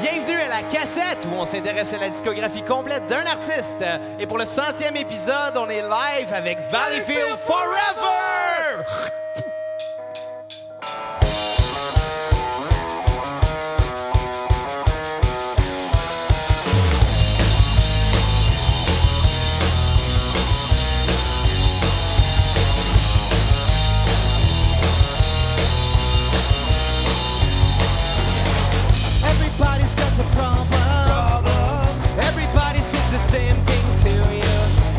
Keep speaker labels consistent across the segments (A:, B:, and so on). A: Bienvenue à la cassette où on s'intéresse à la discographie complète d'un artiste. Et pour le centième épisode, on est live avec Valleyfield Forever! Everybody's got the problem. Everybody says the same thing to you.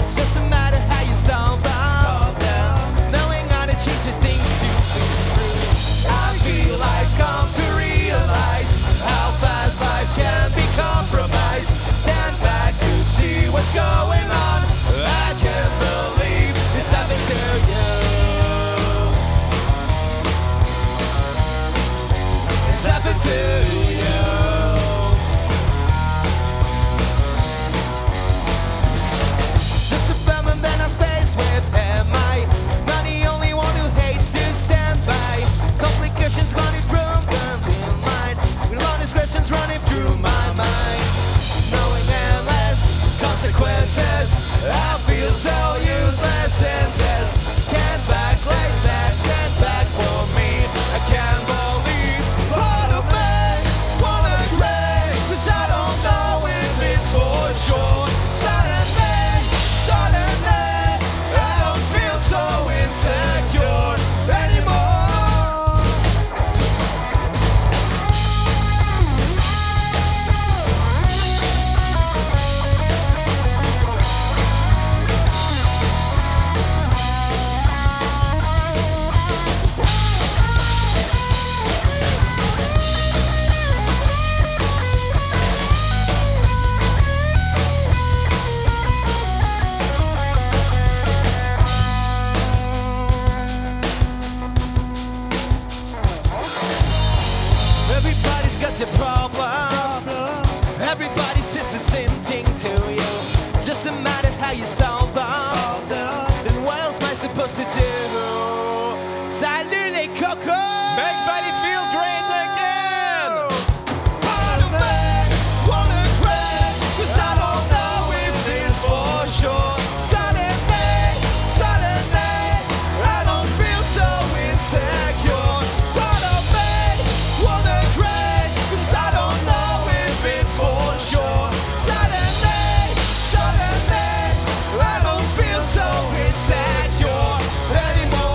A: It's just a matter how you solve them. Knowing how to change the things you feel through. I feel I've come to realize how fast life can be compromised. Stand back to see what's going on. I can't believe this happened to you. It's happened to you. Just a bummer that I'm faced with. Am I not the only one who hates to stand by? Complications running through my mind. With all these questions running through my mind. Knowing endless consequences, I feel so useless in this. Can't back like that. Can't back for me. I can't believe part of me. Wanna grey, 'cause I don't know if it's for sure. Suddenly, suddenly, I don't feel so insecure anymore. Everybody's got their problems. Everybody says the same thing to you. Doesn't matter how you solve them. Then what else am I supposed to do? Salut les cocos! Make Valley feel great again! Part of me wanna cry, 'cause I don't know if it's for sure. Suddenly, suddenly, I don't feel so insecure. Part of me wanna cry, 'cause I don't know if it's for sure. Suddenly, suddenly, I don't feel so insecure anymore.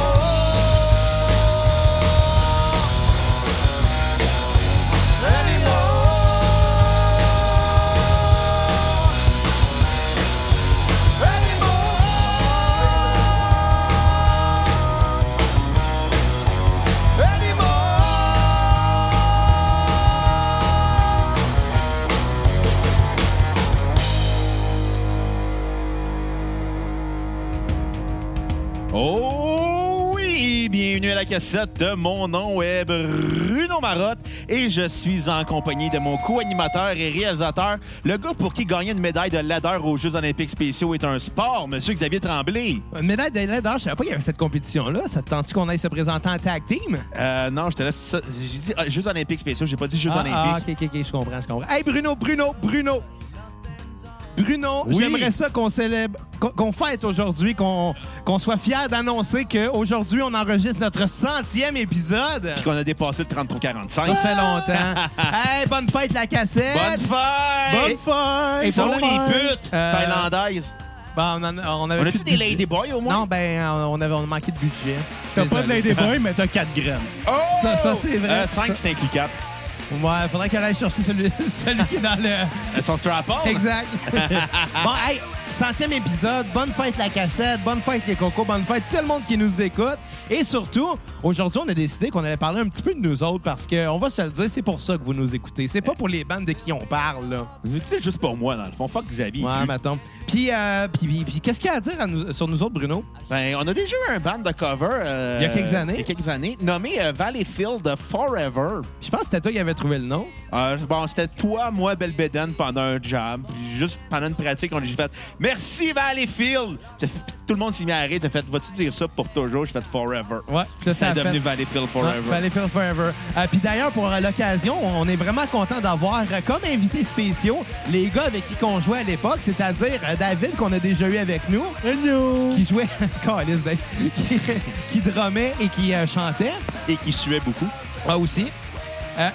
B: Oh oui! Bienvenue à la cassette de mon nom est Bruno Marotte et je suis en compagnie de mon co-animateur et réalisateur, le gars pour qui gagner une médaille de ladder aux Jeux olympiques spéciaux est un sport, Monsieur Xavier Tremblay.
C: Une médaille de laideur, je savais pas qu'il y avait cette compétition-là. Ça te tente-tu qu'on aille se présenter en tag team?
B: Euh, non, je te laisse ça. J'ai dit ah, Jeux olympiques spéciaux, j'ai pas dit Jeux
C: ah,
B: olympiques.
C: ah, ok, ok, ok, je comprends, je comprends. Hey, Bruno, Bruno, Bruno! Bruno,
B: Oui.
C: j'aimerais ça qu'on célèbre, qu'on- qu'on fête aujourd'hui, qu'on qu'on soit fiers d'annoncer qu'aujourd'hui, on enregistre notre centième épisode.
B: Puis qu'on a dépassé le 33-45.
C: Ça fait longtemps. Ah! hey, bonne fête, la cassette!
B: Bonne fête!
C: fête!
B: Ils sont
C: pour
B: où
C: la-
B: les putes
C: Euh,
B: thaïlandaises?
C: Bon, on, en- on avait plus
B: On a-tu
C: de
B: des
C: budget.
B: ladyboys au moins?
C: Non, ben, on avait, on manquait de budget.
D: T'as pas de
C: Désolé.
D: ladyboy, mais t'as 4 graines.
B: Oh! Euh,
C: ça- ça, c'est vrai.
B: 5, c'est inclus
C: Ouais, faudrait qu'elle aille chercher celui, celui qui est dans le.
B: Elles sont Euh, strap-on. hein.
C: Exact. bon, hey, centième épisode. Bonne fête la cassette, bonne fête les cocos, bonne fête tout le monde qui nous écoute. Et surtout, aujourd'hui, on a décidé qu'on allait parler un petit peu de nous autres parce que on va se le dire, c'est pour ça que vous nous écoutez. C'est pas pour les bandes de qui on parle, là.
B: Vous écoutez juste pour moi, dans le fond. Fuck Xavier. il
C: Ouais,
B: pue.
C: mettons. Puis, euh, puis, puis, puis qu'est-ce qu'il y a à dire à nous- sur nous autres, Bruno?
B: Ben, on a déjà eu un band de cover. euh,
C: Il y a quelques années.
B: Il y a quelques années, nommé euh, Valleyfield Forever.
C: Je pense que c'était toi qui avais trouvé le nom.
B: Euh, bon, c'était toi, moi, Belbeden pendant un jam. Puis juste pendant une pratique, on a juste fait Merci Valleyfield! Ça fait- puis Tout le monde s'est mis à rire. T'as fait Vas-tu dire ça pour toujours? J'ai fait Forever.
A: Ouais, puis là, ça
B: C'est
A: a
B: devenu
A: fait-
B: Valleyfield
A: Ouais,
B: Forever.
A: Valley Field Hein? Forever. Euh, Puis d'ailleurs, pour euh, l'occasion, on est vraiment content d'avoir euh, comme invités spéciaux les gars avec qui on jouait à l'époque, c'est-à-dire euh, David qu'on a déjà eu avec nous, qui jouait, Calisse, Dave. qui, qui drummait et qui euh, chantait.
B: Et qui suait beaucoup.
A: Moi Ah, aussi.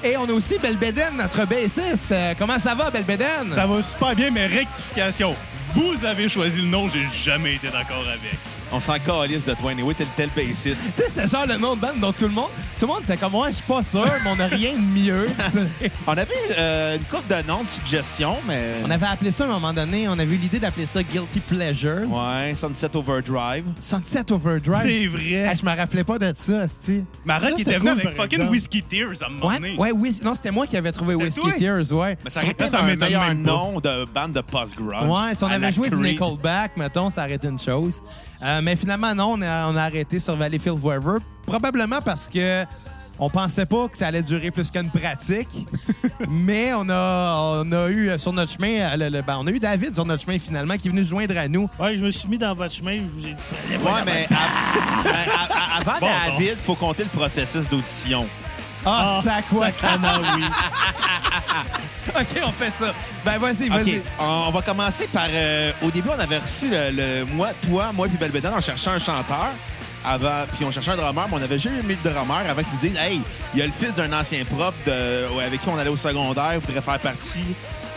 A: et on a aussi Belbeden, notre bassiste. Euh, comment ça va, Belbeden?
E: Ça va super bien, mais rectification. Vous avez choisi le nom, j'ai jamais été d'accord avec.
B: On s'en calisse de toi. Anyway, t'es le tel bassiste.
A: Tu sais, c'est genre le nom de band dont tout le monde, tout le monde était comme, ouais, je suis pas sûr, mais on a rien de mieux.
B: On avait euh, une coupe de noms, de suggestions, mais.
A: on avait appelé ça à un moment donné, on avait eu l'idée d'appeler ça Guilty Pleasure.
B: Ouais, Sunset Overdrive.
A: 107 Overdrive.
E: C'est vrai.
A: Hey, Eh, je me rappelais pas de ça, Asti.
E: Marotte,
A: Ça,
E: il
A: c'est
E: était venu
A: cool,
E: avec
A: par
E: fucking
A: exemple.
E: Whiskey Tears à un moment
A: Ouais,
E: donné.
A: ouais, oui. Non, c'était moi qui avait trouvé
E: C'était
A: Whiskey
E: toi?
A: Tears, ouais.
B: Mais ça aurait été
E: Ça, ça
B: un
E: m'étonne
B: meilleur
E: même pas.
B: nom de bande de post-grunge.
A: Ouais, si on
B: À la
A: avait joué du
B: Creed.
A: Nickelback, mettons, ça aurait été une chose. Euh, mais finalement, non, on a, on a arrêté sur Valleyfield Forever. Probablement parce que on pensait pas que ça allait durer plus qu'une pratique. mais on a, on a eu euh, sur notre chemin, euh, le- le- ben, on a eu David sur notre chemin finalement qui est venu se joindre à nous.
F: Ouais, je me suis mis dans votre chemin, je vous ai dit. prenez pas
B: Ouais, mais av- à- à- à- avant
E: Bon,
B: David, faut compter le processus d'audition.
A: Ah,
F: Ah,
A: ça quoi?
F: Sacrement, oui.
A: ok, on fait ça. Ben, vas-y,
B: OK,
A: vas-y.
B: on va commencer par... euh, au début, on avait reçu le, le- moi, toi, moi puis Belbédan, on cherchait un chanteur. Avant, puis on cherchait un drummer, mais on avait jamais mis le drummer avant qu'ils nous disent Hey, il y a le fils d'un ancien prof de, avec qui on allait au secondaire, il voudrait faire partie.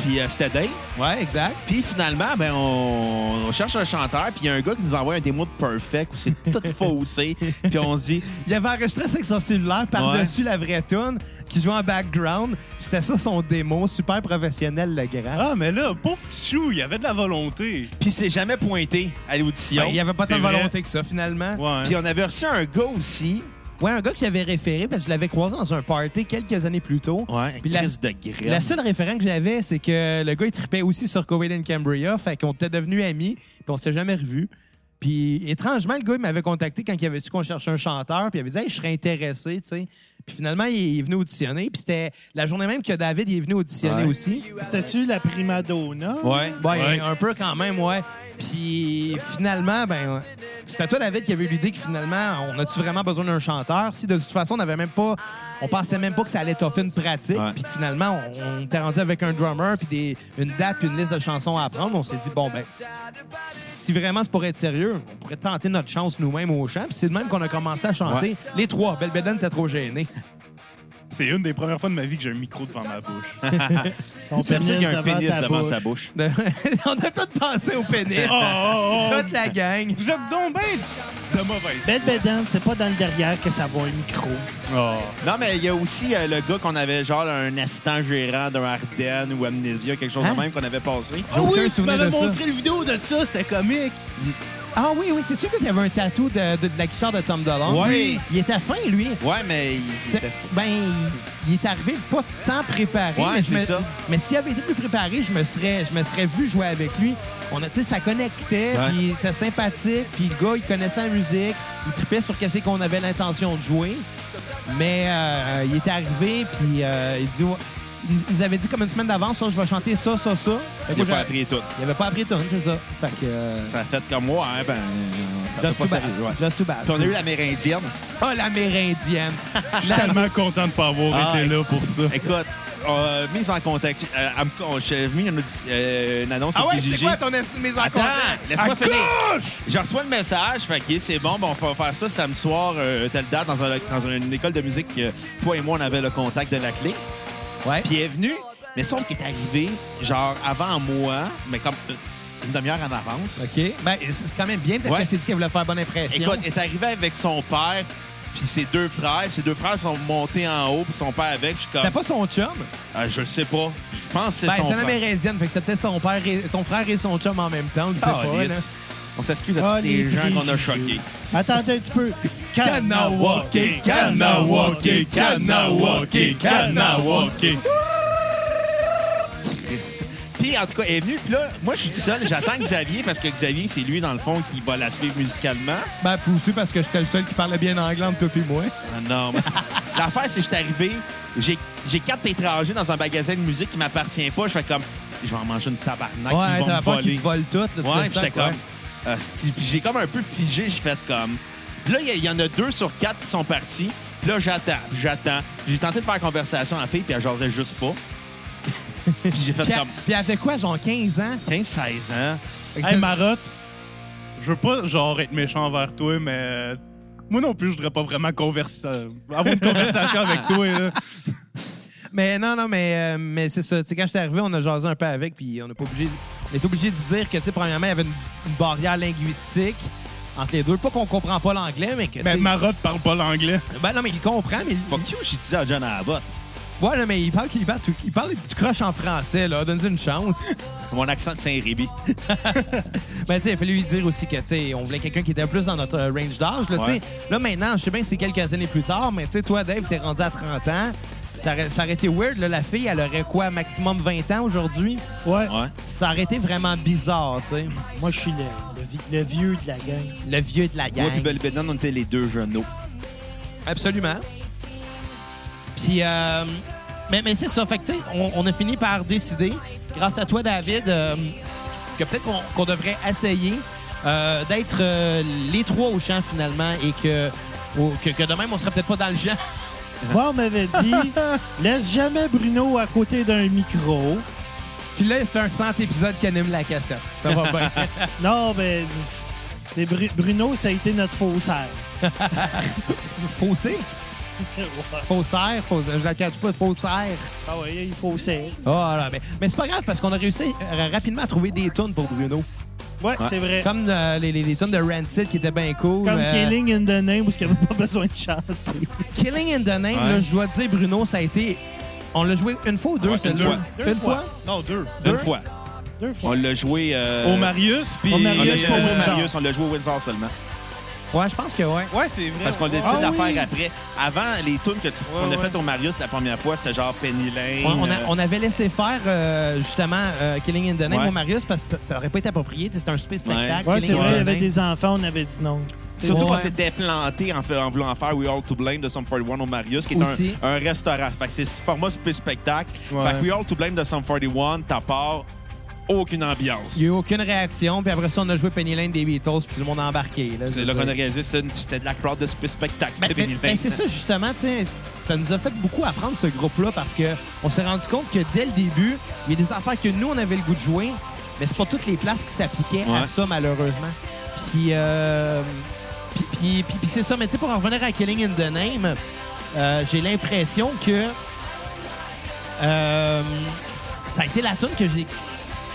B: Puis euh, c'était Dave.
A: Ouais, exact.
B: Puis finalement, ben, on, on cherche un chanteur, puis il y a un gars qui nous envoie un démo de Perfect où c'est tout faussé. puis on se dit
A: Il avait enregistré ça avec son cellulaire par-dessus la vraie tune qui jouait en background. Puis C'était ça son démo, super professionnel le grand.
E: Ah, mais là, pauvre petit chou, il y avait de la volonté.
B: Puis c'est jamais pointé à l'audition.
A: Ben, il n'y avait pas
E: c'est
A: tant de
E: vrai.
A: volonté que ça finalement. Ouais.
E: Ouais.
B: Puis on avait reçu un gars aussi.
A: un gars que j'avais référé parce que je l'avais croisé dans un party quelques années plus tôt.
B: Ouais,
A: Puis
B: Puis
A: la-
B: crise de graine.
A: La seule référence que j'avais, c'est que le gars il tripait aussi sur Covid and Cambria, fait qu'on était devenus amis, puis on s'était jamais revus. Puis étrangement, le gars il m'avait contacté quand il avait su qu'on cherchait un chanteur, puis il avait dit hey, je serais intéressé, tu sais. Puis finalement, il est venu auditionner, puis c'était la journée même que David il est venu auditionner
B: Ouais.
A: aussi.
F: C'était-tu la primadonna?
B: Ouais.
A: Ouais,
E: Ouais.
A: un peu quand même, ouais. Puis finalement, ben, c'était toi, David, qui avait eu l'idée que finalement, on a-tu vraiment besoin d'un chanteur? Si de toute façon, on n'avait même pas, on pensait même pas que ça allait toffer une pratique.
B: Ouais.
A: Puis que finalement, on, on était rendu avec un drummer, puis des, une date, puis une liste de chansons à apprendre. On s'est dit, bon, ben, si vraiment c'est pour être sérieux, on pourrait tenter notre chance nous-mêmes au chant. Puis c'est de même qu'on a commencé à chanter.
B: Ouais.
A: Les trois, Belbeden était trop gêné.
E: C'est une des premières fois de ma vie que j'ai un micro devant ma bouche.
F: Ton
B: C'est pour ça qu'il y a un pénis
F: ta
B: devant
F: bouche.
B: sa bouche.
A: on a tous pensé au pénis. Toute la gang.
E: Vous êtes donc ben de mauvaise.
F: Belle bédante, c'est pas dans le derrière que ça va un micro.
E: Oh.
B: Non, mais il y a aussi euh, le gars qu'on avait, genre, un assistant gérant d'un Ardennes ou Amnesia, quelque chose
A: Hein?
B: de même qu'on avait passé.
A: J'ai aucun souvenir de ça.
F: le vidéo de ça, c'était comique.
A: Ah oui, oui, c'est-tu qu'il y avait un tatou de, de- de la guitare de Tom DeLonge?
B: Oui.
A: Il était fin, lui.
B: Ouais, mais il
A: C'est-
B: était-
A: Ben, il- il est arrivé pas tant préparé.
B: Ouais,
A: mais je
B: c'est
A: me-
B: ça.
A: Mais s'il avait été plus préparé, je me serais, je me serais vu jouer avec lui. On a, tu sais, ça connectait,
B: Ouais.
A: puis il était sympathique, puis le gars, il connaissait la musique, il tripait sur qu'est-ce qu'on avait l'intention de jouer. Mais euh, il est arrivé, puis euh, il dit, ouais, il nous- il nous avait dit comme une semaine d'avance, ça, je vais chanter ça, ça, ça. Fait que
B: il a
A: moi,
B: pas
A: j'ai-
B: appris tout.
A: il avait pas appris tonne, c'est ça. Fait que. euh,
B: Ça a fait comme moi, hein, ben. ça
A: Just
B: peut
A: too
B: pas
A: bad.
B: s'arrêter, ouais.
A: Just too bad.
B: Puis on a eu l'Amérindienne.
A: Ah, l'amérindienne.
E: Je suis tellement content de pas avoir
B: Ah,
E: été là pour ça.
B: Écoute, euh, mise en contact. Euh, elle me con- J'ai mis une, audi- euh, une annonce
A: ah
B: sur
A: ouais,
B: PJJ.
A: c'est quoi ton es- mise en
B: Attends,
A: contact?
B: laisse-moi
A: À
B: finir.
A: gauche!
B: Je reçois le message, fait que c'est bon, ben, on va faire ça samedi soir, euh, telle date, dans, un- dans une école de musique. euh, toi et moi, on avait le contact de la clé.
A: Ouais.
B: Puis elle est venue, mais sauf qu'elle est arrivée, genre, avant moi, mais comme euh, une demi-heure en avance.
A: OK. Ben, c'est c'est quand même bien. Peut-être
B: Ouais.
A: qu'elle s'est dit qu'elle voulait faire bonne impression.
B: Écoute, elle est arrivée avec son père, puis ses deux frères. Ses deux frères sont montés en haut, puis son père avec. Je suis comme,
A: C'était pas son chum?
B: Ah, je le sais pas. Je pense que c'est
A: Ben,
B: son
A: c'est une
B: frère.
A: amérindienne. Fait que c'était peut-être son, père et- son frère et son chum en même temps. On le sait
B: Ah,
A: pas,
B: yes.
A: là. Ah,
B: On s'excuse à tous les gens qu'on a choqués.
F: Attendez un petit peu.
A: Kanawake,
E: Kanawake, Kanawake, Kanawake.
B: Puis, en tout cas, elle est venue. Puis là, moi, je suis tout seul. J'attends Xavier parce que Xavier, c'est lui, dans le fond, qui va la suivre musicalement.
A: Ben, puis aussi parce que j'étais le seul qui parlait bien anglais entre toi et moi.
B: Ah non, moi, c'est- l'affaire, c'est que je suis arrivé. J'ai j'ai quatre étrangers dans un magasin de musique qui m'appartient pas. Je fais comme, je vais en manger une tabarnak,
A: Ouais,
B: ils vont
A: t'as
B: me
A: la peur qu'ils
B: voler.
A: te volent tout. là, tout
B: Ouais,
A: le
B: puis j'étais
A: stock, ouais.
B: comme. Asti. Puis j'ai comme un peu figé, j'ai fait comme. Puis là, il y- il y en a deux sur quatre qui sont partis. Puis là, j'attends, puis j'attends. Puis J'ai tenté de faire conversation à la fille, puis elle jasait juste pas. puis j'ai fait
A: Puis elle-
B: comme
A: Puis elle fait quoi, genre 15 ans?
B: 15-16 ans.
A: Fait que
E: Hey,
A: ça-
E: Marotte, je veux pas, genre, être méchant envers toi, mais euh, moi non plus, je voudrais pas vraiment converser, euh, avoir une conversation avec toi. Là.
A: Mais non, non, mais, euh, mais c'est ça. Tu sais, quand j'étais arrivé, on a jasé un peu avec, puis on n'est pas obligé. On est obligé de dire que, tu sais, premièrement, il y avait une, une barrière linguistique entre les deux. Pas qu'on comprend pas l'anglais, mais que. tu
E: Mais
F: Ben,
A: sais-
E: Marotte parle pas l'anglais.
A: Ben non, mais il comprend, mais. il-
B: Fuck you, j'ai dit à John Abbott.
A: Ouais, là, mais il parle, il parle, tout- il parle du croche en français, là. Donne-lui une chance.
B: Mon accent de Saint-Réby.
A: Ben, tu sais, il fallait lui dire aussi que, tu sais, on voulait quelqu'un qui était plus dans notre euh, range d'âge, là, tu
B: Ouais.
A: sais. Là, maintenant, je sais bien que c'est quelques années plus tard, mais tu sais, toi, Dave, t'es rendu à 30 ans. T'aurais- Ça aurait été weird, là, la fille, elle aurait quoi, maximum 20 ans aujourd'hui?
F: Ouais.
B: Ouais.
A: Ça aurait été vraiment bizarre, tu sais.
F: Moi, je suis le, le vi- le vieux de la gang.
A: Le vieux de la gang.
B: Moi puis Belle Bédane, on était les deux genoux.
A: Absolument. Puis, euh, mais, mais c'est ça. Fait que, tu sais, on, on a fini par décider, grâce à toi, David, euh, que peut-être qu'on qu'on devrait essayer euh, d'être euh, les trois au champ, finalement, et que, ou- que, que de même, on serait peut-être pas dans le champ.
F: Moi, on m'avait dit, laisse jamais Bruno à côté d'un micro.
A: Puis là, c'est un 100 épisode qui anime la cassette. Ça va bien.
F: Non, ben, c'est Bru- Bruno, ça a été notre faussaire.
A: Faussé?
F: Ouais.
A: Faussaire? Fausse- je la cache pas, faussaire.
F: Ah ouais, il faussait.
A: Oh là, mais, mais c'est pas grave, parce qu'on a réussi euh, rapidement à trouver des tunes pour Bruno.
F: Ouais, c'est vrai.
A: Comme euh, les, les, les tunes de Rancid qui étaient bien cool.
F: Comme
A: euh,
F: Killing in the Name, parce qu'il n'y avait pas besoin de chanter.
A: Killing in the Name,
B: Ouais.
A: là, je dois te dire, Bruno, ça a été. On l'a joué une fois ou deux,
B: Ouais, une
A: celle-là?
B: fois.
A: Une fois?
E: Non, deux.
B: Une fois.
F: Deux
B: On
F: fois.
B: l'a joué. euh,
E: Au Marius, puis...
F: Au
B: on l'a
F: Marius,
B: joué
F: pas au
B: au
F: Windsor.
B: Marius, on l'a joué au Windsor seulement.
A: Ouais, je pense que ouais.
E: Ouais, c'est vrai.
B: Parce qu'on a
E: ouais.
B: décidé
F: Ah
B: de la
F: oui.
B: faire après. Avant, les tunes que tu- qu'on
E: Ouais,
B: a
E: ouais.
B: faites au Marius la première fois, c'était genre Penny Lane.
A: Ouais, on, a-
B: euh,
A: on avait laissé faire euh, justement euh, Killing in the Name
B: Ouais.
A: au Marius parce que ça- ça aurait pas été approprié. tu sais, C'était un space
B: Ouais.
A: spectacle.
F: Ouais, c'est
A: Killing in
F: vrai, il y
A: the
F: avait
A: Name.
F: des enfants, on avait dit non.
B: Surtout
A: Ouais.
B: qu'on s'était planté en, fait- en voulant faire We All To Blame de Sum 41 au Marius, qui est
A: Aussi.
B: un, un restaurant. Fait que c'est ce format spé- spectacle.
E: Ouais.
B: Fait que We All To Blame de Sum 41, t'as part aucune ambiance.
A: Il y a eu aucune réaction, puis après ça, on a joué Penny Lane des Beatles, puis tout le monde a embarqué. là, je
B: C'est
A: veux
B: là
A: dire.
B: qu'on a réalisé c'était une- c'était de la crowd de spé- spectacle.
A: Mais,
B: C'était
A: mais-
B: Penny Lane.
A: mais Ben, c'est ça, justement, tu sais, ça nous a fait beaucoup apprendre ce groupe-là parce que on s'est rendu compte que dès le début, il y a des affaires que nous, on avait le goût de jouer, mais c'est pas toutes les places qui s'appliquaient à
B: Ouais.
A: ça, malheureusement. Puis, euh, puis, puis- puis- puis c'est ça, mais tu sais, pour en revenir à Killing in the Name, euh, j'ai l'impression que euh, ça a été la tune que j'ai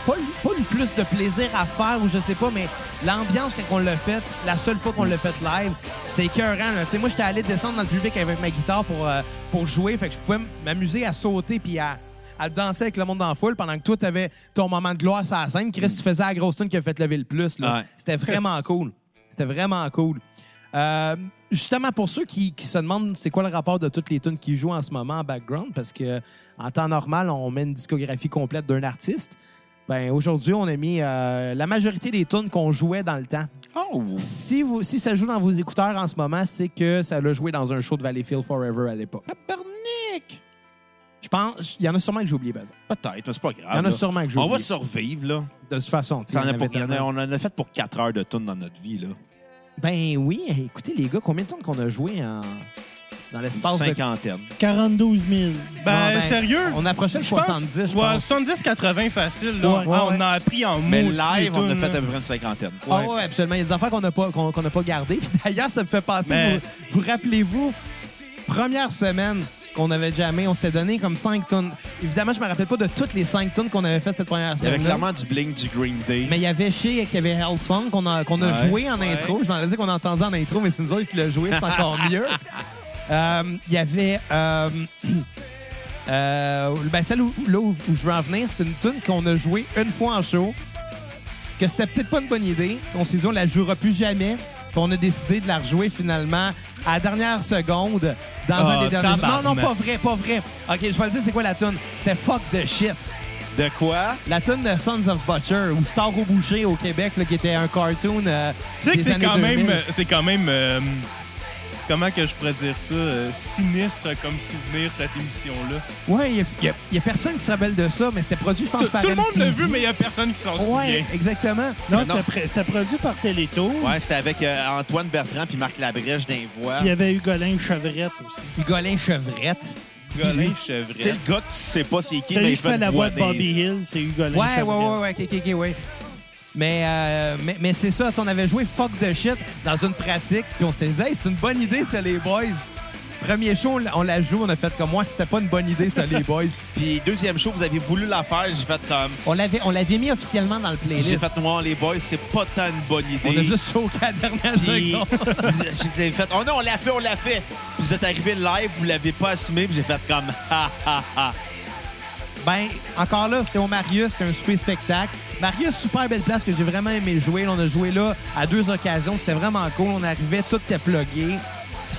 A: pas, eu- pas eu plus de plaisir à faire ou je sais pas, mais l'ambiance quand on l'a faite, la seule fois qu'on l'a faite live, c'était écœurant. là. Tu sais, Moi, j'étais allé descendre dans le public avec ma guitare pour, euh, pour jouer, fait que je pouvais m- m'amuser à sauter puis à, à danser avec le monde dans la foule pendant que toi, t'avais ton moment de gloire sur la scène. Chris, tu faisais la grosse tune qui a fait lever le plus. là.
B: Ouais.
A: C'était vraiment cool. C'était vraiment cool. Euh, justement, pour ceux qui, qui se demandent c'est quoi le rapport de toutes les tunes qui jouent en ce moment en background, parce que en temps normal, on met une discographie complète d'un artiste. Ben, aujourd'hui, on a mis euh, la majorité des tunes qu'on jouait dans le temps.
B: Oh!
A: Si, vous, si ça joue dans vos écouteurs en ce moment, c'est que ça l'a joué dans un show de Valleyfield Forever à l'époque.
B: Tabarnak!
A: Je pense, il y en a sûrement que j'ai oublié, par exemple.
B: Peut-être, mais c'est pas grave.
A: Il y en a
B: là.
A: sûrement que j'ai
B: On va
A: oublié.
B: survivre, là.
A: De toute façon, tu sais,
B: T'en
A: il y
B: as
A: en
B: pour-
A: avait
B: il y en a-
A: tellement.
B: on en a fait pour 4 heures de tunes dans notre vie, là.
A: Ben oui, écoutez les gars, combien de temps qu'on a joué en- dans l'espace de...
B: Cinquantaine.
F: 42 000.
E: Ben,
A: Non, ben,
E: sérieux?
A: on approchait le
E: Je pense-
A: 70, je
E: ouais,
A: pense.
E: 70-80 facile, là.
F: Ouais, ouais,
E: Ah, on
F: ouais.
E: a appris en
B: Mais
E: maudit
B: live,
E: les
B: on a
E: tunes,
B: fait
E: là.
B: à peu près une cinquantaine.
A: Ah ouais, absolument. Il y a des affaires qu'on n'a pas, qu'on, qu'on n'a pas gardées. Puis d'ailleurs, ça me fait passer.
E: Mais-
A: Vous, vous rappelez-vous, première semaine qu'on avait jamais, on s'était donné comme 5 tonnes. Évidemment, je me rappelle pas de toutes les 5 tonnes qu'on avait faites cette première
B: Il y
A: semaine.
B: avait clairement du bling du Green Day.
A: Mais il y avait chez qui avait Hellsong qu'on a, qu'on a
B: Ouais.
A: joué en intro. Je m'en disais qu'on a entendu en intro, mais c'est nous autres qui l'a joué, c'est encore mieux. Euh, Il y avait. euh, euh, ben celle où, là où, où je veux en venir, c'est une tune qu'on a jouée une fois en show, que c'était peut-être pas une bonne idée. On s'est dit, on la jouera plus jamais. Puis on a décidé de la rejouer finalement à la dernière seconde dans un
E: Ah,
A: des derniers. Non,
E: tabarnak.
A: non, pas vrai, pas vrai. OK, je vais le dire, c'est quoi la tune? C'était Fuck the Shit.
B: De quoi?
A: La tune de Sons of Butcher ou Star au boucher au Québec, là, qui était un cartoon. euh,
E: Tu sais que
A: des
E: c'est
A: années
E: quand, euh,
A: 2000.
E: même, c'est quand même euh, comment que je pourrais dire ça, euh, sinistre comme souvenir, cette émission-là.
A: Ouais, il n'y a, y a personne qui se rappelle de ça, mais c'était produit, je pense,
E: Tout
A: par
E: tout le monde l'a
A: MTV.
E: vu, mais il n'y a personne qui s'en
A: Ouais,
E: souvient.
A: exactement.
B: Mais
F: Non,
B: non,
F: c'était pré- c'était produit par Téléto.
B: Ouais, c'était avec euh, Antoine Bertrand puis Marc Labrèche voix.
F: Il y avait Hugolin Chevrette aussi.
A: Golin Chevrette.
E: Golin
B: C'est
E: Chevrette.
B: le gars que tu sais pas c'est qui, mais
F: Celui
B: il
F: qui fait la voix de
B: des-
F: Bobby Hill, c'est Hugolin
A: Ouais, ouais,
F: Chevrette.
A: ouais, ouais, ok, ok, ok, ouais. Mais, euh, mais, mais c'est ça, tu sais, on avait joué fuck de shit dans une pratique, puis on s'est dit, hey, c'est une bonne idée, ça, les boys. Premier show, on l'a- on l'a joué, on a fait comme moi, c'était pas une bonne idée, ça, les boys.
B: Puis deuxième show, vous avez voulu la faire, j'ai fait comme...
A: On l'avait, on l'avait mis officiellement dans le playlist.
B: J'ai fait moi les boys, c'est pas tant une bonne idée.
A: On a juste choqué à la dernière
B: Puis,
A: seconde.
B: j'ai fait, oh non, on l'a fait, on l'a fait. Puis vous êtes arrivé live, vous l'avez pas assumé, puis j'ai fait comme, ah. ha, ha, ha.
A: Ben, encore là, c'était au Marius, c'était un super spectacle. Marius, super belle place que j'ai vraiment aimé jouer. Là, On a joué là à deux occasions, c'était vraiment cool. On arrivait, tout était flogué.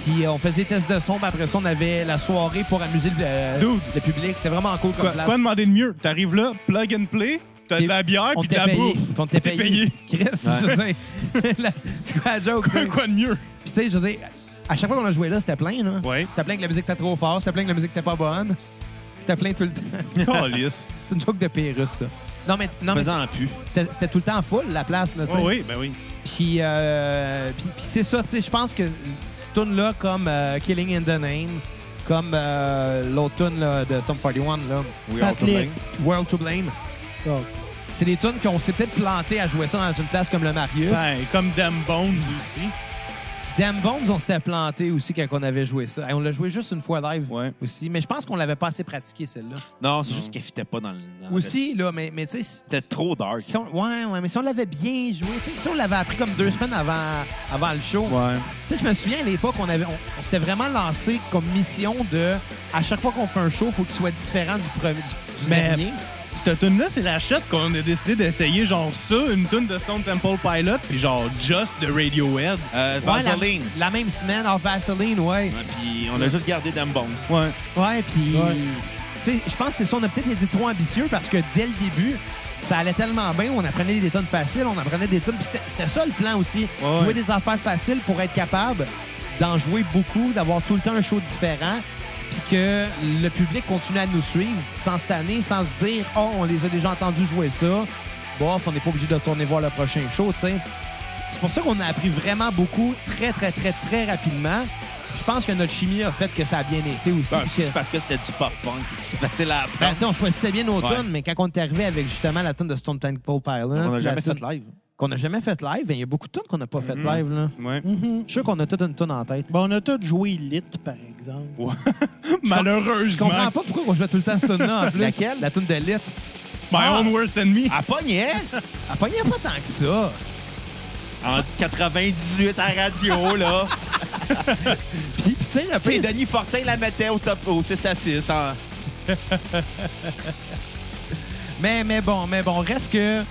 A: Puis euh, on faisait des tests de son, puis après ça, on avait la soirée pour amuser le, euh,
E: Dude.
A: le public. C'était vraiment cool comme
E: Quoi,
A: place.
E: quoi demander de mieux? T'arrives là, plug and play, t'as
A: Et
E: de la bière
A: on
E: puis de la
A: t'était payé.
E: bouffe.
A: On t'était
E: T'es
A: payé. Chris, je veux dire, la- c'est quoi la joke? tu sais?
E: Quoi, quoi de mieux?
A: Puis tu sais, je veux dire, à chaque fois qu'on a joué là, c'était plein. Là.
E: Ouais.
A: C'était plein que la musique était trop forte, c'était plein que la musique était pas bonne. C'était plein tout le temps.
E: Calice.
A: C'est une joke de Pérus, ça. Non, mais, non, mais
B: Faisant en pu.
A: c'était c'était tout le temps full, la place. Là, tu sais.
E: Oh oui, ben oui.
A: Puis, euh, puis, puis c'est ça, tu sais, je pense que cette tune-là, comme euh, Killing in the Name, comme euh, l'autre tune là, de Sum 41, là,
B: Oui,
F: Pat Lick.
A: World to Blame,
F: Oh.
A: c'est des tunes qu'on s'est peut-être planté à jouer ça dans une place comme le Marius.
E: Ben, comme Damn Bones aussi.
A: Damn Bones, on s'était planté aussi quand on avait joué ça. Hey, on l'a joué juste une fois live
E: Ouais.
A: aussi, mais je pense qu'on l'avait pas assez pratiqué, celle-là.
B: Non, c'est juste qu'elle fitait pas dans le.
E: Ah,
B: dans le-
A: Aussi, là, mais, mais tu sais,
B: C'était trop dark.
A: si on, ouais, ouais, mais si on l'avait bien joué, tu sais, si on l'avait appris comme deux semaines avant, avant le show,
E: Ouais.
A: Tu sais, je me souviens à l'époque, on, avait- on, on s'était vraiment lancé comme mission de à chaque fois qu'on fait un show, faut qu'il soit différent du premier. Du, du
E: Mais-
A: dernier.
E: Cette tune là c'est la chute qu'on a décidé d'essayer, genre ça, une tune de Stone Temple Pilot, puis genre Just de Radiohead.
B: Euh,
A: Ouais, la-
B: Vaseline.
A: la, même semaine, en Vaseline, ouais.
B: Ouais, Puis on a juste gardé Damn Bomb.
E: Ouais.
A: Ouais, puis.
F: Ouais.
A: Tu sais, je pense que c'est ça, on a peut-être été trop ambitieux parce que dès le début, ça allait tellement bien, on apprenait des tonnes faciles, on apprenait des tonnes. C'était c'était ça le plan aussi.
E: Ouais,
A: jouer
E: ouais.
A: des affaires faciles pour être capable d'en jouer beaucoup, d'avoir tout le temps un show différent, puis que le public continue à nous suivre sans se tanner, sans se dire Oh, on les a déjà entendus jouer ça. Bof, on n'est pas obligé de tourner voir le prochain show, tu sais. C'est pour ça qu'on a appris vraiment beaucoup très, très, très, très rapidement. Je pense que notre chimie a fait que ça a bien été aussi.
B: Ben,
A: puis que-
B: C'est parce que c'était du pop punk. C'est facile à
A: ben,
B: apprendre.
A: tu sais, on choisissait bien nos
B: Ouais.
A: tunes, mais quand on est arrivé avec justement la tune de Stone Temple Pilot,
B: on
A: la
B: n'a jamais
A: tune
B: fait live.
A: Qu'on n'a jamais fait live, ben, il y a beaucoup de tunes qu'on n'a pas fait live. Là.
E: Ouais.
F: Mhm.
A: Je suis sûr qu'on a toute une tune en tête.
F: Ben, on a tous joué Lit, par exemple.
A: Je comprends
E: Malheureusement.
A: pas pourquoi on jouait tout le temps cette tune-là en plus.
B: Laquelle?
A: La tune de Lit.
E: My
A: Ah.
E: own worst enemy.
B: À pognait! hein?
A: Elle pognait pas tant que ça.
B: En 98 à radio, là.
A: Puis, puis tu sais, le
B: Puis
A: pire,
B: Denis Fortin la mettait au top au 6 à 6. hein.
A: Mais, mais bon, mais bon, reste que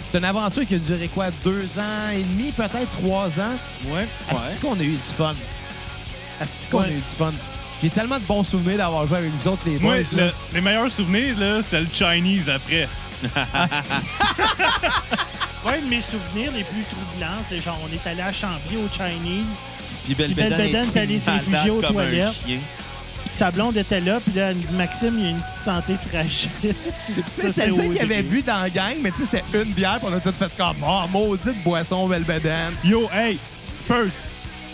A: c'est une aventure qui a duré quoi, deux ans et demi, peut-être trois ans.
E: Ouais.
A: Asti qu'on a eu du fun. Asti qu'on a
F: Ouais.
A: eu du fun. J'ai tellement de bons souvenirs d'avoir joué avec vous autres, les
E: Moi,
A: boys. là.
E: le- les meilleurs souvenirs, là, c'était le Chinese après.
F: Un de Ah, mes souvenirs les plus troublants, c'est genre, on est allé à Chambly au Chinese,
B: Puis Belle
F: Puis Belle Bédane est allée se réfugier aux
B: comme un
F: toilettes.
B: chien.
F: puis sa blonde était là, puis là, elle me dit Maxime, il a une petite santé fragile.
A: Tu sais,
F: Ça,
A: celle-ci
F: c'est
A: qu'il avait
F: ODG.
A: bu dans la gang, mais tu sais, c'était une bière, puis on a tout fait comme, oh, maudite boisson, belle bedaine.
E: Yo, hey, first,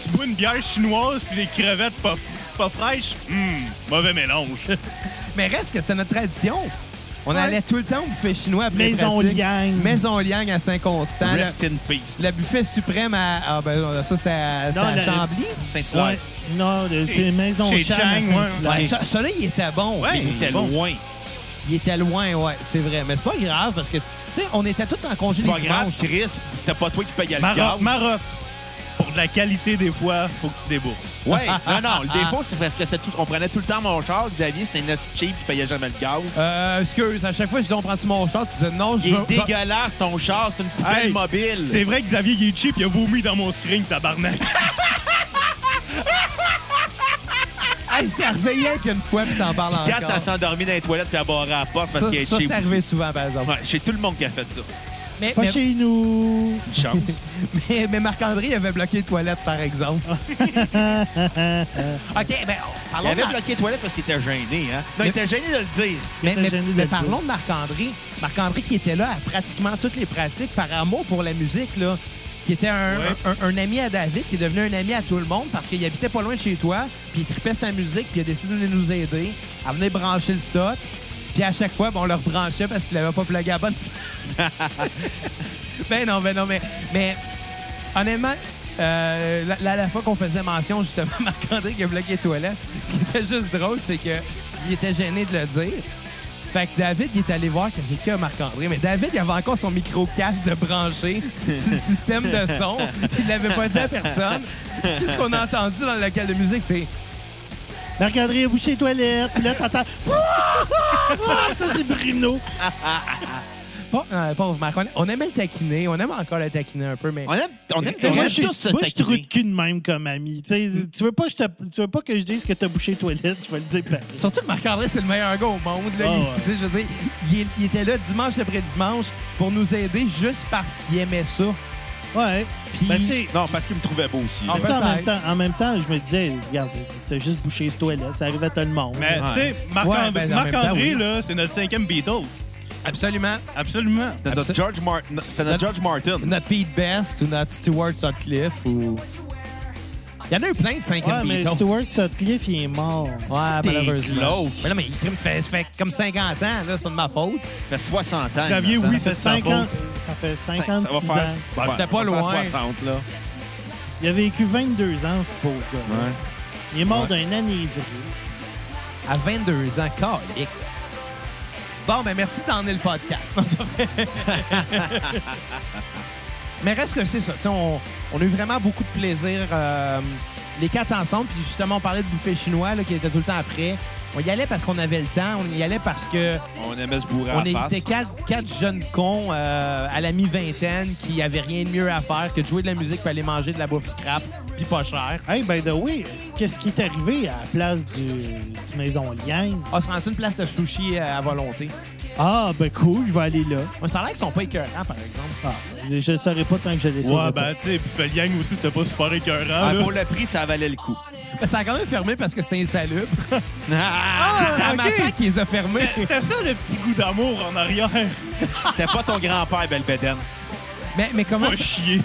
E: tu bois une bière chinoise puis des crevettes pas, pas fraîches? Hum, mauvais mélange.
A: Mais reste que c'était notre tradition. On allait tout le temps au buffet chinois après les
F: Maison
A: pratiques.
F: Liang.
A: Maison Liang à Saint-Constant. Le,
B: Rest in peace.
A: le buffet suprême à. Ah, ben, ça, c'était à, c'était
F: Non,
A: à
F: le-
A: Chambly.
B: Saint-Hilaire.
F: Ouais. Non, de- c'est Maison
E: Chez
F: Chang. à
E: Chang, ouais.
F: Saint-Hilaire.
A: Ouais, ça, ça, là, il était bon.
B: Ouais,
A: Il-
B: il était
E: bon.
B: loin.
A: Il était loin, ouais, c'est vrai. Mais c'est pas grave parce que, tu sais, on était tous en congé
B: C'est
A: les
B: pas grave,
A: dimanches.
B: Chris. C'était pas toi qui payais le gaz.
E: Marotte, marotte. Pour de la qualité, des fois, faut que tu débourses.
B: Ouais, non, non. Le défaut, c'est parce que c'était tout. On prenait tout le temps mon char. Xavier, c'était une hostie cheap qui payait jamais le gaz.
A: Euh, excuse, à chaque fois, je dis, on prend-tu mon char? Tu disais, non, je
B: Il
A: veux-
B: est dégueulasse, ton char. C'est une poubelle
E: Hey,
B: mobile.
E: C'est vrai que Xavier il est cheap, il a vomi dans mon screen, tabarnak.
A: Hey, c'est arrivé hier qu'une fois, puis t'en parles
B: Kat,
A: encore.
B: elle s'est endormie dans les toilettes puis elle barrait la porte parce
A: Ça,
B: qu'elle est
A: ça,
B: cheap.
A: c'est arrivé souvent, par exemple.
B: Ouais, c'est tout le monde qui a fait ça.
A: mais,
F: Pas
A: mais-
F: chez nous.
B: Une chance.
A: mais- mais Marc-André il avait bloqué les toilettes, par exemple. OK, ben,
B: Il
A: parlons de
B: avait
A: Marc-
B: bloqué les toilettes parce qu'il était gêné, hein? Non, il était gêné de le dire.
A: mais,
F: était
A: mais-
F: gêné de
A: mais
F: le dire.
A: parlons de Marc-André. Marc-André qui était là à pratiquement toutes les pratiques par amour pour la musique, là. Qui était un,
E: Ouais.
A: un- un- un ami à David, qui est devenu un ami à tout le monde parce qu'il habitait pas loin de chez toi, puis il tripait sa musique, puis il a décidé de nous aider, à venir brancher le stock. Puis à chaque fois, ben, on le rebranchait parce qu'il avait pas plugué à bonne Ben non, ben non, mais, mais honnêtement, euh, la, la- la fois qu'on faisait mention justement à Marc-André qui a bloqué les toilettes, ce qui était juste drôle, c'est que il était gêné de le dire. Fait que David, il est allé voir qu'est-ce qu'il y a Marc-André. Mais David, il avait encore son micro-casque de branché sur le système de son. Il l'avait pas dit à personne. Tout ce qu'on a entendu dans le local de musique, c'est
F: Marc-André a bouché les toilettes. Puis là, t'entends. Ah, Ça, c'est Bruno.
A: pas, euh, pauvre Marc. On- On aimait le taquiner. On aime encore le taquiner un peu, mais.
B: On aime, on aime,
F: Tu sais,
B: on
F: moi,
B: aime
F: je suis
B: tous se
F: moi, je suis trou de
B: taquiner.
F: cul de même comme ami. Tu sais, tu veux pas, que je te- tu veux pas que je dise que t'as bouché les toilettes, je vais le dire pareil.
A: Surtout que Marc-André, c'est le meilleur gars au monde. Là.
F: Ah
A: Il-
F: ouais.
A: tu sais, je veux dire, il, il était là dimanche après dimanche pour nous aider juste parce qu'il aimait ça.
F: Ouais.
A: Puis-
F: Ben, tu sais,
B: Non, parce qu'il me trouvait beau aussi.
A: Ah,
B: là.
F: tu sais, en, même
A: peut-être.
F: temps, en même temps, je me disais, regarde, t'as juste bouché les toilettes, ça arrive à tout le monde.
E: Mais tu sais,
A: Ouais,
E: Marc-André,
A: ben, en même temps,
E: Marc-André,
A: oui.
E: là, c'est notre cinquième Beatles.
A: Absolument.
E: Absolument.
B: C'était notre George Martin. C'était notre George Martin.
A: Notre Pete Best ou notre Stewart Sutcliffe ou. Il y en a eu plein de 5
F: ouais, mais Stuart Sutcliffe, il est mort.
A: Ouais, malheureusement.
B: glauque.
A: Mais non, mais il crime, ça fait, ça fait comme 50 ans, là, c'est pas de ma faute.
B: C'était 60 ans.
E: Xavier,
B: il me
E: oui,
B: semble.
F: Ça fait
E: c'est de sa
F: 50, ça fait 56
B: ça va faire.
F: ans.
B: ouais,
A: j'étais pas
B: ça va faire
A: loin.
B: 60, là.
F: Il a vécu 22 ans, ce pauvre gars.
B: Ouais.
F: Il est mort d'un anévrisme.
A: À 22 ans, calique. Bon, ben merci d'emmener le podcast. Mais reste que c'est ça. tu sais, On, on a eu vraiment beaucoup de plaisir, euh, les quatre ensemble. Puis justement, on parlait de buffet chinois là, qui était tout le temps après. On y allait parce qu'on avait le temps. On y allait parce que
B: On aimait se bourrer
A: on
B: à la face.
A: était quatre, quatre jeunes cons euh, à la mi-vingtaine qui avaient rien de mieux à faire que de jouer de la musique puis aller manger de la bouffe scrap, puis pas cher.
F: Hey, by the way, qu'est-ce qui est arrivé à la place du, du Maison Liane?
A: On se rend Ah, une place de sushi euh, à volonté.
F: Ah, ben cool, je vais aller là.
A: Mais ça a l'air qu'ils sont pas écœurants, par exemple.
F: Ah, je ne saurais pas tant que je les saurais
E: Ouais,
F: pas.
E: ben, tu sais, puis Feliang aussi, c'était pas super écœurant.
B: Ah,
E: là.
B: pour le prix, ça valait le coup.
A: Mais ça a quand même fermé parce que c'était insalubre.
B: Ah,
A: c'est à
E: ok.
A: matin qu'ils les a fermés.
E: C'était ça le petit goût d'amour en arrière.
B: C'était pas ton grand-père, Belbédène.
A: Mais, mais, comment
E: Pas
A: ça,
E: chier.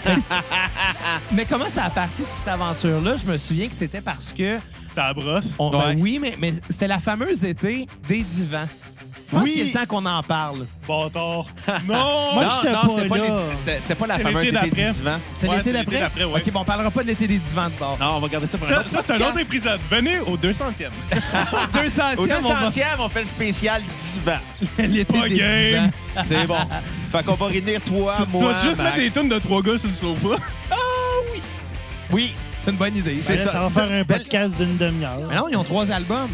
A: mais comment ça a parti de cette aventure-là? Je me souviens que c'était parce que.
E: Ça brosse.
A: on- ben
B: Ouais.
A: oui, mais, mais c'était la fameuse été des divans. Je pense
F: Oui.
A: qu'il est temps qu'on en parle.
E: Bâtard. Non!
F: Moi, j'étais pas
B: c'était pas,
F: là.
B: les- c'était- c'était pas la
E: C'est
B: fameuse
E: l'été
B: été du divan.
E: d'après.
A: C'était
E: Ouais,
A: l'été
E: c'est l'été
A: d'après?
E: d'après, ouais.
A: OK, bon, on parlera pas de l'été des divans de bord.
B: Non, on va garder ça pour un
E: Ça,
B: autre
E: ça, c'est un autre épisode. Venez au 200e.
A: Deux
B: Au
A: centièmes, on va-
B: 200e, on fait le spécial divan.
A: l'été
E: Pas
A: des divans.
E: game.
B: C'est bon. Fait qu'on va réunir toi,
E: Tu
B: moi,
E: vas juste
B: Max.
E: mettre des tunes de trois gars sur le sofa.
B: Oui,
A: C'est une bonne idée. Ben,
B: c'est
F: Là, ça,
B: ça.
F: va faire un
B: Belle-
F: podcast d'une demi-heure.
A: Mais non, ils ont trois albums.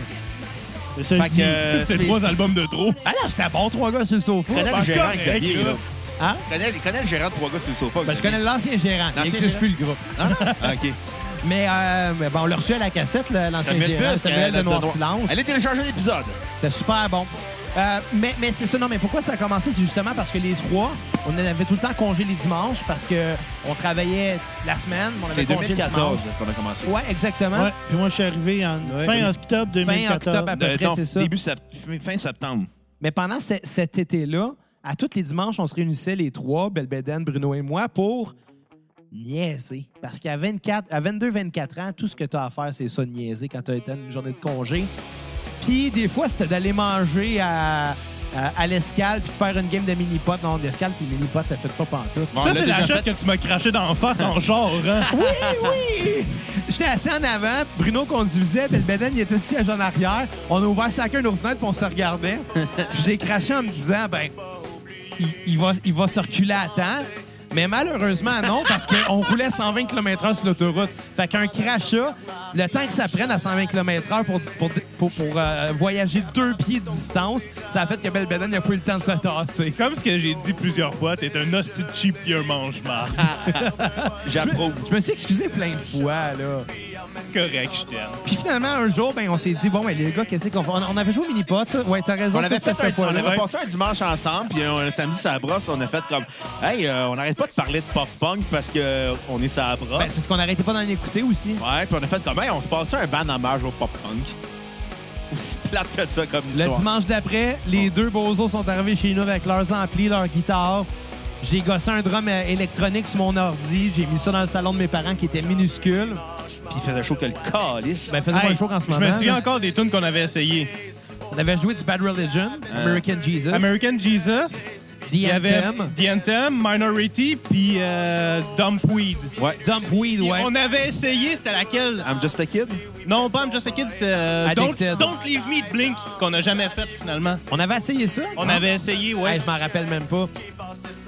F: C'est ça,
B: Fait
F: je
B: que,
F: dis.
B: euh,
E: C'est
B: spé-
E: trois albums de trop.
A: Ah non, c'était bon, trois gars sur le sofa.
B: Connais le
E: Pas
B: gérant,
E: correct,
B: Xavier,
E: là.
B: là.
A: Hein?
B: Connais, connais le gérant de trois gars sur le sofa.
A: Ben, je connais l'ancien gérant. Il
B: L'ancien
A: n'existe
B: gérant?
A: plus le groupe.
B: Ah, OK.
A: Mais, euh, mais bon, on l'a reçu à la cassette, le- l'ancien
B: Samuel
A: gérant,
B: Busque,
A: Samuel
B: euh,
A: de Noir
B: Noir-
A: Silence.
B: Allez télécharger l'épisode.
A: C'était super bon. Euh, mais mais c'est ça, non, mais pourquoi ça a commencé? C'est justement parce que les trois, on avait tout le temps congé les dimanches parce que on travaillait la semaine, mais on avait
B: C'est
A: congé le
B: 2014 qu'on a commencé.
A: dimanche. Ouais, exactement.
F: Ouais, puis moi, je suis arrivé en
B: Ouais.
F: fin octobre 2014.
A: octobre, à peu
B: Euh,
A: près,
B: non,
A: c'est ça.
B: Début sept- fin septembre.
A: Mais pendant ce- cet été-là, à tous les dimanches, on se réunissait les trois, Belbédène, Bruno et moi, pour niaiser. Parce qu'à 24, à 22-24 ans, tout ce que tu as à faire, c'est ça, niaiser quand tu as été à une journée de congé. Puis des fois, c'était d'aller manger à, à, à l'escale puis de faire une game de mini-pot. Non, l'escale puis mini-pot, ça fait pas pantoute.
B: Bon, on
E: Ça,
B: l'a
E: c'est la
B: déjà
E: shot que tu m'as craché d'en face en genre. hein.
A: Oui, oui! J'étais assis en avant, Bruno conduisait, Belbédène, il était assis à en arrière. On a ouvert chacun nos fenêtres, puis on se regardait. Puis J'ai craché en me disant, ben, il, il va, il va se reculer à temps. Mais malheureusement, non, parce qu'on roulait 120 km/h sur l'autoroute. Fait qu'un crachat, le temps que ça prenne à 120 km/h pour, pour, pour- pour, euh, voyager deux pieds de distance, ça a fait que Belbédène n'a pas eu le temps de se tasser.
E: Comme ce que j'ai dit plusieurs fois, t'es un hostile cheap pis un mange-marre.
B: J'approuve.
A: Je me suis excusé plein de fois, là.
E: Correct, je t'aime.
A: Puis finalement, un jour, ben, on s'est dit, bon, ben, les gars, qu'est-ce qu'on fait? On on avait joué au mini-pot, ça. Ouais, t'as raison,
B: On avait,
A: ça,
B: fait
A: c'était
B: un-
A: cette fois-là.
B: on avait passé un dimanche ensemble, puis un samedi, ça brosse. On a fait comme, hey, euh, on n'arrête pas de parler de pop-punk parce qu'on est ça
A: Ben,
B: brosse.
A: c'est parce qu'on n'arrêtait pas d'en écouter aussi.
B: ouais, puis on a fait comme, hey, on se passe un ban hommage au pop-punk. Aussi plate que ça comme
A: Le
B: histoire.
A: dimanche d'après, les deux bozos sont arrivés chez nous avec leurs amplis, leurs guitares. J'ai gossé un drum euh, électronique sur mon ordi. J'ai mis ça dans le salon de mes parents qui était minuscule.
B: Puis il faisait chaud que le calice.
A: Ben, faisait pas
E: Hey,
A: chaud en ce
E: je
A: moment.
E: me souviens
A: là.
E: encore des tunes qu'on avait essayées.
A: On avait joué du Bad Religion, American Jesus,
E: American Jesus, Euh, il
A: The
E: y avait
A: Anthem,
E: The Anthem, Minority, puis euh, Dumpweed.
B: ouais.
A: Dump Weed, ouais.
E: On avait essayé, c'était laquelle?
B: I'm just a kid.
E: Non, pas I'm Just a Kid, c'était euh, Don't,
A: Addicted.
E: Don't Leave Me de Blink, qu'on n'a jamais fait finalement.
A: On avait essayé ça?
E: On avait essayé, ouais.
A: Ah. Hey, je m'en rappelle même pas.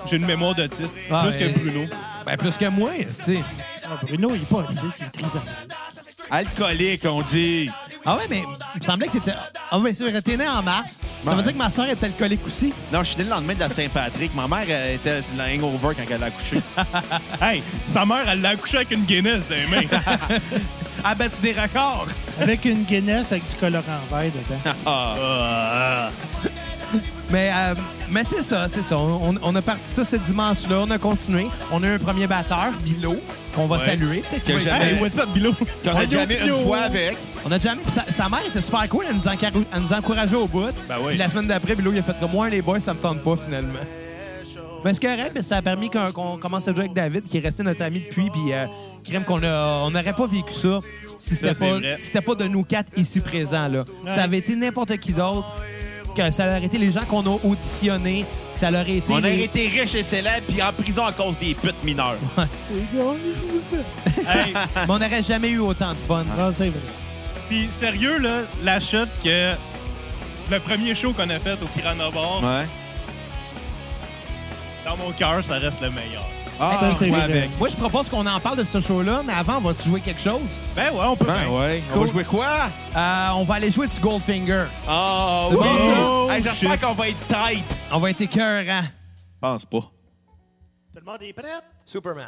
E: J'ai une mémoire d'autiste,
A: Ah,
E: plus
A: ouais.
E: que Bruno.
A: Ben, plus que moi, tu sais.
F: Ah, Bruno, il est pas autiste, il est trisomique.
B: Alcoolique, on dit.
A: Ah ouais, mais il me semblait que t'étais... Ah ouais, c'est vrai, t'es né en mars. Ça veut
B: Ouais.
A: dire que ma soeur est alcoolique aussi.
B: Non, je suis né le lendemain de la Saint-Patrick. Ma mère elle était sur la hangover quand elle a accouché.
E: Hey, sa mère, elle l'a accouché avec une Guinness dans les mains.
B: Ah, battu des records.
F: Avec une Guinness avec du colorant vert dedans.
A: Mais, euh, mais c'est ça, c'est ça. On, on a parti ça ce dimanche-là, on a continué. On a eu un premier batteur, Bilo, qu'on va saluer. Peut-être qu'il
B: Que
A: va être-
B: jamais-
E: hey, what's up, Bilo?
B: Qu'on a jamais une fois avec.
A: On a jamais. puis Sa, sa mère était super cool, elle nous, encar- elle nous encourageait au bout.
E: Ben oui.
A: Puis la semaine d'après, Bilo, il a fait comme moi, les boys, ça me tente pas finalement. Mais c'est correct, mais ça a permis qu'on qu'on commence à jouer avec David, qui est resté notre ami depuis, puis euh, crème qu'on a- on n'aurait pas vécu ça si c'était
E: c'est
A: pas,
E: vrai.
A: si c'était pas de nous quatre ici présents. Là. Ça avait été n'importe qui d'autre, que ça aurait été les gens qu'on a auditionnés, que ça aurait été.
B: On a
A: les-
B: été riches et célèbres, puis en prison à cause des putes mineures.
F: Les gars, on joue ça.
E: Hey,
A: Mais on n'aurait jamais eu autant de fun.
F: Non, c'est vrai.
E: Puis sérieux, là, la chute que le premier show qu'on a fait au Piranha Bar,
B: Ouais.
E: dans mon cœur, ça reste le meilleur.
B: Ah,
F: Ça, c'est
B: ouais,
F: vrai.
B: avec.
A: Moi, je propose qu'on en parle de ce show-là, mais avant, on va jouer quelque chose.
E: Ben ouais, on peut.
B: Ben ouais. On va
A: Cool.
B: jouer quoi?
A: Euh, on va aller jouer du Goldfinger.
B: Ah,
A: C'est
B: oui.
A: bon, ça?
B: Hey,
E: shit.
B: J'espère qu'on va être tight.
A: On va être écœurant.
B: Pense pas.
F: Tout le monde est prêt?
A: Superman.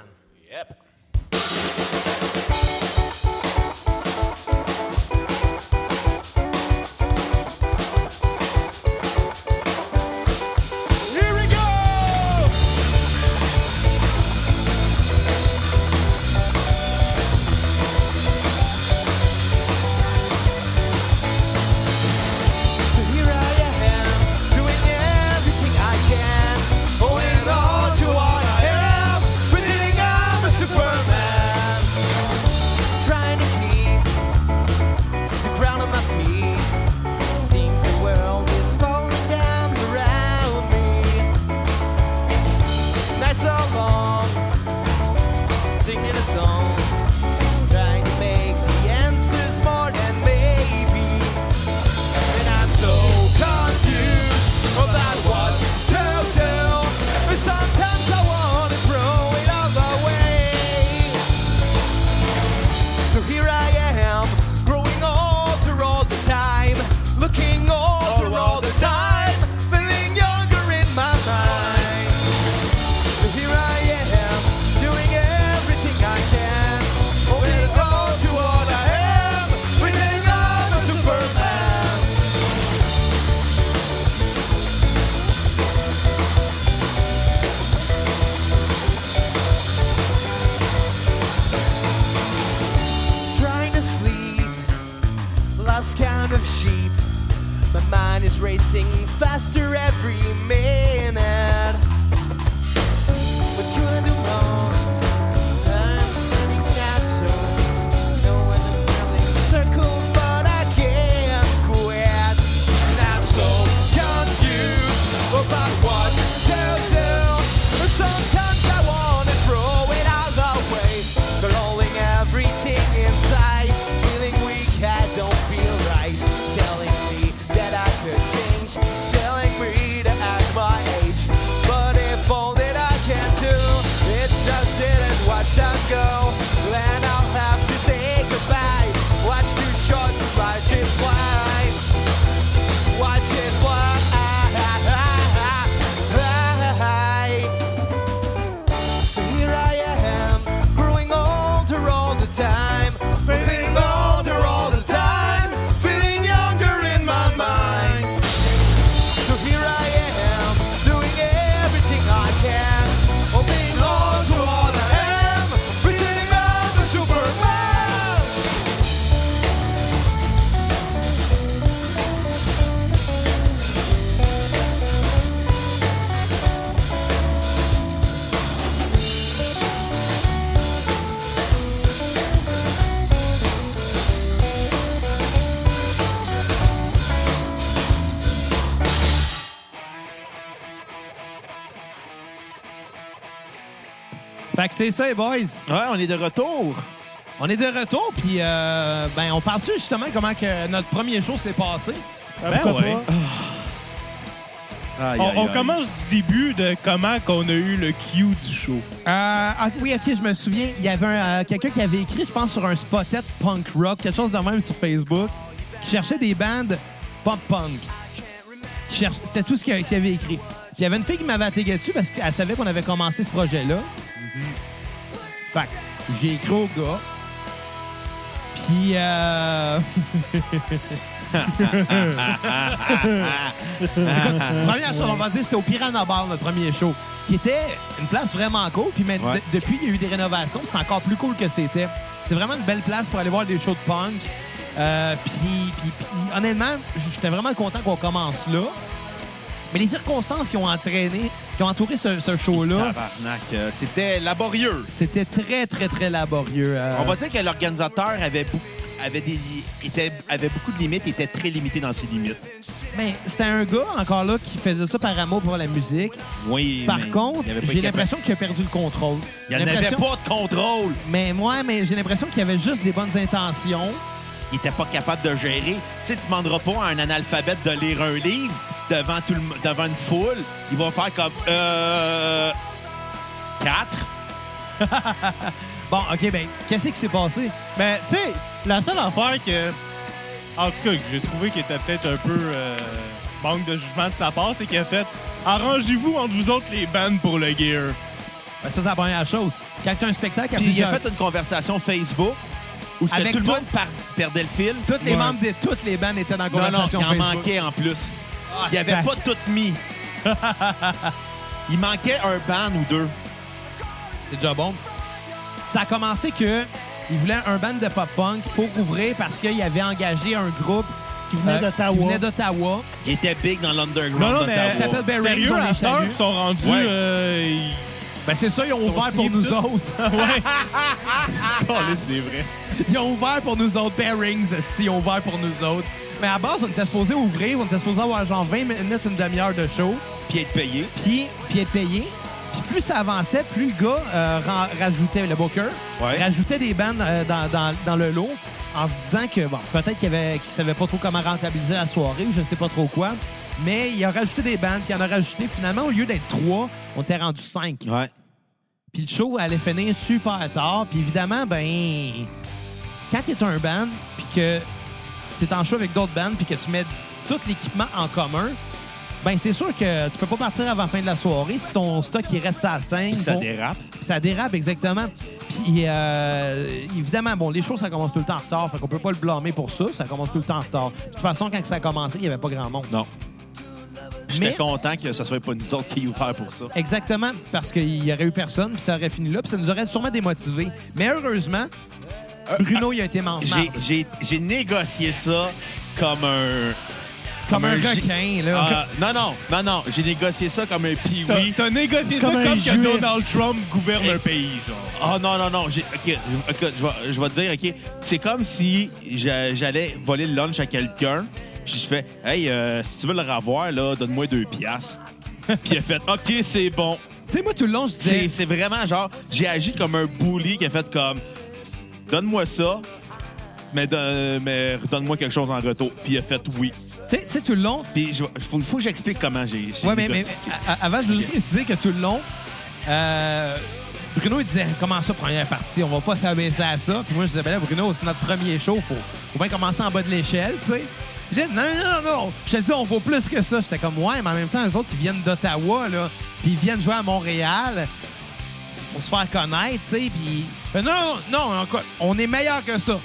G: Here we go! So here I am, doing everything I can, holding on to what I am, pretending I'm a superman, trying to keep the ground on my feet. Seems the world is falling down around me. Nights so long, singing a song, trying to make the answers more than maybe. And I'm so confused about what to do. And sometimes I wanna throw it all away. So here I am, growing older all the time, looking older all the time, feeling younger in my mind. So here I am, doing everything I can, holding on to what I am, pretending I'm a superman. trying to sleep. Lost count of sheep. My mind is racing faster every minute. But you and alone, I'm running natural. No one is running circles, but I can't quit. And I'm so confused about what to do. And sometimes I wanna throw it all away, controlling everything inside, feeling weak. I don't feel right, telling me that I could change, telling me to act my
A: Fait que c'est ça, les boys.
B: Ouais, on est de retour.
A: On est de retour, puis euh, ben, on parle-tu justement comment que notre premier show s'est passé?
F: Pourquoi
E: Ben ouais.
F: pas?
B: Aïe,
E: On,
B: aïe,
E: on
B: aïe.
E: commence du début de comment qu'on a eu le cue du show.
A: Euh, ah, oui, ok, je me souviens, il y avait un, euh, quelqu'un qui avait écrit, je pense, sur un spotet punk rock, quelque chose de même sur Facebook, qui cherchait des bandes pop punk. Qui cherche- C'était tout ce qu'il qu'il avait écrit. Il y avait une fille qui m'avait attégué dessus parce qu'elle savait qu'on avait commencé ce projet-là. Fait que j'ai écrit au gars. Puis, euh... Première chose, on va dire, c'était au Piranha Bar, notre premier show, qui était une place vraiment cool. Puis maintenant,
B: Ouais.
A: de- depuis, il y a eu des rénovations. C'est encore plus cool que c'était. C'est vraiment une belle place pour aller voir des shows de punk. Euh, puis, puis- puis, honnêtement, j'étais vraiment content qu'on commence là. Mais les circonstances qui ont entraîné, qui ont entouré ce, ce show-là,
B: Tabarnak, euh, c'était laborieux.
A: c'était très, très, très laborieux. Euh,
B: On va dire que l'organisateur avait, bou- avait, des, était- avait beaucoup de limites, était très limité dans ses limites.
A: Mais Ben, c'était un gars, encore là, qui faisait ça par amour pour la musique.
B: Oui.
A: Par
B: mais
A: contre,
B: il y avait
A: j'ai
B: pas de capa-
A: l'impression qu'il a perdu le contrôle.
B: Il n'y en avait
A: L'impression-
B: pas de contrôle.
A: Mais moi, mais j'ai l'impression qu'il avait juste des bonnes intentions.
B: Il n'était pas capable de gérer. Tu sais, tu demanderas pas à un analphabète de lire un livre devant, tout le m- devant une foule. Il va faire comme. Euh. 4.
A: Bon, OK, ben, qu'est-ce qui s'est passé?
E: Mais Ben, tu sais, la seule affaire que. En tout cas, que j'ai trouvé qu'il était peut-être un peu euh, manque de jugement de sa part, c'est qu'il a fait Arrangez-vous entre vous autres les bandes pour le gear.
A: Ben, ça, c'est la première chose. Quand tu as un spectacle à
B: Puis il a
A: plusieurs...
B: fait une conversation Facebook où ce que
A: Avec
B: tout le
A: toi?
B: monde par- perdait le fil.
A: Toutes les
E: Ouais.
A: membres de toutes les bandes étaient dans la
B: Non, non, il
A: conversation
B: en
A: Facebook. Ah,
B: manquait en plus. il n'y
A: sac.
B: avait pas tout mis. il manquait un ban ou deux.
A: C'est déjà bon. Ça a commencé que ils voulaient un band de pop-punk pour ouvrir parce qu'ils avaient engagé un groupe
F: Qui venait
B: Euh,
A: qui
F: d'Ottawa.
A: venait d'Ottawa.
B: Il était big dans l'underground.
E: Non, non, mais
B: d'Ottawa.
A: Ça s'appelle Barry
E: sérieux,
A: on les
E: à cette heure,
A: salue.
E: ils sont rendus.
B: Ouais.
E: euh, ils-
A: Ben, c'est ça, ils ont
E: Ils sont
A: ouvert pour
E: signés
A: nous
E: tout.
A: autres.
E: Oh, là, c'est vrai.
A: Ils ont ouvert pour nous autres. Bearings, esti, ils ont ouvert pour nous autres. Mais à base, on était supposé ouvrir, on était supposé avoir genre 20 minutes, une demi-heure de show,
B: Puis être payé.
A: puis, puis être payé. Puis plus ça avançait, plus le gars euh, ra- rajoutait, le booker,
B: Ouais.
A: rajoutait des bandes euh, dans, dans- dans le lot en se disant que bon, peut-être qu'il ne savait pas trop comment rentabiliser la soirée ou je sais pas trop quoi. Mais il a rajouté des bandes, puis il en a rajouté. Finalement, au lieu d'être trois, on était rendu cinq.
B: Ouais.
A: Puis le show allait finir super tard. Puis évidemment, ben, quand t'es un band, puis que t'es en show avec d'autres bands, puis que tu mets tout l'équipement en commun, ben c'est sûr que tu peux pas partir avant la fin de la soirée si ton stock il reste à 5.
B: Puis ça dérape.
A: Ça dérape, exactement. Puis euh, évidemment, bon, les shows, ça commence tout le temps en retard. Fait qu'on peut pas le blâmer pour ça. Ça commence tout le temps en retard. De toute façon, quand ça a commencé, il y avait pas grand monde.
B: Non. J'étais
A: Mais-
B: content que ce soit pas nous autres qui ayons ouvert pour ça.
A: Exactement, parce qu'il n'y aurait eu personne, puis ça aurait fini là, puis ça nous aurait sûrement démotivés. Mais heureusement, Euh, Bruno, il a été mangé.
B: Ah, J'ai- J'ai j'ai négocié ça comme un.
A: Comme un
B: gi-
A: requin, là.
B: Ah, non, non, non, non. J'ai négocié ça comme un
E: T'as
B: pee
E: t'as négocié
F: Comme
E: ça
F: un
E: comme
F: juif.
E: que Donald Trump gouverne
B: Et-
E: un pays, genre.
B: Oh non, non, non. j'ai- OK, ok, je, vais, je vais te dire, OK. C'est comme si j'a- j'allais voler le lunch à quelqu'un, puis je fais, hey, euh, si tu veux le revoir, là, donne-moi deux piastres. puis il a fait, OK, c'est bon.
A: Tu sais, moi, tout le long, je disais,
B: C'est c'est vraiment genre, j'ai agi comme un bully qui a fait comme, donne-moi ça, mais, don- mais redonne-moi quelque chose en retour. Puis il a fait oui.
A: tu sais- tu sais, tout le long,
B: Puis il faut, faut que j'explique comment j'ai. j'ai
A: Ouais, mais, mais
B: négocié.
A: a- a- avant, je veux juste préciser que tout le long, euh, Bruno, il disait Comment ça, première partie On va pas s'abaisser à ça. Puis moi, je disais Ben là, Bruno, c'est notre premier show. Faut, faut bien commencer en bas de l'échelle, tu sais. Puis là, non, non, non, non. Je te dis, on vaut plus que ça. J'étais comme Ouais, mais en même temps, les autres, ils viennent d'Ottawa, là. Puis ils viennent jouer à Montréal pour se faire connaître, tu sais. Puis. Ben Non, non, non, encore, on est meilleur que ça.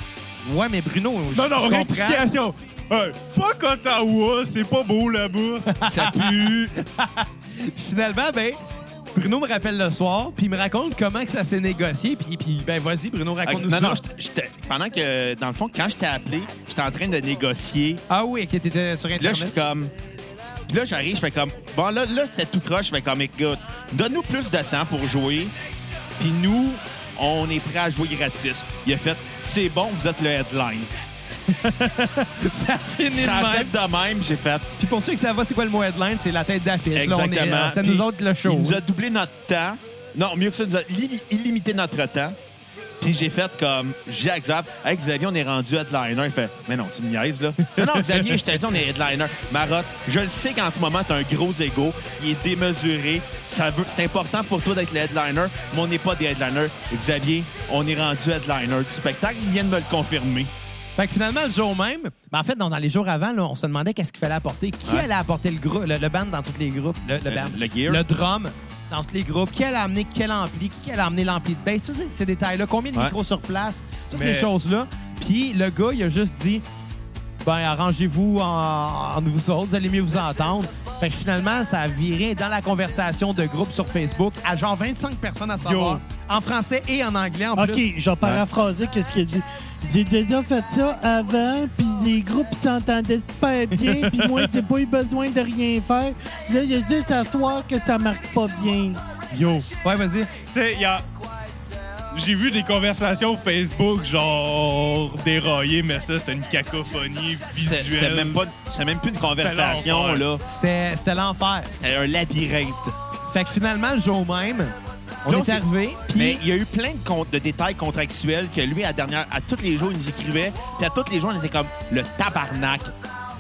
A: Ouais, mais Bruno, je,
E: Non, non,
A: je comprends.
E: rectification. Hey, fuck Ottawa, c'est pas beau là-bas.
B: ça pue.
A: Puis finalement, ben, Bruno me rappelle le soir, puis il me raconte comment que ça s'est négocié, puis, puis ben vas-y, Bruno,
B: Ok,
A: raconte-nous
B: non,
A: ça.
B: non, j'étais- j'étais- pendant que, dans le fond, quand je t'ai appelé, j'étais en train de négocier.
A: Ah oui, qui était sur
B: Puis là, je suis
A: Internet.
B: comme. Puis là, j'arrive, je fais comme. Bon, là, là c'est tout croche. Je fais comme, écoute, donne-nous plus de temps pour jouer. Puis nous, on est prêt à jouer gratis. Il a fait, c'est bon, vous êtes le headline.
A: ça finit
B: Ça
A: de
B: a
A: même.
B: fait de même, j'ai fait.
A: Puis pour ceux qui savent pas c'est quoi le mot headline, c'est la tête d'affiche. Là, on est-
B: Exactement.
A: C'est
B: Puis
A: nous autres le show. hein.
B: Il nous a doublé notre temps. Non, mieux que ça, il nous a limi- illimité notre temps. Puis j'ai fait comme, j'ai dit à Xav, hey Xavier, on est rendu headliner. Il fait, mais non, tu me niaises, là. non, non, Xavier, je t'ai dit, on est headliner. Marotte, je le sais qu'en ce moment, t'as un gros ego. Il est démesuré. Ça veut, c'est important pour toi d'être le headliner, mais on n'est pas des headliners. Et Xavier, on est rendu headliner du spectacle. Il vient de me le confirmer.
A: Fait que finalement, le jour même, ben en fait, dans, dans les jours avant, là, on se demandait qu'est-ce qu'il fallait apporter. Qui
B: Ouais. Euh,
A: allait apporter le, grou- le, le band dans tous les groupes? Le, le band.
B: le gear.
A: Le drum dans tous les groupes. Qui allait amener quel ampli? Qui allait amener l'ampli de bass? Tous ces, ces détails-là. Combien de
B: Ouais.
A: micros sur place? Toutes
E: Mais-
A: ces choses-là. Puis le gars, il a juste dit, ben arrangez-vous en, en vous autres, vous allez mieux vous entendre. Fait que finalement, ça a viré dans la conversation de groupe sur Facebook à genre 25 personnes à savoir. En français et en anglais, en plus.
F: OK, je vais paraphraser qu'est-ce qu'il a dit. J'ai déjà fait ça avant, puis les groupes s'entendaient super bien, puis moi, j'ai pas eu besoin de rien faire. Là, il y a juste à soir que ça marche pas bien.
E: Yo.
A: Ouais, vas-y.
E: Tu sais, il y a. J'ai vu des conversations Facebook, genre déraillées, mais ça, c'était une cacophonie
B: C'était
E: visuelle.
B: c'était même, pas- c'était même plus une conversation,
E: C'était
B: là.
A: C'était c'était l'enfer.
B: C'était un labyrinthe.
A: Fait que finalement, le jour même, on
B: Là, on
A: est
B: s'est-
A: arrivé,
B: Mais
A: puis
B: il y a eu plein de, con- de détails contractuels que lui, à, dernière, à tous les jours, il nous écrivait. Puis à tous les jours, on était comme le tabarnak.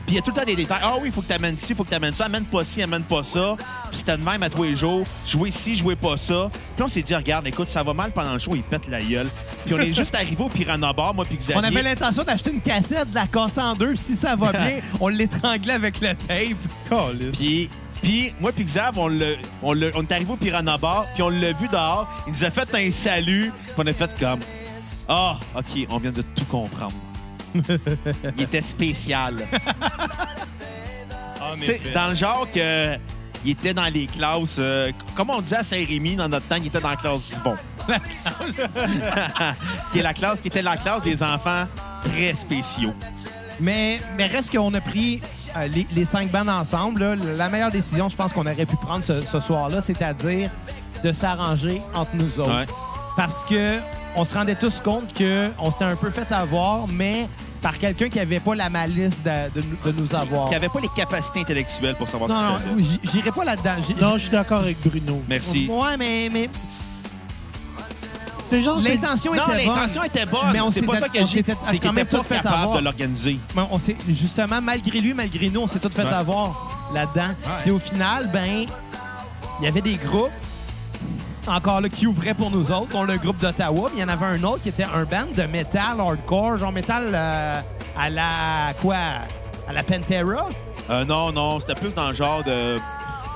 B: Puis il y a tout le temps des détails. Ah oui, il faut que tu amènes ci, il faut que tu amènes ça. Amène pas ci, amène pas ça. Puis c'était de même à tous les jours. Jouer ci, jouer pas ça. Puis on s'est dit, regarde, écoute, ça va mal pendant le show, il pète la gueule. Puis on est juste arrivé au Piranha Bar, moi, puis Xavier.
A: on avait l'intention d'acheter une cassette, de la casser en deux, puis si ça va bien, on l'étranglait avec le tape.
E: Caliste.
B: Puis, puis moi puis Xav, on, l'a- on, l'a- on est arrivé au Piranha Bar, puis on l'a vu dehors. Il nous a fait un salut, puis on a fait comme Ah, OK, on vient de tout comprendre. il était spécial.
E: En
B: Tu sais,
E: effet.
B: dans le genre que. Il était dans les classes, euh, comme on disait à Saint-Rémy dans notre temps, il était dans la classe du bon. qui est la classe qui était la classe des enfants très spéciaux.
A: Mais, mais reste qu'on a pris euh, les, les cinq bandes ensemble. là. La meilleure décision, je pense, qu'on aurait pu prendre ce, ce soir-là, c'est-à-dire de s'arranger entre nous autres.
B: Ouais.
A: Parce que on se rendait tous compte qu'on s'était un peu fait avoir, mais par quelqu'un qui n'avait pas la malice de, de nous- de nous avoir.
B: Qui n'avaient pas les capacités intellectuelles pour savoir
A: Non, non,
B: ce qu'ils faisaient.
A: j- j'irai pas là-dedans. J-
F: Non, je suis d'accord avec Bruno.
B: Merci.
A: Ouais, mais, mais
F: C'est genre, c'est-
A: l'intention était
B: Non,
A: bonne.
B: l'intention était bonne.
A: Mais on
B: c'est pas
A: s'était-
B: ça que
A: on
B: j'ai.
A: s'était-
B: C'est
A: quand
B: qu'il
A: même
B: était pas
A: tout fait
B: capable
A: avoir.
B: de l'organiser.
A: Mais on s'est- justement, malgré lui, malgré nous, on s'est tout fait
B: Ouais.
A: avoir là-dedans. Puis au final, ben, il y avait des groupes, encore là, qui ouvraient pour nous autres, dont le groupe d'Ottawa. mais Il y en avait un autre qui était un band de metal hardcore, genre metal euh, à la. quoi À la Pantera.
B: Euh, non, non, c'était plus dans le genre de.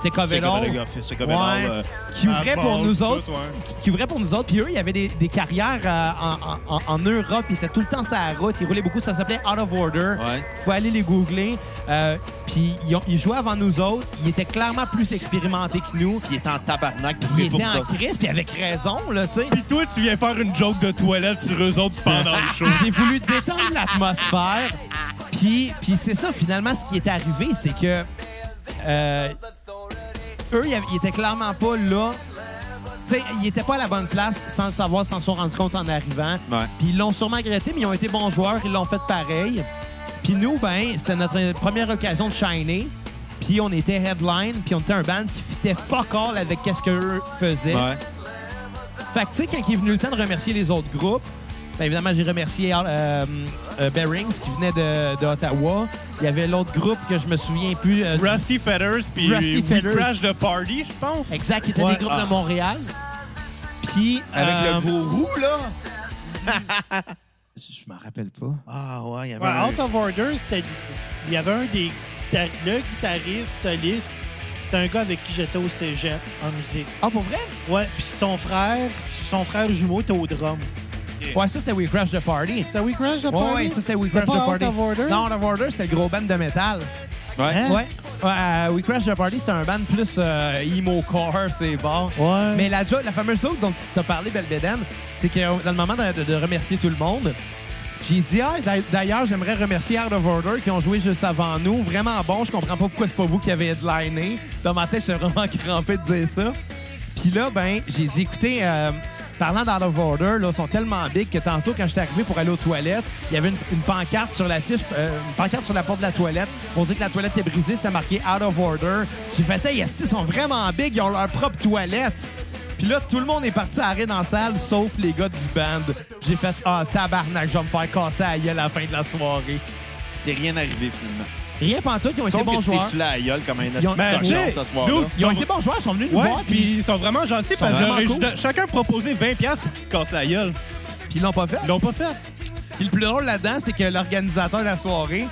A: C'est Covelon.
B: C'est Covelon, c'est Covelon,
A: Ouais.
B: euh,
A: Qui
E: à
A: ouvrait pour
E: base,
A: nous
E: tout,
A: autres.
E: ouais.
A: qui ouvraient pour nous autres. Puis eux, il y avait des, des carrières euh, en, en- en- en Europe. Ils étaient tout le temps sur la route. Ils roulaient beaucoup. Ça s'appelait Out of Order.
B: Ouais.
A: faut aller les googler. Euh, puis ils, ont- ils jouaient avant nous autres. Ils étaient clairement plus expérimentés que nous.
B: Il était en tabarnak. pour
A: Ils
B: pour
A: étaient en
B: ça.
A: crise, puis avec raison, là, tu sais.
E: Puis toi, tu viens faire une joke de toilette sur eux autres pendant le show.
A: J'ai voulu détendre l'atmosphère. Puis, puis c'est ça, finalement, ce qui est arrivé, c'est que euh, eux, ils avaient- ils étaient clairement pas là. Tu sais, ils étaient pas à la bonne place sans le savoir, sans s'en rendre compte en arrivant.
B: Ouais.
A: Puis ils l'ont sûrement regretté, mais ils ont été bons joueurs, ils l'ont fait pareil. Puis nous, ben, c'était notre première occasion de shiner. Puis on était headline, puis on était un band qui fitait fuck all avec qu'est-ce qu'eux faisaient.
B: Ouais.
A: Fait que, tu sais, quand il est venu le temps de remercier les autres groupes, ben, évidemment, j'ai remercié euh, euh, Bearings qui venait de, de Ottawa. Il y avait l'autre groupe que je me souviens plus. euh, du-
E: Rusty Feathers, puis
A: Rusty
E: We
A: Feathers.
E: Crash the Party, je pense.
A: Exact, qui était
E: Ouais.
A: des groupes
E: Ah.
A: de Montréal. Puis.
B: Avec
A: euh,
B: le gros roux, là.
A: Je je m'en rappelle pas.
B: Ah, ouais, il y avait.
F: Ouais,
B: un-
F: Out of Order, c'était- il y avait un des guitar- le guitariste soliste. C'était un gars avec qui j'étais au cégep en musique.
A: Ah, pour vrai?
F: Ouais, puis son frère, son frère jumeau était au drum.
A: Ouais, ça, c'était We Crash the Party.
F: C'est We Crash the
A: Ouais,
F: Party?
A: ouais, ça, c'était We
F: C'est
A: Crash the
F: pas
A: Party.
F: Out of Order?
A: Non, Out of Order, c'était le gros band de métal. Ouais.
F: Hein?
A: Ouais, euh, We Crash the Party, c'était un band plus euh, emo core, c'est bon.
F: Ouais.
A: Mais la, jo- la fameuse joke dont tu as parlé, Belbédem, c'est que euh, dans le moment de, de- de remercier tout le monde, j'ai dit Ah, d'a- d'ailleurs, j'aimerais remercier Out of Order qui ont joué juste avant nous. Vraiment bon, je comprends pas pourquoi c'est pas vous qui avez headliné. Dans ma tête, j'étais vraiment crampé de dire ça. Puis là, ben, j'ai dit écoutez, euh, parlant d'Out of Order, là, ils sont tellement big que tantôt, quand j'étais arrivé pour aller aux toilettes, il y avait une, une pancarte sur la fiche, euh, une pancarte sur la porte de la toilette. On dit que la toilette est brisée, c'était marqué Out of Order. J'ai fait hey, esti, ils sont vraiment big, ils ont leur propre toilette. Puis Puis là, tout le monde est parti arrêter dans la salle, sauf les gars du band. J'ai fait « Ah, tabarnak, je vais me faire casser à la gueule à la fin de la soirée.
B: Il n'est rien arrivé finalement. »
A: Rien pantoute, ils ont
B: Sauf
A: été bons
B: que tu t'es
A: joueurs.
B: saoulé à la gueule comme un
A: Ils ont-
B: assis de
E: Ben, tu sais,
B: cochon ce soir-là.
E: dude,
A: Ils ont été bons joueurs, ils sont venus nous
E: Ouais,
A: voir,
E: puis
A: puis
E: ils sont vraiment gentils
A: sont
E: parce que
A: vraiment
E: j'aurais-
A: cool.
E: chacun proposé 20$ piastres pour qu'ils te cassent la gueule.
A: puis ils l'ont pas fait.
E: Ils l'ont pas fait.
A: Puis le plus drôle là-dedans, c'est que l'organisateur de la soirée,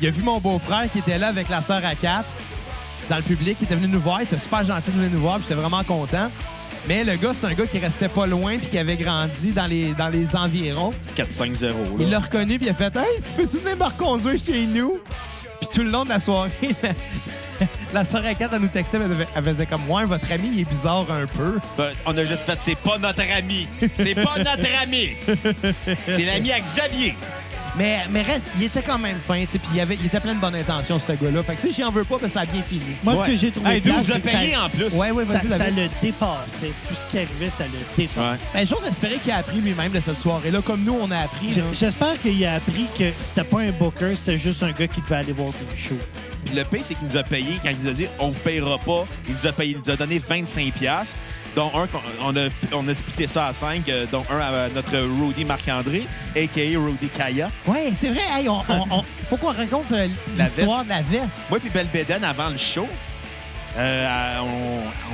A: il a vu mon beau-frère qui était là avec la sœur à quatre dans le public, qui était venu nous voir. Il était super gentil de venir nous voir, puis j'étais vraiment content. Mais le gars, c'est un gars qui restait pas loin puis qui avait grandi dans les, dans les environs.
B: 4-5-0. là.
A: Il l'a reconnu puis il a fait Hey, tu peux-tu venir me reconduire chez nous? Puis tout le long de la soirée, la, la sœur à quatre, elle nous textait, mais elle devait- elle faisait comme Ouais, votre ami, il est bizarre un peu.
B: Ben, on a juste fait, c'est pas notre ami. C'est pas notre ami. C'est l'ami à Xavier.
A: Mais, mais reste, il était quand même fin, tu sais, puis il, avait- il était plein de bonnes intentions, ce gars-là. Fait que, tu sais, j'y en veux pas, parce que ça a bien fini.
F: Moi,
B: Ouais.
F: ce que j'ai trouvé
B: Hey,
F: plate,
B: nous, vous a
F: c'est que
B: payé
F: ça-
B: en plus.
A: Ben Ouais, ouais,
F: ça,
A: vas-y,
F: ça
A: David.
F: le dépassait. Tout ce qui arrivait, ça le dépassait.
A: Ben, j'ose espérer qu'il a appris lui-même de cette soirée-là, comme nous, on a appris.
F: J'-
A: là.
F: J'espère qu'il a appris que c'était pas un booker, c'était juste un gars qui devait aller voir des shows.
B: Puis le pire, c'est qu'il nous a payé quand il nous a dit on vous payera pas. Il nous a payé, il nous a donné 25 pièces, dont un qu'on- on a on a splitté ça à 5, dont un à notre Rudy Marc-André, a.k.a. Rudy Kaya.
A: Ouais, c'est vrai. Hey, on, on- on- faut qu'on raconte euh,
B: La
A: l'histoire de la veste.
B: Moi puis Belbéden avant le show, euh,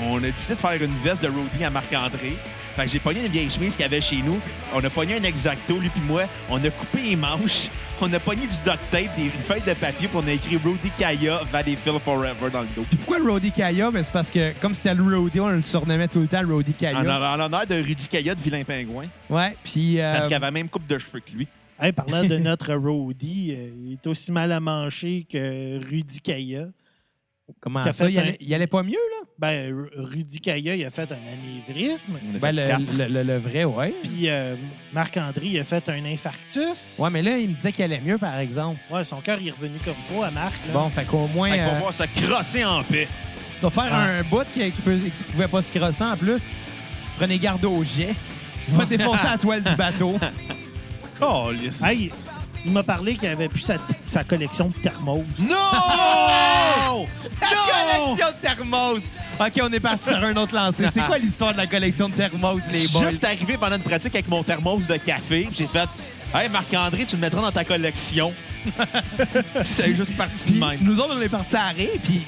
B: on, on a décidé de faire une veste de Rudy à Marc-André. Fait que j'ai pogné une vieille chemise qu'il y avait chez nous. On a pogné un exacto, lui puis moi. On a coupé les manches. On a pogné du duct tape, des, une feuille de papier, puis on a écrit Rudy Kaya, Valleyfield Forever dans le dos.
A: Puis pourquoi Roddy Kaya? Ben, c'est parce que, comme c'était le Roddy, on le surnommait tout le temps Roddy Kaya.
B: En, en l'honneur de Rudy Kaya de Vilain Pingouin,
A: Ouais, puis... euh,
B: parce qu'il avait la même coupe de cheveux que lui.
F: Hey, parlant de notre roadie, euh, il est aussi mal à manger que Rudy Kaya.
A: Comment
F: Qu'a
A: ça?
F: fait
A: Il allait,
F: un-
A: il allait pas mieux, là?
F: Ben, Ru- Rudy Kaya, il a fait un anévrisme.
B: On a
A: Ben,
B: fait quatre.
A: le, le- le- le vrai, ouais.
F: Puis euh, Marc-André, il a fait un infarctus.
A: Ouais, mais là, il me disait qu'il allait mieux, par exemple.
F: Ouais, son cœur il est revenu comme faux à Marc. là.
A: Bon, fait qu'au moins...
B: Fait qu'on
A: euh,
B: va se crosser en paix.
A: On va faire un bout qui, qui, peut- qui pouvait pas se crosser en plus. Prenez garde au jet. Va défoncer la toile du bateau.
E: Oh,
F: Hey, il m'a parlé qu'il avait plus sa, sa collection de thermos.
B: Non!
A: La collection de thermos! OK, on est parti sur un autre lancé. C'est quoi l'histoire de la collection de thermos, les boys?
B: Juste arrivé pendant une pratique avec mon thermos de café, puis j'ai fait Hey Marc-André, tu le mettras dans ta collection. Puis c'est juste parti
A: Puis
B: de même.
A: nous autres, on est partis à Ré, puis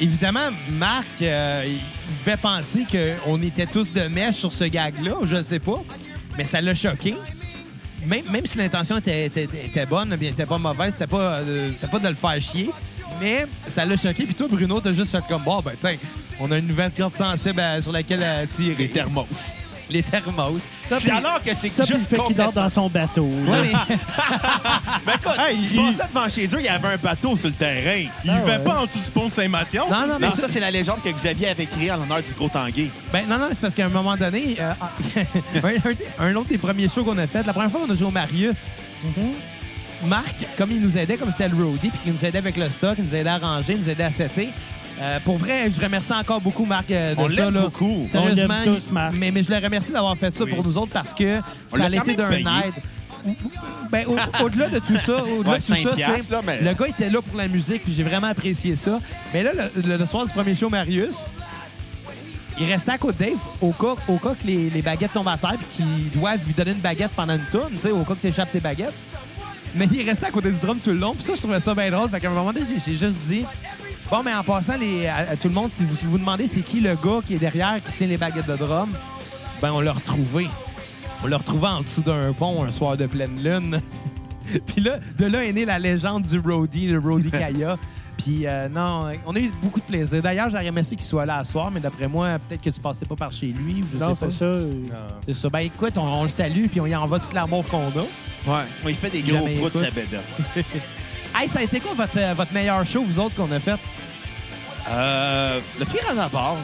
A: évidemment, Marc, euh, il devait penser qu'on était tous de mèche sur ce gag-là, ou je ne sais pas, mais ça l'a choqué. Même, même si l'intention était, était- était bonne, bien, était pas mauvaise, c'était pas, euh, c'était pas de le faire chier, mais ça l'a choqué. Puis toi, Bruno, t'as juste fait comme, bon, ben, tiens, on a une nouvelle corde sensible à- sur laquelle à tirer.
B: Les thermos.
A: Les thermos.
B: C'est alors que c'est
F: Ça, puis le
B: juste
F: fait qu'il dort
B: complètement...
F: dans son bateau. là.
A: Ouais, mais-
B: Ben, écoute,
E: Hey,
B: tu
E: il-
B: passais devant chez eux, il y avait un bateau sur le terrain.
E: Il
F: Ah ouais.
E: va pas en dessous du pont de Saint-Mathias.
A: Ah, Non, non,
E: c'est-
B: Non, ça, c'est la légende que Xavier avait créée en l'honneur du gros tanguay.
A: Ben non, non, c'est parce qu'à un moment donné, euh, un, un- un autre des premiers shows qu'on a fait, la première fois qu'on a joué au Marius, Marc, comme il nous aidait, comme c'était le roadie, puis qu'il nous aidait avec le stock, il nous aidait à ranger, il nous aidait à setter. euh, pour vrai, je remercie encore beaucoup Marc euh, de
B: On
A: ça.
B: l'aime
A: là.
B: beaucoup.
A: Sérieusement,
F: On l'aime tous, Marc.
A: Mais, mais je le remercie d'avoir fait ça
B: Oui.
A: pour nous autres parce que
B: On
A: ça
B: l'a
A: a
B: quand
A: été
B: même
A: d'un
B: payé.
A: aide. Ben, au- au-delà de tout ça, au-delà
B: Ouais,
A: de tout ça,
B: 5
A: tu sais,
B: là, mais-
A: le gars était là pour la musique, puis j'ai vraiment apprécié ça. Mais là, le, le- le soir du premier show Marius, il restait à côté de Dave au cas, au cas que les, les baguettes tombent à terre puis qu'ils doivent lui donner une baguette pendant une tourne, tu sais, au cas que t'échappes tes baguettes. Mais il restait à côté du drum tout le long, puis ça, je trouvais ça bien drôle. Fait qu'à un moment donné, j'ai- j'ai juste dit Bon, mais en passant, les, à, à tout le monde, si vous si vous demandez c'est qui le gars qui est derrière, qui tient les baguettes de drum, ben on l'a retrouvé. On l'a retrouvé en dessous d'un pont un soir de pleine lune. Puis là, de là est née la légende du roadie, le roadie Kaya. Puis euh, non, on a eu beaucoup de plaisir. D'ailleurs, j'aurais aimé ça qu'il soit là à soir, mais d'après moi, peut-être que tu passais pas par chez lui. ou Je
F: Non,
A: sais
F: c'est
A: pas.
F: ça. euh,
A: C'est ça. Ben écoute, on, on le salue puis on y envoie toute l'amour qu'on a.
B: Ouais. Il fait des
A: Si
B: gros
A: jamais
B: trous de
A: écoute.
B: sa bédaine.
A: Hey, ça a été quoi votre, euh, votre meilleur show, vous autres, qu'on a fait?
B: Euh, le pire en abord.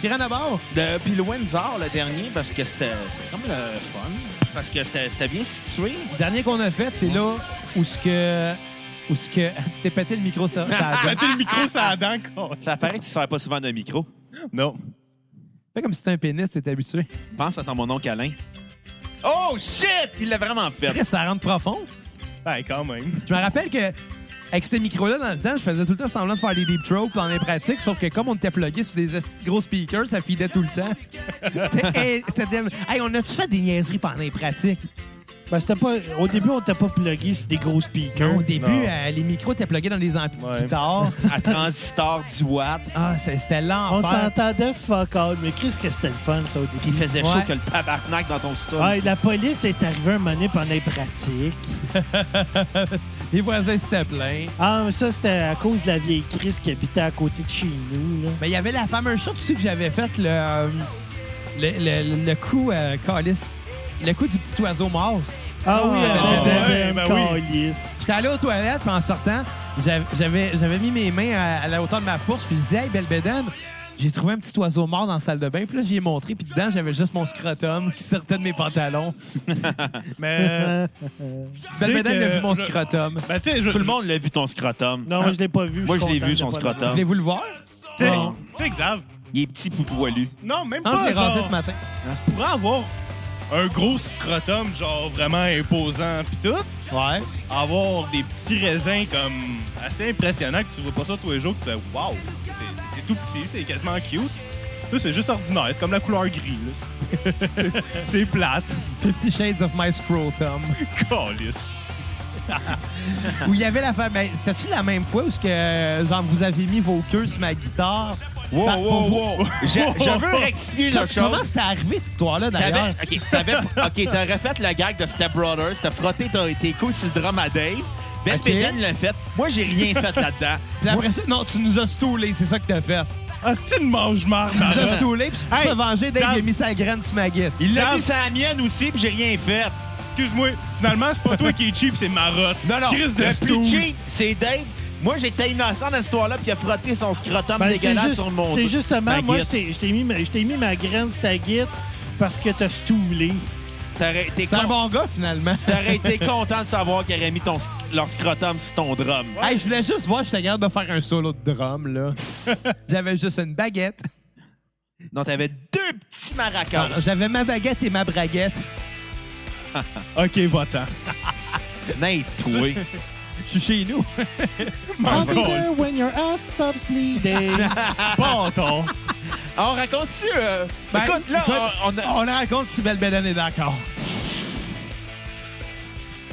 A: Piranha Bar?
B: Le- Puis le Windsor, le dernier, parce que c'était c'était comme le fun. Parce que c'était c'était bien situé.
A: Le dernier qu'on a fait, c'est là où ce que... Où ce que... tu t'es pété le micro ça.
E: Mettez le micro sur la dent, con.
B: Ça paraît que tu ne sers pas souvent d'un micro.
E: Non.
A: Fait comme si c'était un pénis, t'es habitué.
B: Pense à ton monon câlin. Oh shit! Il l'a vraiment fait.
A: Après, ça rentre profond.
E: Ben, quand même.
A: Je me rappelle que Avec ces micros-là, dans le temps, je faisais tout le temps semblant de faire des deep throats dans les pratiques, sauf que comme on était plugué sur des esti de gros speakers, ça filait tout le temps. C'était hey, c'était tellement- hey, on a-tu fait des niaiseries pendant les pratiques?
F: Ben, c'était pas... Au début, on t'a pas plugué sur des gros speakers.
A: Au début, euh, les micros étaient plugués dans des amplis
E: Ouais.
A: de guitare.
B: à transistor 10 watts.
A: Ah, c'est- c'était
F: on
A: l'enfer.
F: s'entendait fuck all, mais Chris, que c'était le fun, ça, au
B: Il
F: début.
B: faisait chaud
A: Ouais.
B: que le tabarnak dans ton studio.
F: Ouais, la police est arrivée un moment donné pendant les pratiques.
A: Les voisins s'étaient plaints.
F: Ah, mais ça, c'était à cause de la vieille Chris qui habitait à côté de chez nous, là.
A: Mais il y avait la fameuse chose, tu sais, que j'avais faite, le, euh, le, le, le coup, euh, calice, le coup du petit oiseau mort.
F: Ah oui,
A: Ah,
F: elle
E: ouais,
F: avait
E: ben
F: un
E: oui.
F: calice.
A: J'étais allé aux toilettes, puis en sortant, j'avais- j'avais j'avais mis mes mains à, à la hauteur de ma fourche, puis je disais, hey, belle bédaine, j'ai trouvé un petit oiseau mort dans la salle de bain, puis là, j'y ai montré, puis dedans, j'avais juste mon scrotum qui sortait de mes pantalons.
E: Mais. tu sais
A: Belle bédaine a
E: que-
A: vu mon
E: je-
A: scrotum.
E: Ben, tu sais, je-
B: Tout le monde l'a vu ton scrotum.
F: Non, moi, je l'ai pas vu.
B: Moi,
F: suis
B: je l'ai
F: content
B: vu,
F: de
B: son
F: pas l'avoir
B: scrotum.
A: Voulez-vous le voir?
E: Tu sais-
B: Non.
E: tu sais, Xav.
B: Il est petit poupoilu.
E: Non, même
A: Ah, je
E: pas.
A: l'ai rasé ce
E: Genre,
A: matin.
E: tu pourrais avoir un gros scrotum, genre vraiment imposant, pis tout.
A: Ouais.
E: avoir des petits raisins comme assez impressionnants que tu vois pas ça tous les jours, que tu fais waouh, c'est- c'est tout petit, c'est quasiment cute. Là, c'est juste ordinaire, c'est comme la couleur gris. là. c'est plate.
A: Fifty Shades of My Scrotum.
E: Calice.
A: où il y avait la femme. Ben, C'était-tu la même fois où ce que genre vous avez mis vos queues sur ma guitare?
B: Wow,
A: Par- pour vous-
B: wow, wow. Je, je veux rectifier la
A: Comme- Comment
B: chose.
A: c'était arrivé cette histoire-là d'ailleurs?
B: T'avais, ok, t'avais, ok, t'as refait le gag de Step Brothers, t'as frotté ton- tes couilles sur le drum à Dave. Ben
A: Ok.
B: Péden l'a fait. Moi, j'ai rien fait là-dedans.
A: Puis après ça, non, tu nous as stoulé, c'est ça que t'as fait.
E: Ah, c'est une mange marre
A: Tu nous as stoulé, puis pour
E: Hey,
A: se venger, Dave
E: Sam.
A: il a mis sa graine sur ma guitare.
B: Il l'a
E: Sam-
B: mis sur la mienne aussi, puis j'ai rien fait.
E: Excuse-moi, finalement, c'est pas toi qui est cheap, c'est Marotte.
B: Non, non,
E: Chris de
B: le
E: stool.
B: plus cheap, c'est Dave. Moi, j'étais innocent dans cette histoire-là, puis il a frotté son scrotum
F: Ben, c'est
B: dégueulasse
F: juste-
B: sur Ben, mon
F: C'est justement,
B: ma
F: moi, je
B: guite.
F: t'ai- je t'ai mis, ma- je t'ai mis ma graine sur ta guite parce que t'as stoulé.
B: T'aurais été
A: T'es un
B: con-
A: bon gars finalement.
B: T'aurais été content de savoir qu'il aurait mis ton, sc- leur scrotum sur ton drum.
A: Hey, je voulais juste voir, j'étais capable de faire un solo de drum, là. J'avais juste une baguette.
B: Non, t'avais deux petits maracas.
A: J'avais ma baguette et ma braguette.
E: Ok, va-t'en.
B: Nate, toi.
A: Je suis chez nous.
F: I'll be there when your ass stops bleeding.
E: Bon ton.
B: On raconte-tu... euh,
A: Ben,
B: écoute, là, on- on a-
A: On raconte si Belle Bédaine est d'accord.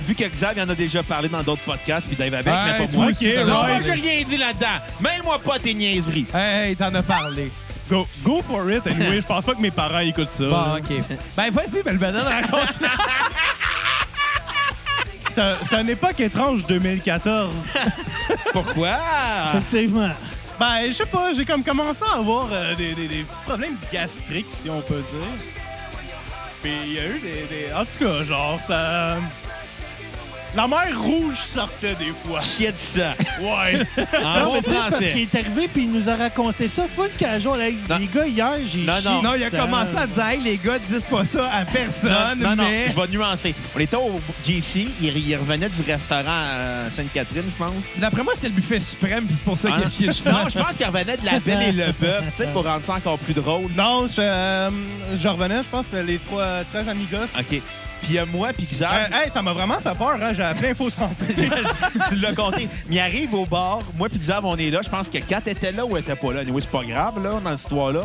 B: vu que Xav il en a déjà parlé dans d'autres podcasts, puis Dave avec,
A: Hey,
B: mais pas
A: toi
B: moi.
E: aussi, t'as
B: non,
E: raison.
B: moi, j'ai rien dit là-dedans. Mêle-moi pas tes niaiseries.
A: Hey, hey, t'en as parlé.
E: Go, go for it, anyway. Je pense pas que mes parents écoutent ça.
A: Bon, OK. Ben, vas-y, Belle Bédaine, raconte.
E: C'est un- c'est une époque étrange, 2014.
B: Pourquoi?
F: Effectivement.
E: Ben, je sais pas, j'ai comme commencé à avoir euh, des, des- des petits problèmes gastriques, si on peut dire. Puis il y a eu des, des- En tout cas, genre, ça. euh, La mer rouge sortait des fois.
B: Chier de ça.
E: Ouais.
B: En
F: Non,
B: bon
F: mais tu sais, c'est parce
B: français.
F: qu'il est arrivé puis il nous a raconté ça full cajol. Hey,
B: Non.
F: Les gars, hier, j'ai
B: Non,
F: chié
B: non.
A: Non, il a
F: ça.
A: commencé à dire, hey, les gars, dites pas ça à personne,
B: Non, non,
A: mais.
B: je vais nuancer. On était au JC, il, il revenait du restaurant à Sainte-Catherine, je pense.
A: D'après moi, c'est le buffet suprême, puis c'est pour ça
B: Ah.
A: qu'il a chié dessus.
B: non, je pense qu'il revenait de la belle et le bœuf, tu sais, pour rendre ça encore plus drôle.
E: non, je, euh, je revenais, je pense, que c'était les trois, 13 amigos.
B: OK. Puis il y a moi, puis
E: Euh,
B: Xav.
E: hey, ça m'a vraiment fait peur, hein. J'ai appelé Info Santé.
B: tu l'as compté. Mais il arrive au bar. Moi puis Xav, on est là. Je pense que Kat était là ou elle était pas là. Anyway, c'est pas grave, là, dans cette histoire-là.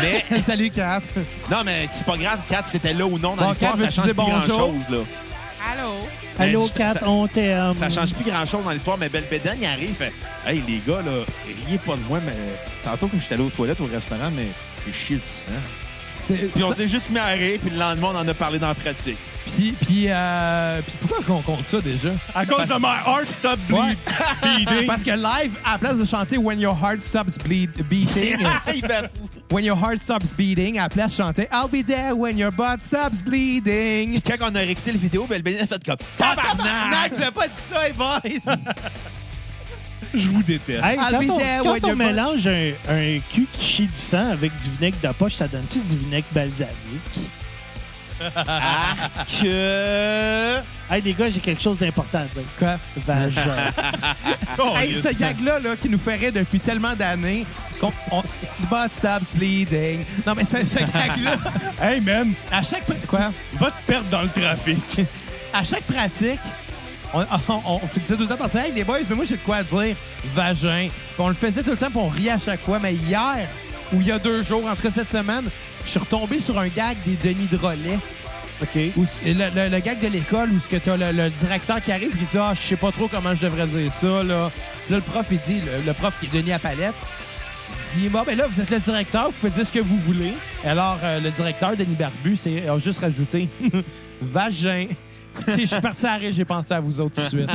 B: Mais,
A: Salut, Kat.
B: non, mais c'est pas grave, Kat, c'était là ou non dans
A: Bon,
B: l'histoire.
A: Kat,
B: Ça
A: veux-tu
B: change plus
A: dire bonjour?
B: grand-chose, là.
F: Allô,
B: Mais,
F: Kat,
B: ça-
F: on t'aime.
B: Ça change plus grand-chose dans l'histoire, mais Belle Bédane, il arrive. Fait, hey, les gars, là, riez pas de moi, mais tantôt, quand j'étais allé aux toilettes au restaurant, mais j'ai chié du sang.
A: C'est-
B: Puis on s'est juste mis à rire, puis le lendemain, on en a parlé dans la pratique.
A: Puis, puis, euh, puis pourquoi qu'on compte ça déjà?
E: à cause de ma heart stop bleed. bleeding.
A: Parce que live, à la place de chanter When Your Heart Stops bleed, Beating,
B: Il fait-
A: When Your Heart Stops Beating, à la place de chanter I'll be there when your butt stops bleeding.
B: Quand on a réécouté le vidéo, Belle Bédane a fait comme Tabarnak!
A: Tabarnak, je pas dit ça, les boys!
E: je vous déteste.
F: Hey,
A: I'll
F: quand
A: be
F: on,
A: there
F: quand
A: when
F: on
A: you're born.
F: mélange un, un cul qui chie du sang avec du vinaigre de poche, ça donne-tu du vinaigre balsamique?
B: Ah, Que.
F: Hey, les gars, j'ai quelque chose d'important à dire.
A: Quoi?
F: Vagin.
A: Hey, ce gag-là là, qui nous ferait depuis tellement d'années qu'on. on- Butt stops bleeding. Non, mais c'est ce gag-là.
E: Hey, man,
A: À chaque. pr- Quoi?
E: va te perdre dans le trafic.
A: À chaque pratique, on, on- on finissait tout le temps par dire Hey, les boys, mais moi, j'ai de quoi à dire. Vagin. Puis on le faisait tout le temps, puis on riait à chaque fois. Mais hier, ou il y a deux jours, en tout cas cette semaine, je suis retombé sur un gag des Denis Drolet.
B: OK.
A: Où c- le, le- le gag de l'école où ce que t'as le, le directeur qui arrive et qui dit Ah, je sais pas trop comment je devrais dire ça. Là, Puis là le prof, il dit le, le prof qui est Denis à palette, il dit Bon, ben là, vous êtes le directeur, vous pouvez dire ce que vous voulez. Alors, euh, le directeur, Denis Barbu, c'est a juste rajouté Vagin. Écoutez, Je suis parti à rire, j'ai pensé à vous autres tout de suite.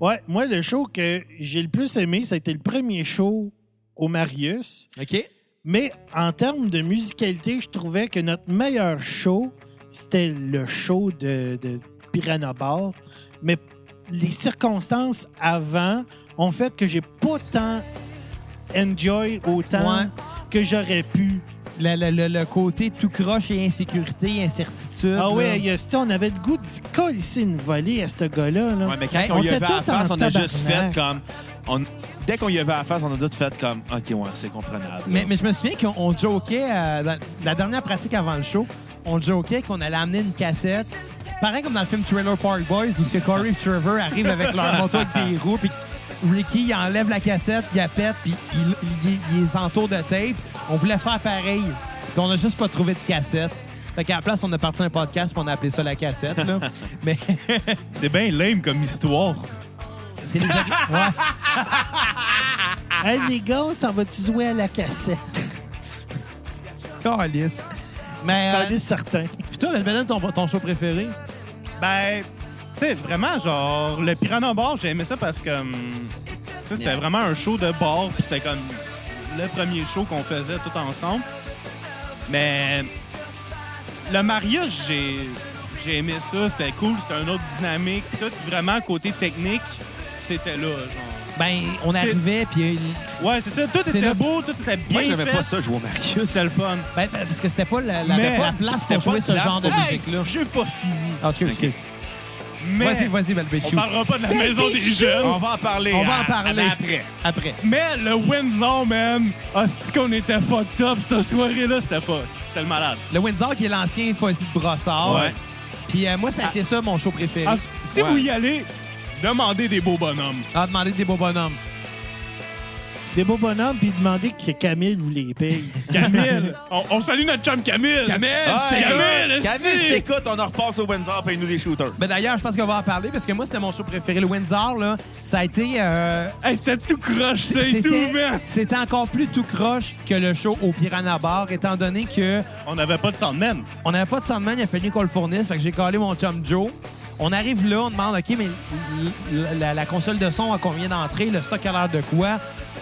F: Ouais, moi, le show que j'ai le plus aimé, ça a été le premier show au Marius.
A: OK?
F: Mais en termes de musicalité, je trouvais que notre meilleur show, c'était le show de, de Piranha Bar. Mais les circonstances avant ont fait que j'ai pas tant enjoy autant
A: Ouais.
F: que j'aurais pu.
A: Le, le- le- le côté tout croche et insécurité, incertitude.
F: Ah
A: là.
F: oui, il y a- tu sais, on avait le goût de coller ici une volée à ce gars-là. là.
B: Ouais, mais quand
A: Hey,
B: on
F: on
B: y avait
F: était
B: à
F: tous
B: face,
F: en
B: on a juste fait
F: tabarnak.
B: comme. on- Dès qu'on y avait à face, on a juste fait comme. OK, ouais, c'est comprenable.
A: Mais, mais je me souviens qu'on on jokait, euh, dans la dernière pratique avant le show, on jokait qu'on allait amener une cassette. Pareil comme dans le film Trailer Park Boys, où ce que Corey et Trevor arrivent avec leur moto avec des roues, puis Ricky il enlève la cassette, il la pète, puis il, il- il les entoure de tape. On voulait faire pareil, puis on n'a juste pas trouvé de cassette. Fait qu'à la place, on a parti un podcast, puis on a appelé ça la cassette. Là. Mais
E: C'est bien lame comme histoire.
A: c'est les... ori- Ouais.
F: Hey les gars, ça va-tu jouer à la cassette?
A: Câlisse. Mais
F: T'en
A: euh,
F: es certain.
A: puis toi, Belbelen, ton, ton show préféré?
E: Ben, tu sais, vraiment, genre, le Piranha Bar, j'ai aimé ça parce que. hum, Tu sais, c'était vraiment un show de bar, puis c'était comme le premier show qu'on faisait tout ensemble. Mais. Le mariage, j'ai. J'ai aimé ça, c'était cool, c'était une autre dynamique. Tout vraiment côté technique, c'était là, genre.
A: Ben, on arrivait, puis... euh,
E: Ouais, c'est ça, tout
A: C'est
E: était
A: là-
E: beau, tout était bien
B: Moi, j'aimais
E: fait.
B: pas ça jouer au Mario.
E: C'était le fun.
A: Ben, ben, parce que c'était pas la, la,
E: Mais-
A: la place
B: c'était
A: pour
B: pas
A: jouer
B: de
A: ce
B: place
A: genre de
B: pour-
E: Hey,
A: musique-là.
E: j'ai pas fini.
A: Ah, excuse, excuse.
E: Mais
A: Vas-y, vas-y,
E: on
A: Valbéchou.
E: parlera pas de la maison des jeunes.
B: On va en parler.
A: On va
B: à-
A: en parler.
B: à- Après.
A: Après.
E: Mais le Windsor, man, hostie qu'on était fucked up cette soirée-là, c'était pas. C'était le malade.
A: Le Windsor, qui est l'ancien Fuzzy de Brossard.
B: Ouais.
A: Puis euh, moi, ça a été ça, mon show préféré.
E: En tout cas, si
B: Ouais.
E: vous y allez, demandez des beaux bonhommes.
A: Ah, demander des beaux bonhommes.
F: Des beaux bonhommes, puis demander que Camille vous les paye.
E: Camille, on, on salue notre chum Camille. Camille,
B: Ouais,
E: Camille,
B: Camille, si t'écoutes, on en repasse au Windsor, paye-nous des shooters.
A: Ben d'ailleurs, je pense qu'on va en parler parce que moi, c'était mon show préféré. Le Windsor, là, ça a été. euh,
E: Hey, c'était tout croche, c'est tout,
A: c'était-
E: man.
A: C'était encore plus tout croche que le show au Piranha Bar, étant donné que
E: On n'avait pas de sandman.
A: On n'avait pas de Sandman, il a fallu qu'on le fournisse. Fait que j'ai collé mon chum Joe. On arrive là, on demande, OK, mais la, la- la console de son, à combien d'entrées? Le stock à l'air de quoi?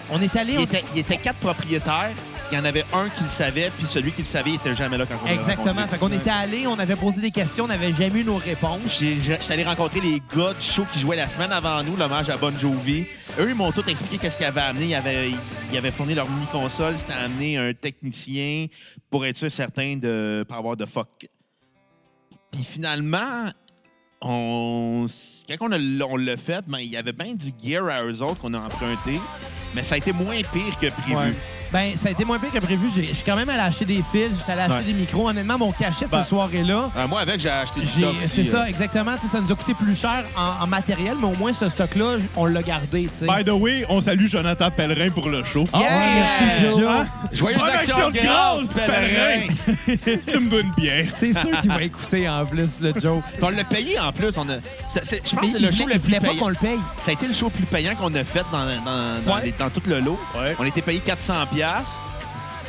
A: On est allé...
B: Il
A: on-
B: était, il était quatre propriétaires. Il y en avait un qui le savait, puis celui qui le savait, il était jamais là quand on l'a
A: Exactement.
B: rencontré.
A: Fait qu'on était allé, on avait posé des questions, on n'avait jamais eu nos réponses.
B: J'ai- j'ai- J'étais allé rencontrer les gars du show qui jouaient la semaine avant nous, l'hommage à Bon Jovi. Eux, ils m'ont tout expliqué qu'est-ce qu'ils avaient amené. Ils avaient, ils avaient fourni leur mini-console. C'était amené un technicien pour être sûr certain de pas avoir de fuck. Puis finalement, on, s- quand on, a- on l'a fait, ben, il y avait bien du gear à eux autres qu'on a emprunté, mais ça a été moins pire que prévu.
A: Ouais. Ben, ça a été moins pire que prévu. J'ai- Je suis quand même allé acheter des fils, j'étais allé acheter
B: Ouais.
A: des micros. Honnêtement, mon cachet de
E: Ben,
A: cette soirée-là,
B: Euh, moi, avec, j'ai acheté du
A: j'ai-
B: stock aussi,
A: c'est
B: euh.
A: ça, exactement. Tu sais, Ça nous a coûté plus cher en, en matériel, mais au moins, ce stock-là, j- on l'a gardé. tu sais. Ah
E: By the way, on salue Jonathan Pellerin pour le show.
A: Yeah!
F: ouais, merci, Joe.
E: Hein?
B: Joyeuse
E: Bonne
B: action,
E: action de grâce,
B: euh. grâce,
E: Pellerin! tu me donnes bien.
A: C'est sûr qu'il va écouter en plus, le Joe.
B: Puis on l'a payé en plus. On a, c'est- c'est- je pense que
A: Mais
B: c'est
A: il
B: le show
A: voulait-
B: le
A: il
B: plus
A: voulait pas
B: payant.
A: qu'on le paye.
B: Ça a été le show le plus payant qu'on a fait dans, dans, dans
A: Ouais.
B: les- dans tout le lot.
E: Ouais.
B: On était payé 400$. piastres.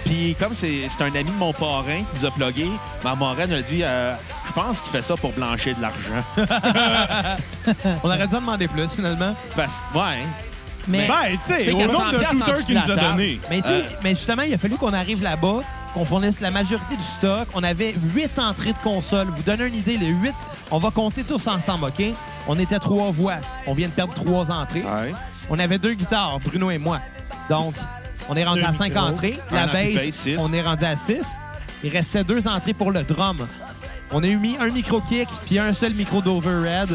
B: Puis comme c'est c'est un ami de mon parrain qui nous a plugué, ma moraine a dit euh, Je pense qu'il fait ça pour blanchir de l'argent.
A: On aurait dû en demander plus, finalement.
B: Parce que, ouais. hein.
A: Mais,
E: Ben, tu
B: Tu sais,
E: sais, au
B: 400
E: nombre de
B: piastres en
E: shooters
B: dessous
E: qu'il
B: de
E: nous
B: la
E: a
B: table.
E: donné.
A: mais, tu sais,
B: Euh.
A: mais justement, il a fallu qu'on arrive là-bas, qu'on fournisse la majorité du stock. On avait huit entrées de console. Vous donnez une idée, les huit, on va compter tous ensemble, OK? On était trois voix. On vient de perdre trois entrées. On avait deux guitares, Bruno et moi. Donc, on est rendu
F: Deux
A: à cinq
F: micros.
A: entrées.
B: Un
A: La
B: ampli
A: bass,
B: bass, six.
A: on est rendu à six. Il restait deux entrées pour le drum. On a eu mis un micro kick puis un seul micro d'overhead.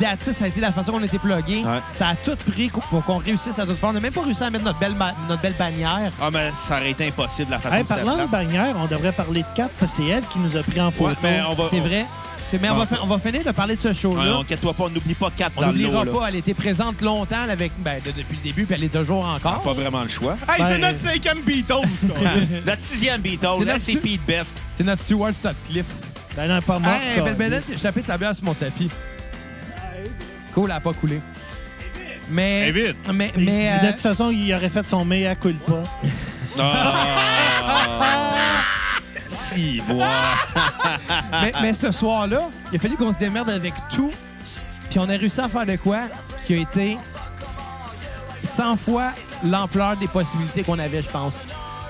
A: That's it, ça a été la façon qu'on était plugué.
B: Ouais.
A: Ça a tout pris co- pour qu'on réussisse à tout faire. On n'a même pas réussi à mettre notre belle, ma- notre belle bannière.
B: Ah, mais ça aurait été impossible la façon
F: Hey,
B: dont c'était
F: parlant de
B: plate.
F: bannière, on devrait parler de Kat, parce que c'est elle qui nous a pris en photo.
B: Ouais, mais on va-
A: C'est
B: on-
A: vrai. C'est- Mais on va, fin- on va finir de parler de ce
B: Ouais,
A: show-là.
B: on inquiète-toi pas, on n'oublie pas 4
A: on
B: dans le
A: n'oubliera
B: lot. là.
A: pas, elle était présente longtemps là, avec, ben, de- depuis le début, puis elle est toujours encore.
B: Ah, Pas vraiment le choix.
E: Hey, c'est
A: Ben,
E: notre cinquième Beatles, quoi.
B: Notre sixième Beatles,
A: C'est
B: là,
A: notre-
B: c'est Pete Best.
A: C'est notre Stewart Sutcliffe.
F: Ben non, pas mort.
A: Hey, Belle Bennett, j'ai tapé ta bière sur mon tapis. Cool, elle a pas coulé. Mais.
E: David.
A: Mais. mais
F: de
A: euh,
F: toute façon, il aurait fait son meilleur culpa.
B: Ah! Si, moi.
A: mais, mais ce soir-là, il a fallu qu'on se démerde avec tout. Puis on a réussi à faire de quoi qui a été 100 fois l'ampleur des possibilités qu'on avait, je pense.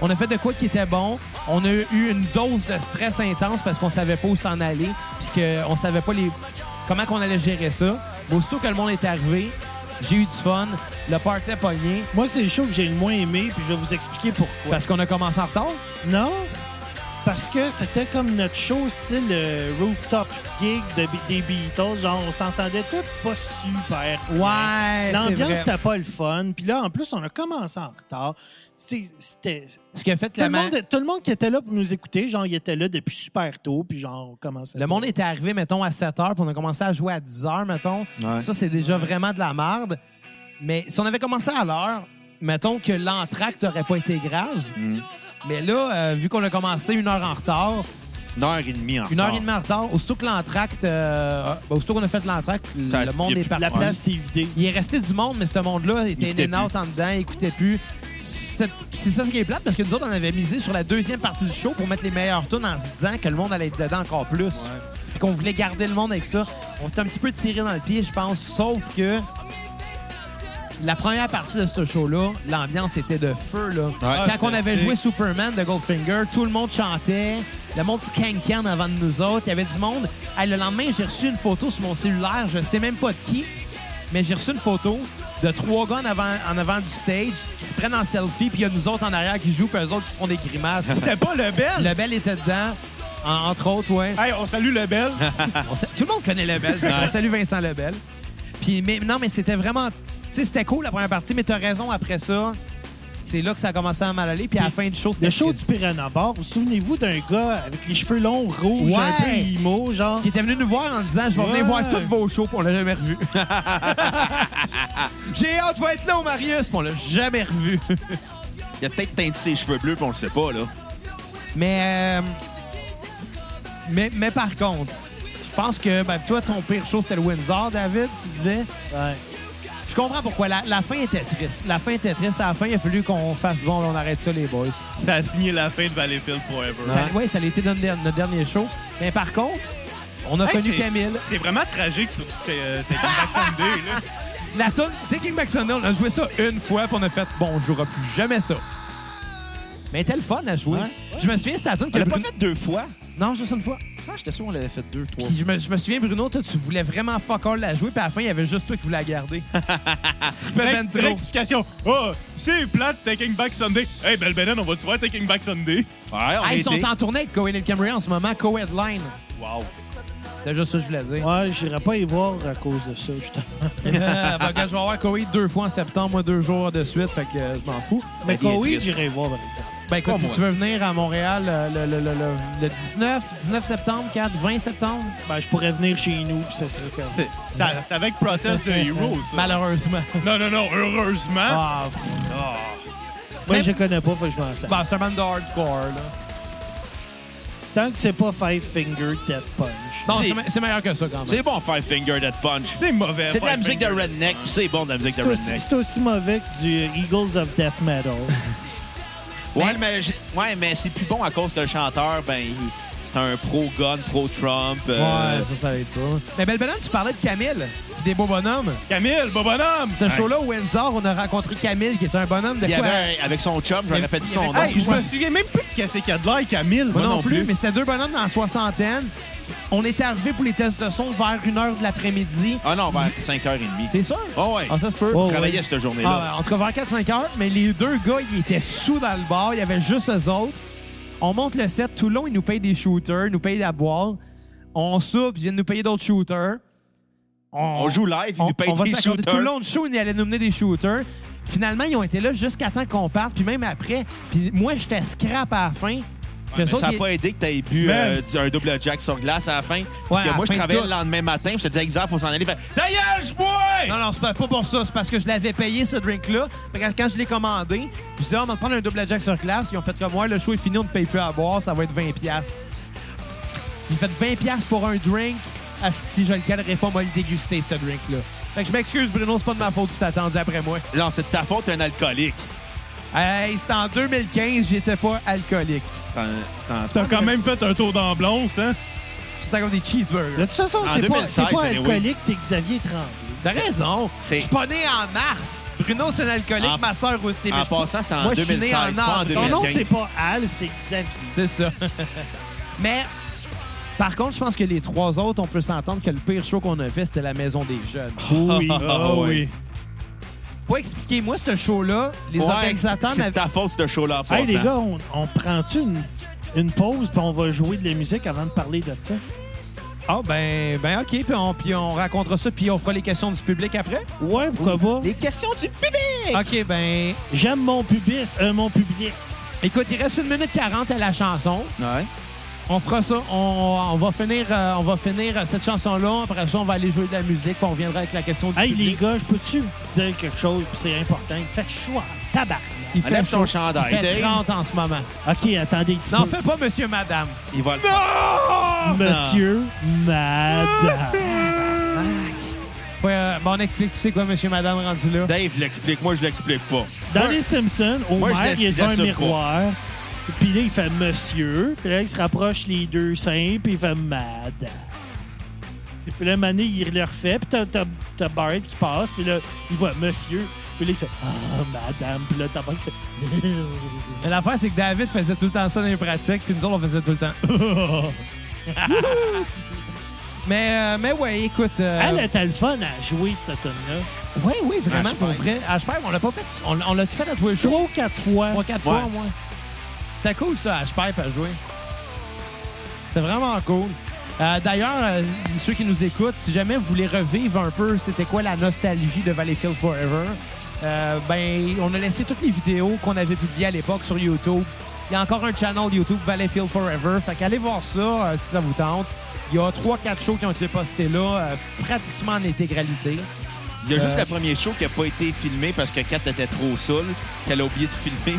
A: On a fait de quoi qui était bon. On a eu une dose de stress intense parce qu'on savait pas où s'en aller. Puis qu'on savait pas les... comment qu'on allait gérer ça. Mais aussitôt que le monde est arrivé, j'ai eu du fun. Le party a pogné.
F: Moi, c'est le show que j'ai le moins aimé, puis je vais vous expliquer pourquoi.
A: Parce qu'on a commencé en retard.
F: Non, parce que c'était comme notre show style euh, rooftop gig de, des Beatles. Genre, on s'entendait tous pas super.
A: Ouais,
F: L'ambiance, c'était pas le fun. Puis là, en plus, on a commencé en retard. C'était- C'était...
A: Ce qui a fait
F: Tout le,
A: la ma-
F: monde, tout le monde qui était là pour nous écouter, genre, il était là depuis super tôt, puis genre, on commençait.
A: Le monde était arrivé, mettons, à 7 h, puis on a commencé à jouer à 10 h, mettons.
B: Ouais.
A: Ça, c'est déjà vraiment de la merde. Mais si on avait commencé à l'heure, mettons que l'entracte n'aurait pas été grave.
B: Hmm.
A: Mais là, euh, vu qu'on a commencé une heure en retard,
B: Une heure et demie en
A: une heure
B: retard.
A: et demie en retard, aussitôt que l'entracte, euh, euh, ben, aussitôt qu'on a fait l'entracte,
B: Ça,
A: le
B: il y a
A: monde
B: plus
A: est
B: de
A: parti.
F: La place s'est vidée.
A: Il est resté du monde, mais ce monde-là était
B: écoutait
A: in and out en dedans, il écoutait plus. C'est c'est ça qui est plate, parce que nous autres, on avait misé sur la deuxième partie du show pour mettre les meilleurs tunes en se disant que le monde allait être dedans encore plus. Puis qu'on voulait garder le monde avec ça. On s'était un petit peu tiré dans le pied, je pense, sauf que la première partie de ce show-là, l'ambiance était de feu. Là. Quand on avait
E: c'était
A: joué Superman de Goldfinger, tout le monde chantait. Le monde cancan avant de nous autres. Il y avait du monde. Hey, le lendemain, j'ai reçu une photo sur mon cellulaire. Je sais même pas de qui, mais j'ai reçu une photo de trois gars en avant, en avant du stage qui se prennent en selfie. Puis il y a nous autres en arrière qui jouent, puis eux autres qui font des grimaces.
E: C'était pas le bel.
A: le Bel était dedans, en- entre autres, ouais.
E: Hey, on salue le bel.
A: On sa- Tout le monde connaît Lebel. On salue Vincent Lebel. Puis, mais, non, mais c'était vraiment. Tu sais, c'était cool la première partie, mais t'as raison après ça. C'est là que ça a commencé à mal aller. Puis à la fin du show, c'était.
F: Le show du Piranha Bar, vous souvenez-vous d'un gars avec les cheveux longs, rouges,
A: Ouais.
F: un peu imo, genre?
A: Qui était venu nous voir en disant Je vais venir
E: Ouais.
A: voir tous vos shows, puis on l'a jamais revu. J'ai hâte, va être là au Marius, puis on l'a jamais revu.
B: Il a peut-être teinté ses cheveux bleus, puis on le sait pas, là.
A: mais, euh, mais. Mais par contre, je pense que ben, toi, ton pire show, c'était le Windsor, David, tu disais.
F: Ouais.
A: Je comprends pourquoi. La, la fin était triste. La fin était triste. À la fin, il a fallu qu'on fasse bon, là, on arrête ça, les boys.
E: Ça a signé la fin de Valleyfield Forever.
A: Oui, ça, ouais, ça a été notre, der- notre dernier show. Mais par contre, on a
E: Hey,
A: connu
E: c'est-
A: Camille.
E: C'est vraiment tragique, surtout que euh, t'es une vaccin Day, là.
A: La tune Taking Back Sunday, on a joué ça une fois, puis on a fait bon, on jouera plus jamais ça. Mais elle était le fun à jouer. Je me souviens, c'était la tune
B: On
A: que
B: l'a pas
A: Bruno-
B: fait deux fois.
A: Non, juste une fois.
B: Ah, j'étais sûr qu'on l'avait fait deux, trois.
A: Puis je me, je me souviens, Bruno, toi, tu voulais vraiment fuck all la jouer, puis à la fin, il y avait juste toi qui voulais la garder. Tu trippais ben
E: Rec-
A: trop.
E: Rectification. Oh, c'est plate, Taking Back Sunday. Hey, Bel Benen, on va te voir Taking Back Sunday.
B: Ouais, on
A: Ah, ils
B: était-
A: sont en tournée avec Cohen et le Camry en ce moment, Coed Line.
E: Wow.
A: C'est juste ça que je voulais dire.
F: Ouais, j'irai pas y voir à cause de ça, justement.
A: Euh, ben, regarde, je vais avoir Koweït deux fois en septembre, moi deux jours de suite, fait que euh, je m'en fous.
F: Mais
B: bien
F: Koei,
B: triste.
F: j'irai voir, par exemple.
A: Ben écoute,
B: Pas
A: si
B: moi.
A: tu veux venir à Montréal euh, le, le- le- le- le 19, 19 septembre, 4, 20 septembre,
F: Ben, je pourrais venir chez nous, puis ça serait comme...
E: C'est ça- c'est avec Protest de Hero, ça.
A: malheureusement.
E: Non, non, non, heureusement.
A: Ah,
F: Moi,
A: Mais-
F: je connais pas, faut que je m'en sers.
A: ben, c'est un band de hardcore, là.
F: Tant que c'est pas Five Finger Death Punch.
A: Non,
B: C'est-
A: c'est me- c'est meilleur que ça quand même.
B: C'est bon, Five Finger Dead Punch.
E: C'est mauvais.
B: C'est de la
E: Five
B: musique de
E: Fingers.
B: Redneck, puis c'est bon de la musique de
F: C'est aussi-
B: Redneck.
F: c'est aussi mauvais que du Eagles of Death Metal.
B: Ouais, mais, j'ai- ouais, mais c'est plus bon à cause que le chanteur, ben, il- c'est un pro-gun, pro-Trump. euh,
A: Ouais, ça, ça va être pas. Mais Belle Bellone, tu parlais de Camille, puis des beaux bonhommes.
E: Camille, bon bonhomme.
A: Ce show-là, au Windsor, on a rencontré Camille, qui est un bonhomme de
B: Il y
A: quoi?
B: avait, un- avec son chum, je me rappelle plus son nom.
E: Hey, je me souviens même plus de qu'est-ce qu'il y a de l'air, Camille.
A: Moi non, plus, mais c'était deux bonhommes dans la soixantaine. On était arrivés pour les tests de son vers 1h de l'après-midi.
B: Ah non, vers 5h30.
A: T'es sûr?
B: Oh ouais,
A: Ah, ça se peut.
B: je travaillais cette journée-là.
A: Ah, en tout cas, vers 4-5 heures, mais les deux gars, ils étaient sous dans le bar. Il y avait juste eux autres. On monte le set. Tout le long, ils nous payent des shooters, ils nous payent la boire. On soupe, ils viennent nous payer d'autres shooters.
B: on joue live, il
A: on-
B: nous paye
A: on va
B: des
A: s'accorder.
B: shooters.
A: Tout le long du show, ils allaient nous mener des shooters. Finalement, ils ont été là jusqu'à temps qu'on parte, puis même après. Puis moi, j'étais scrap à la fin. Que
B: Mais
A: les autres,
B: ça n'a
A: ils-
B: pas aidé que tu aies bu
E: Man.
B: euh, un double jack sur glace à la fin. Puis
A: Ouais,
B: que
A: à la
B: moi, je
A: fin de
B: travaillais
A: tout.
B: le lendemain matin. puis Je te disais, Xav, faut s'en aller. Fait, D'ailleurs, je bois!
A: Non, non, c'est pas pas pour ça. C'est parce que je l'avais payé, ce drink-là. Fait que Quand je l'ai commandé, je disais, Ah, on va te prendre un double jack sur glace. Ils ont fait comme moi, le show est fini, on ne paye plus à boire, ça va être 20$. piastres. Ils ont fait 20$ piastres pour un drink. Si je le calerai pas, moi, le déguster, ce drink-là. Fait que je m'excuse, Bruno, c'est pas de ma faute si t'as attendu après moi.
B: Non, c'est de ta faute, t'es un alcoolique.
A: Hey, c'était en 2015, j'étais pas alcoolique.
B: C'est en- c'est en-
E: T'as quand même fait un tour d'amblance, hein?
A: C'était comme des cheeseburgers.
F: De toute façon,
B: En
F: t'es pas,
B: 2016,
F: t'es pas
B: anyway.
F: alcoolique, t'es Xavier Tremblay.
A: T'as raison. Je
B: C'est- Ah.
A: suis pas né en mars. Bruno, c'est un alcoolique,
B: En-
A: ma soeur aussi. mais
B: En
A: je-
B: passant, c'était en
A: Moi, je suis né
B: 2016,
A: en
B: pas en
A: avril.
F: Ton
B: 2015.
F: nom, c'est pas Al, c'est Xavier.
A: C'est ça. Mais par contre, je pense que les trois autres, on peut s'entendre que le pire show qu'on a fait, c'était la Maison des Jeunes.
E: Oui.
B: Ah oui.
A: Pas expliquer, moi, ce show-là, les
B: Ouais,
A: organisateurs
B: C'est de
A: n'avaient.
B: ta faute, ce show-là, en
F: Hey, les
B: passant.
F: gars, on, on prend-tu une, une pause puis on va jouer de la musique avant de parler de ça?
A: Ah, ben, ben, OK, puis on, puis on racontera ça, puis on fera les questions du public après.
F: Ouais, pourquoi pas?
B: Des questions du public!
A: OK, ben,
F: J'aime mon pubis, euh, mon public.
A: écoute, il reste une minute 40 à la chanson.
B: Ouais.
A: On fera ça. On, on va, finir, euh, on va finir euh, cette chanson-là. Après ça, on va aller jouer de la musique, puis on reviendra avec la question du
F: Hey, les
A: public.
F: gars, je peux-tu dire quelque chose puis c'est important? Il fait chaud en tabarnak.
A: Il
B: Enlève ton
A: chaud.
B: chandail,
A: Il fait
B: Dave.
A: 30 en ce moment.
F: OK, attendez un petit
A: N'en
F: peu.
A: fais pas, monsieur, madame.
B: Il va le
F: Monsieur, madame.
A: Ouais, euh, ben, on explique, tu sais quoi, monsieur, madame, rendu là.
B: Dave l'explique, moi, je l'explique pas.
F: Dans les Simpsons,
B: Moi,
F: Homer,
B: je laisse-
F: il est
B: je
F: devant un
B: laisse ça
F: miroir. Puis là, il fait monsieur. Puis là, il se rapproche les deux seins. Puis il fait madame. Puis là, Mané, il le refait. Puis t'as, t'as, t'as Barrett qui passe. Puis là, il voit monsieur. Puis là, il fait ah, madame. Puis là, t'as Barrett qui fait
A: Mais l'affaire, c'est que David faisait tout le temps ça dans les pratiques, puis nous autres, on faisait tout le temps. mais, euh, mais ouais, écoute. euh,
F: Elle était Ah, le fun à jouer, cette tune-là.
A: ouais, oui, vraiment,
B: Ashburn.
A: pour vrai. Ashburn, on Ah, l'a pas fait. On, on l'a fait à tous les jours.
F: Trois ou quatre fois.
A: Trois, quatre
B: Ouais.
A: fois, moi. C'était cool, ça, Ashpipe à jouer. C'était vraiment cool. Euh, D'ailleurs, euh, ceux qui nous écoutent, si jamais vous voulez revivre un peu c'était quoi la nostalgie de Valleyfield Forever, euh, ben, on a laissé toutes les vidéos qu'on avait publiées à l'époque sur YouTube. Il y a encore un channel YouTube Valleyfield Forever. Fait qu'allez voir ça euh, si ça vous tente. Il y a 3-4 shows qui ont été postés là, euh, pratiquement en intégralité.
B: Il y a juste
A: Euh.
B: le premier show qui a pas été filmé parce que Kat était trop saoule, qu'elle a oublié de filmer.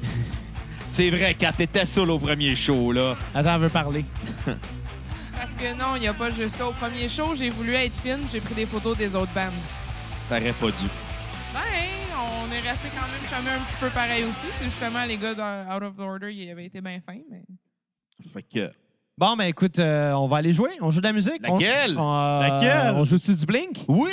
B: C'est vrai, Kat était saoule au premier show, là.
A: Attends, on veut parler.
H: Parce que non, il n'y a pas juste ça. Au premier show, j'ai voulu être fine, j'ai pris des photos des autres bandes.
B: T'aurais pas dû.
H: Ben, on est resté quand même jamais un petit peu pareil aussi. C'est justement les gars de Out of Order, ils avaient été bien fins, mais...
B: Fait que...
A: Bon, ben écoute, euh, on va aller jouer. On joue de la musique. On-
B: Laquelle?
A: on, euh,
E: Laquelle?
A: On joue-tu du Blink?
B: Oui!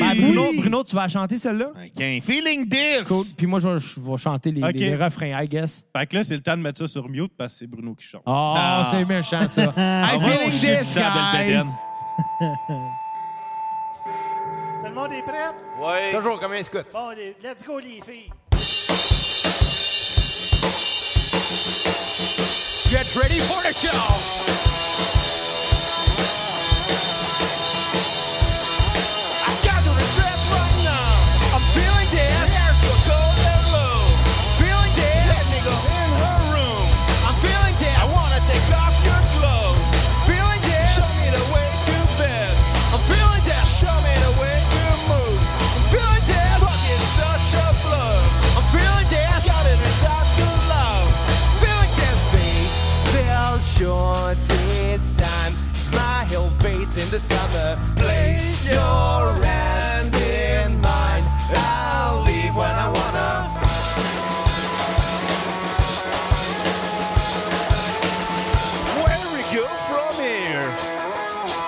A: Ben, Bruno, Bruno, tu vas chanter celle-là?
B: Avec un feeling this!
A: Cool. Puis moi, je vais, je vais chanter les,
E: Ok.
A: les refrains, I guess.
E: Fait que là, c'est le temps de mettre ça sur mute parce que c'est Bruno qui chante.
A: Oh, c'est méchant, ça. I
B: Au moins, Ah! on
A: feeling
B: chie du
A: this,
B: sang dans le
A: guys.
B: bedaine.
F: Tout le monde est prêt?
A: Toujours comme un scout.
F: Bon, les- let's go, les filles.
G: Get ready for the show! I got the regret right now. I'm feeling this. So cold and low. Feeling this. That nigga in her room. I'm feeling this. I wanna take off your clothes. Feeling this. Show me the way to bed. I'm feeling this. Show me the way to move. I'm feeling this. Fucking such a blow. I'm feeling this. Got it without your love. Feeling this, babe. Fell short this time. Smile fades in the summer. Place your hand in mine. I'll leave when I wanna. Where we go from here?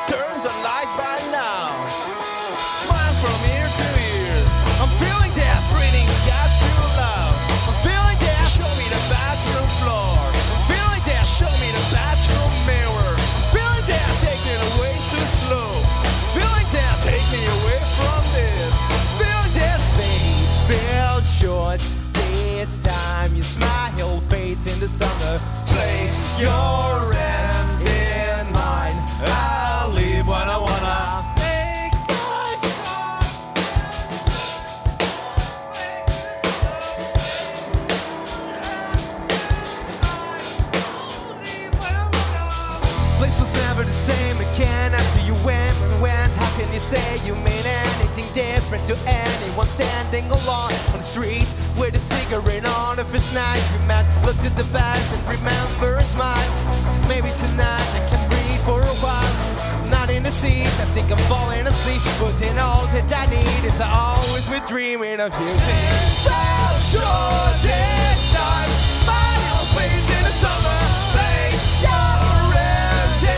G: Turn the lights by now. Smile from ear to ear. I'm feeling that breathing got too loud. I'm feeling that. Show me the bathroom floor. I'm feeling that. Show me the bathroom mirror. I'm feeling that. Take it away too slow. I'm feeling that. Take me away from this. I'm feeling this. Fade, fell short. This time your smile fades in the summer. Place your hand in mine. I'll leave when I wanna. Make my you say you mean anything different to anyone standing alone on the street with a cigarette on the first night we met. Looked at the past and remember a smile. Maybe tonight I can breathe for a while. Not in the seat, I think I'm falling asleep. But then all that I need is I always be dreaming of you. Fell short this time. Smile, please, in the summer. Place your empty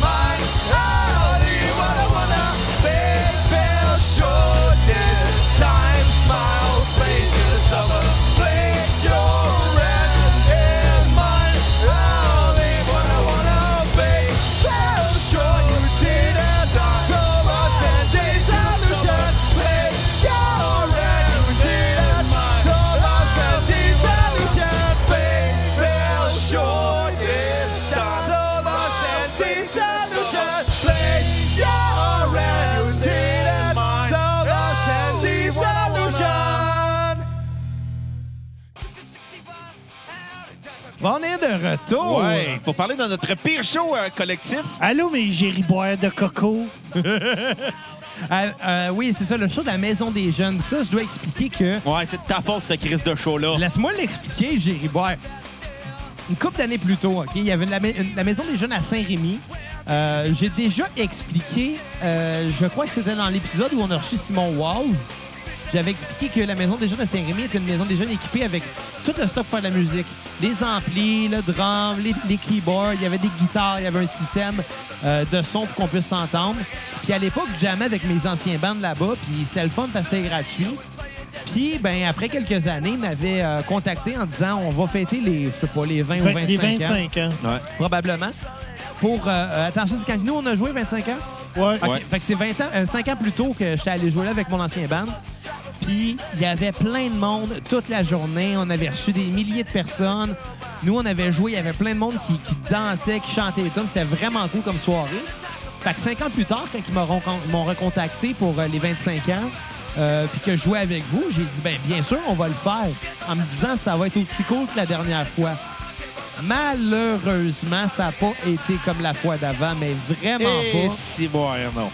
G: mind. I'll do what I wanna. Big fell short this time. Smile, please, in the summer. Place your empty mind. I'll do what I wanna. Big fell short. You did it. So much and disillusion. Place your empty mind. So lost and disillusion. Big fell short this time. So lost and disillusion. Place your empty mind. So lost and disillusion.
A: Bon, on est de retour.
B: Ouais, pour parler de notre pire show euh, collectif.
F: Allô, mes gériboires de coco.
A: Ah, euh, oui, c'est ça, le show de la Maison des Jeunes. Ça, je dois expliquer que...
B: Ouais, c'est de ta faute, cette crise de show-là.
A: Laisse-moi l'expliquer, Jerry Boire. Une couple d'années plus tôt, OK, il y avait une- la, mai- une- la Maison des Jeunes à Saint-Rémy. Euh, J'ai déjà expliqué, euh, je crois que c'était dans l'épisode où on a reçu Simon Walls. J'avais expliqué que la Maison des Jeunes à Saint-Rémy était une maison des jeunes équipée avec tout le stock pour faire de la musique. Les amplis, le drum, les, les keyboards, il y avait des guitares, il y avait un système euh, de son pour qu'on puisse s'entendre. Puis à l'époque, jamais avec mes anciens bandes là-bas, puis c'était le fun parce que c'était gratuit. Puis, ben, après quelques années, il m'avait euh, contacté en disant on va fêter les, je sais pas, les 20 ou 25,
F: Les
A: ans,
F: 25 ans.
A: probablement. Pour, euh, euh, attention, c'est quand nous, on a joué 25 ans?
F: Ouais.
A: OK,
B: Ouais.
A: Fait que c'est 20 ans, 5 ans plus tôt que j'étais allé jouer là avec mon ancien band. Puis il y avait plein de monde toute la journée. On avait reçu des milliers de personnes. Nous, on avait joué. Il y avait plein de monde qui, qui dansait, qui chantait les tunes. C'était vraiment cool comme soirée. Fait que 5 ans plus tard, quand ils m'ont recon- m'ont recontacté pour euh, les 25 ans, euh, puis que je jouais avec vous, j'ai dit, ben, bien sûr, on va le faire. En me disant, ça va être aussi cool que la dernière fois. Malheureusement, ça n'a pas été comme la fois d'avant, mais vraiment
B: Et
A: pas.
B: Ah, si bon, non.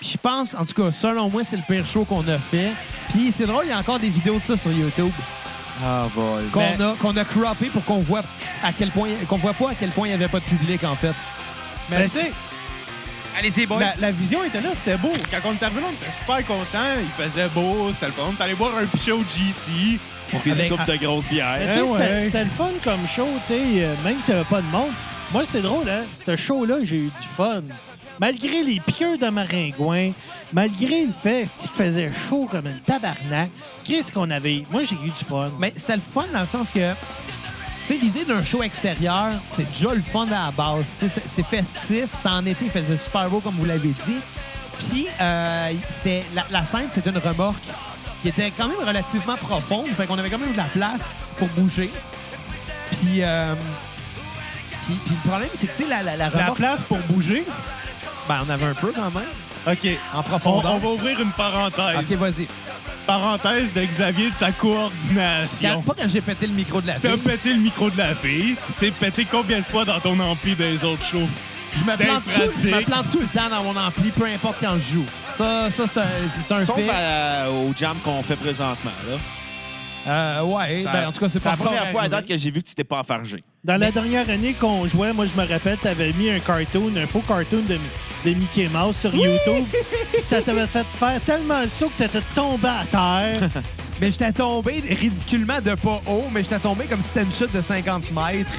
A: Puis je pense, en tout cas, selon moi, c'est le pire show qu'on a fait. Puis c'est drôle, il y a encore des vidéos de ça sur YouTube
B: Ah, boy.
A: qu'on a, qu'on a croppé pour qu'on voit à quel point qu'on voit pas à quel point il n'y avait pas de public en fait.
E: Mais tu sais,
A: Allez-y, boys.
E: la, la vision était là, c'était beau. Quand on est arrivé là, on était super contents. Il faisait beau, c'était le fun. T'allais boire un pichot au GC.
B: Pour qu'il y ait
A: Avec-
B: une coupe de grosses
F: Mais
B: bières.
F: tu sais,
E: Eh
F: c'était-
E: ouais.
F: c'était le fun comme show, tu sais, euh, même s'il n'y avait pas de monde. Moi, c'est drôle, hein? Ce show-là, j'ai eu du fun. Malgré les piqûres de maringouin, malgré le fait c'est-tu qu'il faisait chaud comme un tabarnak, qu'est-ce qu'on avait? Moi, j'ai eu du fun.
A: Mais c'était le fun dans le sens que, tu sais, l'idée d'un show extérieur, c'est déjà le fun à la base. Tu sais, C'est c'est festif, c'est en été, il faisait super beau, comme vous l'avez dit. Puis, euh, c'était la, la scène, c'était une remorque qui était quand même relativement profonde, fait qu'on avait quand même de la place pour bouger. Puis, euh, puis, puis le problème, c'est que, tu sais, la, la, la
E: La
A: remorque,
E: place pour bouger.
A: ben, on avait un peu quand même,
E: OK.
A: en
E: On,
A: profondeur.
E: on va ouvrir une parenthèse.
A: OK, vas-y.
E: Parenthèse de Xavier de sa coordination.
A: Regarde pas quand j'ai pété le micro de la
E: T'as
A: fille.
E: pété le micro de la fille. Tu t'es pété combien de fois dans ton ampli des autres shows?
A: Je me, plante tout, je me
E: pratique.
A: plante tout le temps dans mon ampli, peu importe quand je joue. Ça, ça c'est un, c'est un
B: Sauf
A: fait.
B: à- euh, au jam qu'on fait présentement. là.
A: Euh, ouais,
B: Ça-
A: ben, en tout cas, c'est pas
B: la première
A: encore
B: fois à date
A: arrivé.
B: que j'ai vu que tu t'es pas enfargé.
F: Dans la dernière année qu'on jouait, moi, je me rappelle, t'avais mis un cartoon, un faux cartoon de, Mi- de Mickey Mouse sur YouTube. Puis ça t'avait fait faire tellement le saut que t'étais tombé à terre.
A: Mais j'étais tombé ridiculement de pas haut, mais j'étais tombé comme si c'était une chute de 50 mètres.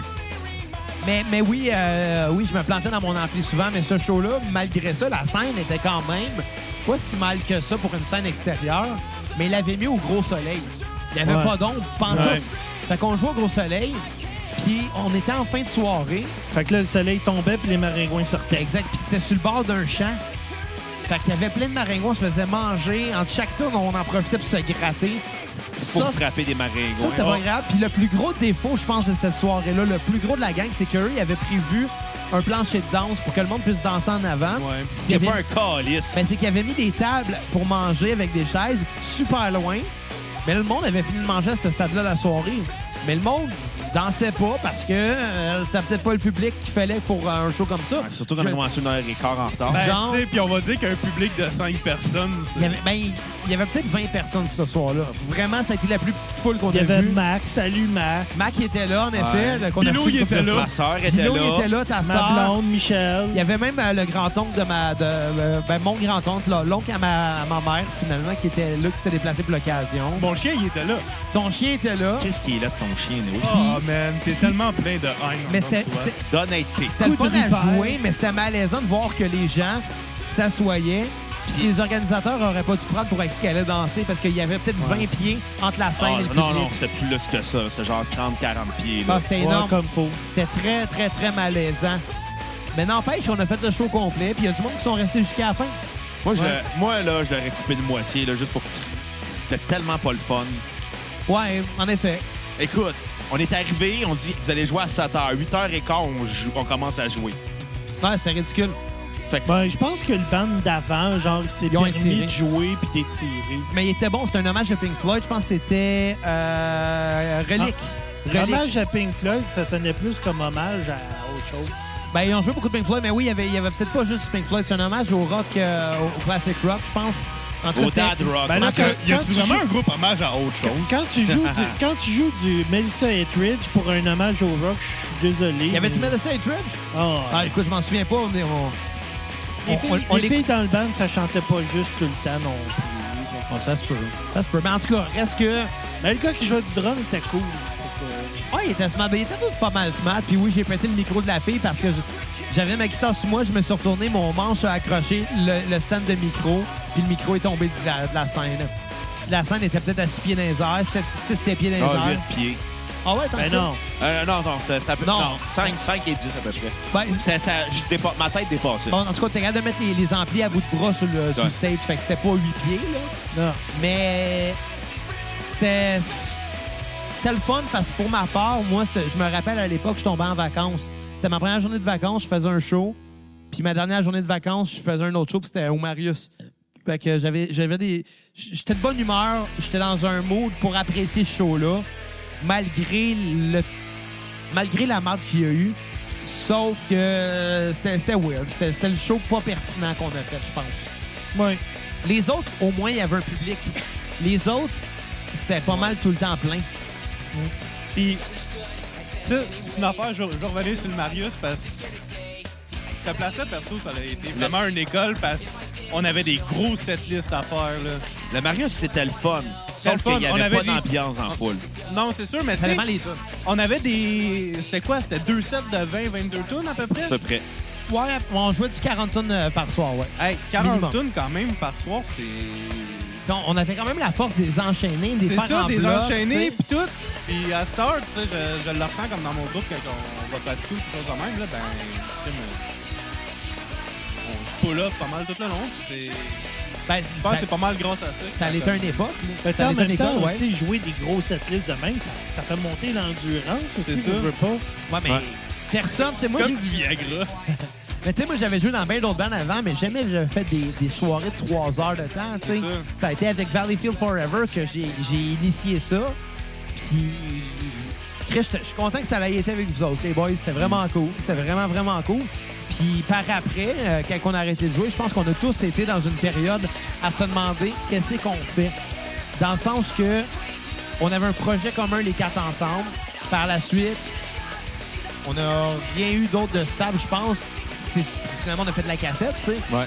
A: Mais, mais oui, euh, oui, je me plantais dans mon ampli souvent, mais ce show-là, malgré ça, la scène était quand même pas si mal que ça pour une scène extérieure, mais il l'avait mis au gros soleil. Il n'y avait
F: Ouais.
A: pas d'ombre, pantoufle.
F: Ouais.
A: Fait qu'on jouait au gros soleil, puis on était en fin de soirée,
F: fait que là, le soleil tombait, puis les maringouins sortaient.
A: Exact. Puis c'était sur le bord d'un champ. Fait qu'il y avait plein de maringouins, on se faisait manger. Entre chaque tour, on en profitait pour se gratter.
B: Pour
A: Ça,
B: frapper des marées.
A: ça, c'était pas grave. Puis le plus gros défaut, je pense, de cette soirée-là, le plus gros de la gang, c'est qu'eux, ils avaient prévu un plancher de danse pour que le monde puisse danser en avant.
E: Ouais.
A: Puis
B: Il
A: il y
B: pas
A: avait-
B: un calice.
A: ben, c'est qu'ils avaient mis des tables pour manger avec des chaises super loin. Mais le monde avait fini de manger à ce stade-là la soirée. Mais le monde dansais pas parce que euh, c'était peut-être pas le public qu'il fallait pour euh, un show comme ça.
B: Surtout quand on a
A: Je-
B: commencé une heure et quart en retard.
E: Ben,
A: Genre-
E: tu sais, puis on va dire qu'un public de 5 personnes, c'est-
A: Il y avait, ben, il y avait peut-être 20 personnes ce soir-là. Vraiment, ça a été la plus petite foule qu'on
F: Il y
A: a
F: avait
A: vue.
F: Max. Salut, Max.
A: Mac il était là, en effet. Ben là, qu'on a
E: Philo,
A: reçu
E: il
A: une couple
E: était
A: de
E: là.
A: fois.
B: Ma sœur était
A: Philo,
B: là.
A: il était là, ta
F: Ma
A: soeur.
F: blonde, Michel.
A: Il y avait même euh, le grand-oncle de ma. De, euh, ben, mon grand-oncle, là, l'oncle à ma, à ma mère, finalement, qui était là, qui s'était déplacé pour l'occasion.
E: mon chien, il était là.
A: Ton chien était là,
B: Qu'est-ce qu'il est là de ton chien, nous?
A: Ah.
E: Oh, man, t'es tellement plein de haine.
A: mais
E: envers
A: c'était
E: toi.
A: c'était-
B: D'honnêteté.
A: c'était le
F: Coup
A: fun
F: de
A: à
F: rivale.
A: jouer, mais c'était malaisant de voir que les gens s'assoyaient. Puis les organisateurs auraient pas dû prendre pour acquis qu'ils allaient danser parce qu'il y avait peut-être 20 pieds entre la scène
B: Ah,
A: et le
B: non,
A: public.
B: non, c'était plus que ça. C'était genre 30-40 pieds.
A: Ah,
B: Là.
A: c'était
F: Ouais,
A: énorme.
F: comme faut.
A: C'était très, très, très malaisant. Mais n'empêche, on a fait le show complet, puis il y a du monde qui sont restés jusqu'à la fin.
B: moi, je,
A: ouais.
B: moi, là, je l'aurais coupé de moitié, là, juste pour. C'était tellement pas le fun.
A: Ouais, en effet.
B: Écoute, on est arrivé, on dit, vous allez jouer à 7 h. 8 h et quart, on, joue- on commence à jouer.
A: Ouais, c'était ridicule.
F: Ben, je pense que le band d'avant, genre, il s'est
A: Ils ont
F: permis
A: étiré.
F: de jouer puis d'étirer.
A: Mais il était bon, c'était un hommage à Pink Floyd. Je pense que c'était euh, Relique. Relique.
F: Ah, Hommage à Pink Floyd, ça sonnait plus comme hommage à autre chose.
A: Ben, ils ont joué beaucoup de Pink Floyd, mais oui, il y avait, il y avait peut-être pas juste Pink Floyd. C'est un hommage au rock, euh, au classic rock, je pense. En tout cas,
B: Au
A: c'était-
B: dad rock.
F: Ben,
E: Là,
F: là,
E: que- y a
F: quand tu
E: vraiment
F: joues-
E: un groupe hommage à autre chose?
F: Quand tu joues du, quand tu joues du Melissa Etheridge pour un hommage au rock, je suis désolé.
A: Il y avait du Medicine Trip? Ah, écoute, je m'en souviens pas. On, est- on-
F: les
A: on-
F: filles,
A: on- on
F: les
A: l'écoute-
F: filles dans le band, ça chantait pas juste tout le temps non plus.
A: Ah, ça se peut. Ça se peut. Mais en tout cas, reste que.
F: Mais Ben, le gars qui jouait du drum était cool. Fait
A: Ah, il était smart. Ben, il était tout pas mal smart. Puis oui, j'ai pété le micro de la fille parce que je- j'avais ma guitare sur moi. Je me suis retourné, mon manche a accroché le, le stand de micro. Puis le micro est tombé de la, de la scène. La scène était peut-être à 6 pieds dans les airs, 7, 6 pieds dans les
B: Ah,
A: airs.
B: 8 pieds.
A: Ah ouais, tant que
F: que- Ben
A: ça.
F: non.
B: Euh, non, non, c'était c'était à peu
A: Non.
B: 5, 5 et 10 à peu près.
A: Ben, Ah. c'est-
B: C'était ça, je dépa- ma tête dépassait.
A: Bon, en tout cas, t'es capable de mettre les, les amplis à bout de bras sur le, sur le
B: Ouais.
A: stage. Fait que c'était pas 8 pieds, là.
F: Non.
A: Mais c'était. C'était le fun parce que pour ma part, moi, c'était- je me rappelle à l'époque, je tombais en vacances. C'était ma première journée de vacances, je faisais un show. Puis ma dernière journée de vacances, je faisais un autre show, puis c'était au Marius. Fait que j'avais, j'avais des. J'étais de bonne humeur, j'étais dans un mood pour apprécier ce show-là, malgré le. Malgré la merde qu'il y a eu. Sauf que euh, c'était, c'était weird. C'était, c'était le show pas pertinent qu'on a fait, je pense.
F: que- Ouais.
A: Les autres, au moins, il y avait un public. Les autres, c'était pas mal tout le temps plein.
E: Puis, ça, c'est une affaire, je, je vais revenir sur le Marius parce que cette place-là, perso, ça a été vraiment une école parce qu'on avait des gros setlists à faire. Là.
B: Le Marius, c'était le fun.
E: C'était le
B: Sauf qu'il n'y
E: fun,
B: avait,
E: on avait
B: pas
E: des-
B: d'ambiance en foule.
E: Non, c'est sûr, mais tu
A: Ça
E: sais,
A: dépend les tunes.
E: on avait des. C'était quoi C'était deux sets de 20, 22 tonnes à peu près
B: À peu près.
A: Ouais, on jouait du 40 tonnes euh, par soir, ouais.
E: Hey, 40
A: Minimum.
E: tonnes quand même par soir, c'est.
A: Donc, on avait quand même la force des enchaînés, des
E: C'est
A: faire
E: ça,
A: en
E: des
A: bloc,
E: enchaînés,
A: tu
E: puis tout. Puis à cette heure, tu sais, je, je le ressens comme dans mon groupe, quand on va pratiquer ou quelque chose de même, là, ben, tu sais, me- on- je pull up pas mal tout le long, puis c'est... Je
A: sais. Ben, c'est-
E: pense que
A: ça,
E: c'est pas mal grâce à ça.
A: ça allait être une époque. là.
F: Mais Ben, tu sais,
A: Ça
F: en
A: allait être
F: même
A: une
F: temps,
A: école, ouais.
F: aussi, jouer des grosses setlists de même, ça, ça fait monter l'endurance aussi.
E: C'est
F: je
E: ça.
F: veux pas.
A: Ouais, mais
B: Ouais.
A: personne, tu sais, moi,
E: comme
A: j'ai-
E: du Viagra.
A: mais tu sais, moi, j'avais joué dans bien d'autres bandes avant, mais jamais j'avais fait des, des soirées de 3 heures de temps, tu sais.
E: C'est ça.
A: Ça a été avec Valleyfield Forever que j'ai j'ai initié ça. Puis, Chris, je je suis content que ça l'ait été avec vous autres, les boys. C'était vraiment cool. C'était vraiment, vraiment cool. Puis, par après, euh, quand on a arrêté de jouer, je pense qu'on a tous été dans une période à se demander qu'est-ce qu'on fait. Dans le sens que on avait un projet commun, les quatre ensemble. Par la suite, on n'a rien eu d'autre de stable, je pense. C'est- Finalement, on a fait de la cassette, tu sais.
B: Ouais.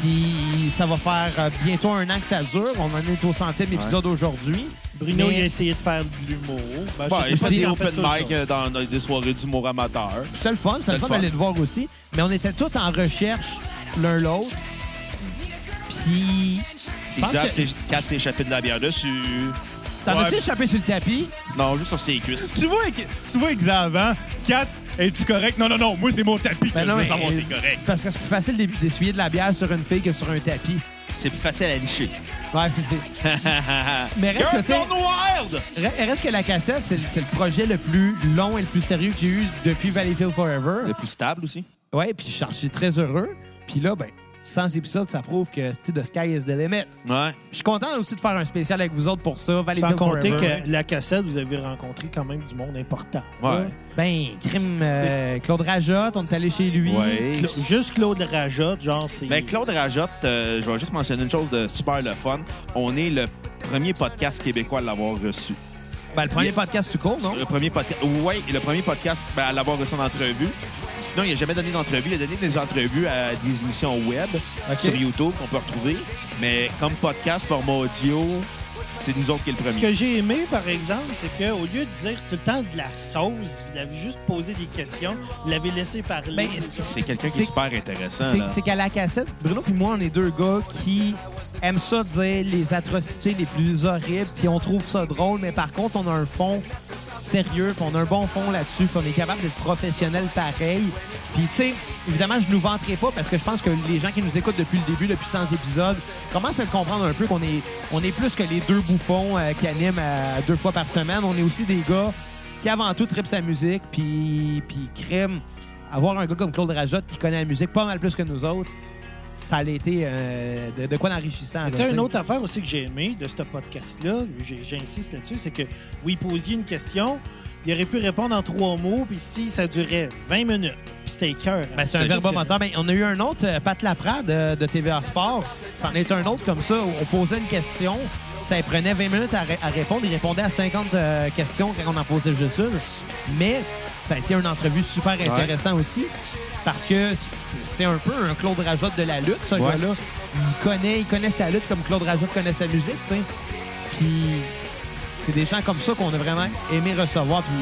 A: Puis ça va faire euh, bientôt un an que ça dure. On en est au centième épisode aujourd'hui.
F: Bruno,
A: Mais-
F: il a essayé de faire de l'humour. Ben,
B: Ouais,
F: je sais pas
B: c'était
F: s'il en fait
B: open
F: tout ça.
B: mic euh, dans dans des soirées d'humour amateur.
A: C'était le fun, c'était le fun d'aller le voir aussi. Mais on était tous en recherche l'un l'autre. Puis. je pense
B: Exact,
A: que-
B: ah, c'est quand c'est échappé de la bière dessus.
A: T'en
E: Ouais.
A: as-tu échappé sur le tapis?
B: Non, juste sur ses cuisses.
E: Tu vois, que- tu vois que ça avant, 4, es-tu correct? Non, non, non, moi, c'est mon
A: Ben
E: tapis que
A: non,
E: je veux
A: mais-
E: savoir c'est correct.
A: C'est parce que c'est plus facile d'é- d'essuyer de la bière sur une fille que sur un tapis.
B: C'est plus facile à licher.
A: Ouais, puis c'est- Mais reste que, tu
B: Girls
A: sais,
B: Gone Wild!
A: re- reste que la cassette, c'est le- c'est le projet le plus long et le plus sérieux que j'ai eu depuis Valleyfield Forever.
B: Le plus stable aussi.
A: Ouais, puis j'en suis très heureux. Puis là, ben, 100 épisodes, ça prouve que c'est The Sky is the limit.
B: Ouais.
A: Je suis content aussi de faire un spécial avec vous autres pour ça.
F: Sans
A: Valleyfield
F: compter
A: Forever.
F: que la cassette, vous avez rencontré quand même du monde important.
B: Ouais.
A: Ben, crime, euh, Claude Rajotte, on est allé chez lui.
B: Ouais.
F: Cla- Juste Claude le rajoute, genre, c'est.
B: Ben, Claude Rajotte, euh, je vais juste mentionner une chose de super le fun. On est le premier podcast québécois à l'avoir reçu.
A: Ben, le premier
B: Yeah.
A: podcast tout court, non?
B: Le premier podcast. Oui, le premier podcast ben, à l'avoir reçu en entrevue. Sinon, il n'a jamais donné d'entrevue. Il a donné des entrevues à des émissions web
A: Ok.
B: sur YouTube qu'on peut retrouver. Mais comme podcast, format audio, c'est nous autres qui est le
F: Ce
B: premier.
F: que j'ai aimé, par exemple, c'est qu'au lieu de dire tout le temps de la sauce, vous l'avez juste posé des questions, vous l'avez laissé parler.
A: Ben,
B: C'est quelqu'un qui est super intéressant.
A: C'est-
B: là.
A: C'est qu'à la cassette, Bruno puis moi, on est deux gars qui aiment ça dire les atrocités les plus horribles, puis on trouve ça drôle, mais par contre, on a un fond sérieux, puis on a un bon fond là-dessus, puis on est capable d'être professionnel pareil. Puis, tu sais, évidemment, je nous vanterai pas parce que je pense que les gens qui nous écoutent depuis le début, depuis 100 épisodes, commencent à le comprendre un peu qu'on est, on est plus que les deux bouffons euh, qui animent euh, deux fois par semaine. On est aussi des gars qui, avant tout, tripent sa musique, puis, puis crème avoir un gars comme Claude Rajotte qui connaît la musique pas mal plus que nous autres, ça a été euh, de, de quoi d'enrichissant. là,
F: Tu sais,
A: t'sais.
F: une autre affaire aussi que j'ai aimé de ce podcast-là, j'ai- j'insiste là-dessus, c'est que vous lui posiez une question, il aurait pu répondre en trois mots, puis si ça durait 20 minutes, puis c'était cœur.
A: Ben, c'est un verbomoteur. Ben, on a eu un autre, euh, Pat Laprade euh, de TVA Sport. C'en est un autre comme ça. où On posait une question, ça lui prenait 20 minutes à, ré- à répondre. Il répondait à 50 euh, questions quand on en posait juste une. Mais ça a été une entrevue super intéressante aussi parce que c'est c'est un peu un Claude Rajotte de la lutte, ce
B: Ouais.
A: gars-là. Il connaît, il connaît sa lutte comme Claude Rajotte connaît sa musique, tu sais. Puis c'est des gens comme ça qu'on a vraiment aimé recevoir. Puis,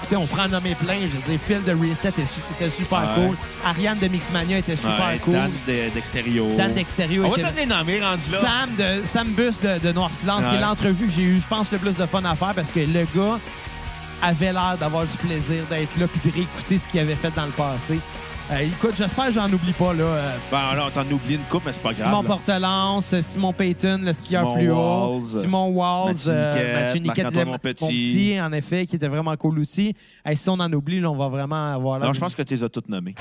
A: écoutez, on prend en nommer plein. Je veux dire, Phil de Reset était, su- était super
B: Ouais.
A: cool. Ariane de Mixmania était super
B: Ouais,
A: cool.
B: Dan de- d'Extérieur.
A: Dan d'Extérior
B: On va
A: était-
B: tous les nommer rendus là.
A: Sam, de, Sam Bus de, de Noir Silence, qui
B: Ouais.
A: est l'entrevue que j'ai eu, je pense, le plus de fun à faire parce que le gars avait l'air d'avoir du plaisir d'être là puis de réécouter ce qu'il avait fait dans le passé. Euh, écoute, j'espère que j'en oublie pas. Là. Euh,
B: Ben là, on t'en oublie une coupe, mais c'est pas grave.
A: Simon
B: là.
A: Portelance, Simon Payton, le skieur
B: Simon
A: fluo,
B: Walls,
A: Simon Walls,
B: Mathieu
A: euh,
B: Niquette,
A: Mathieu Niquette,
B: Marc-Antoine
A: le- mon
B: Petit.
A: petit, en effet, qui était vraiment cool aussi. Hey, si on en oublie, là, on va vraiment avoir là.
B: Non, je pense que tu les as toutes nommées.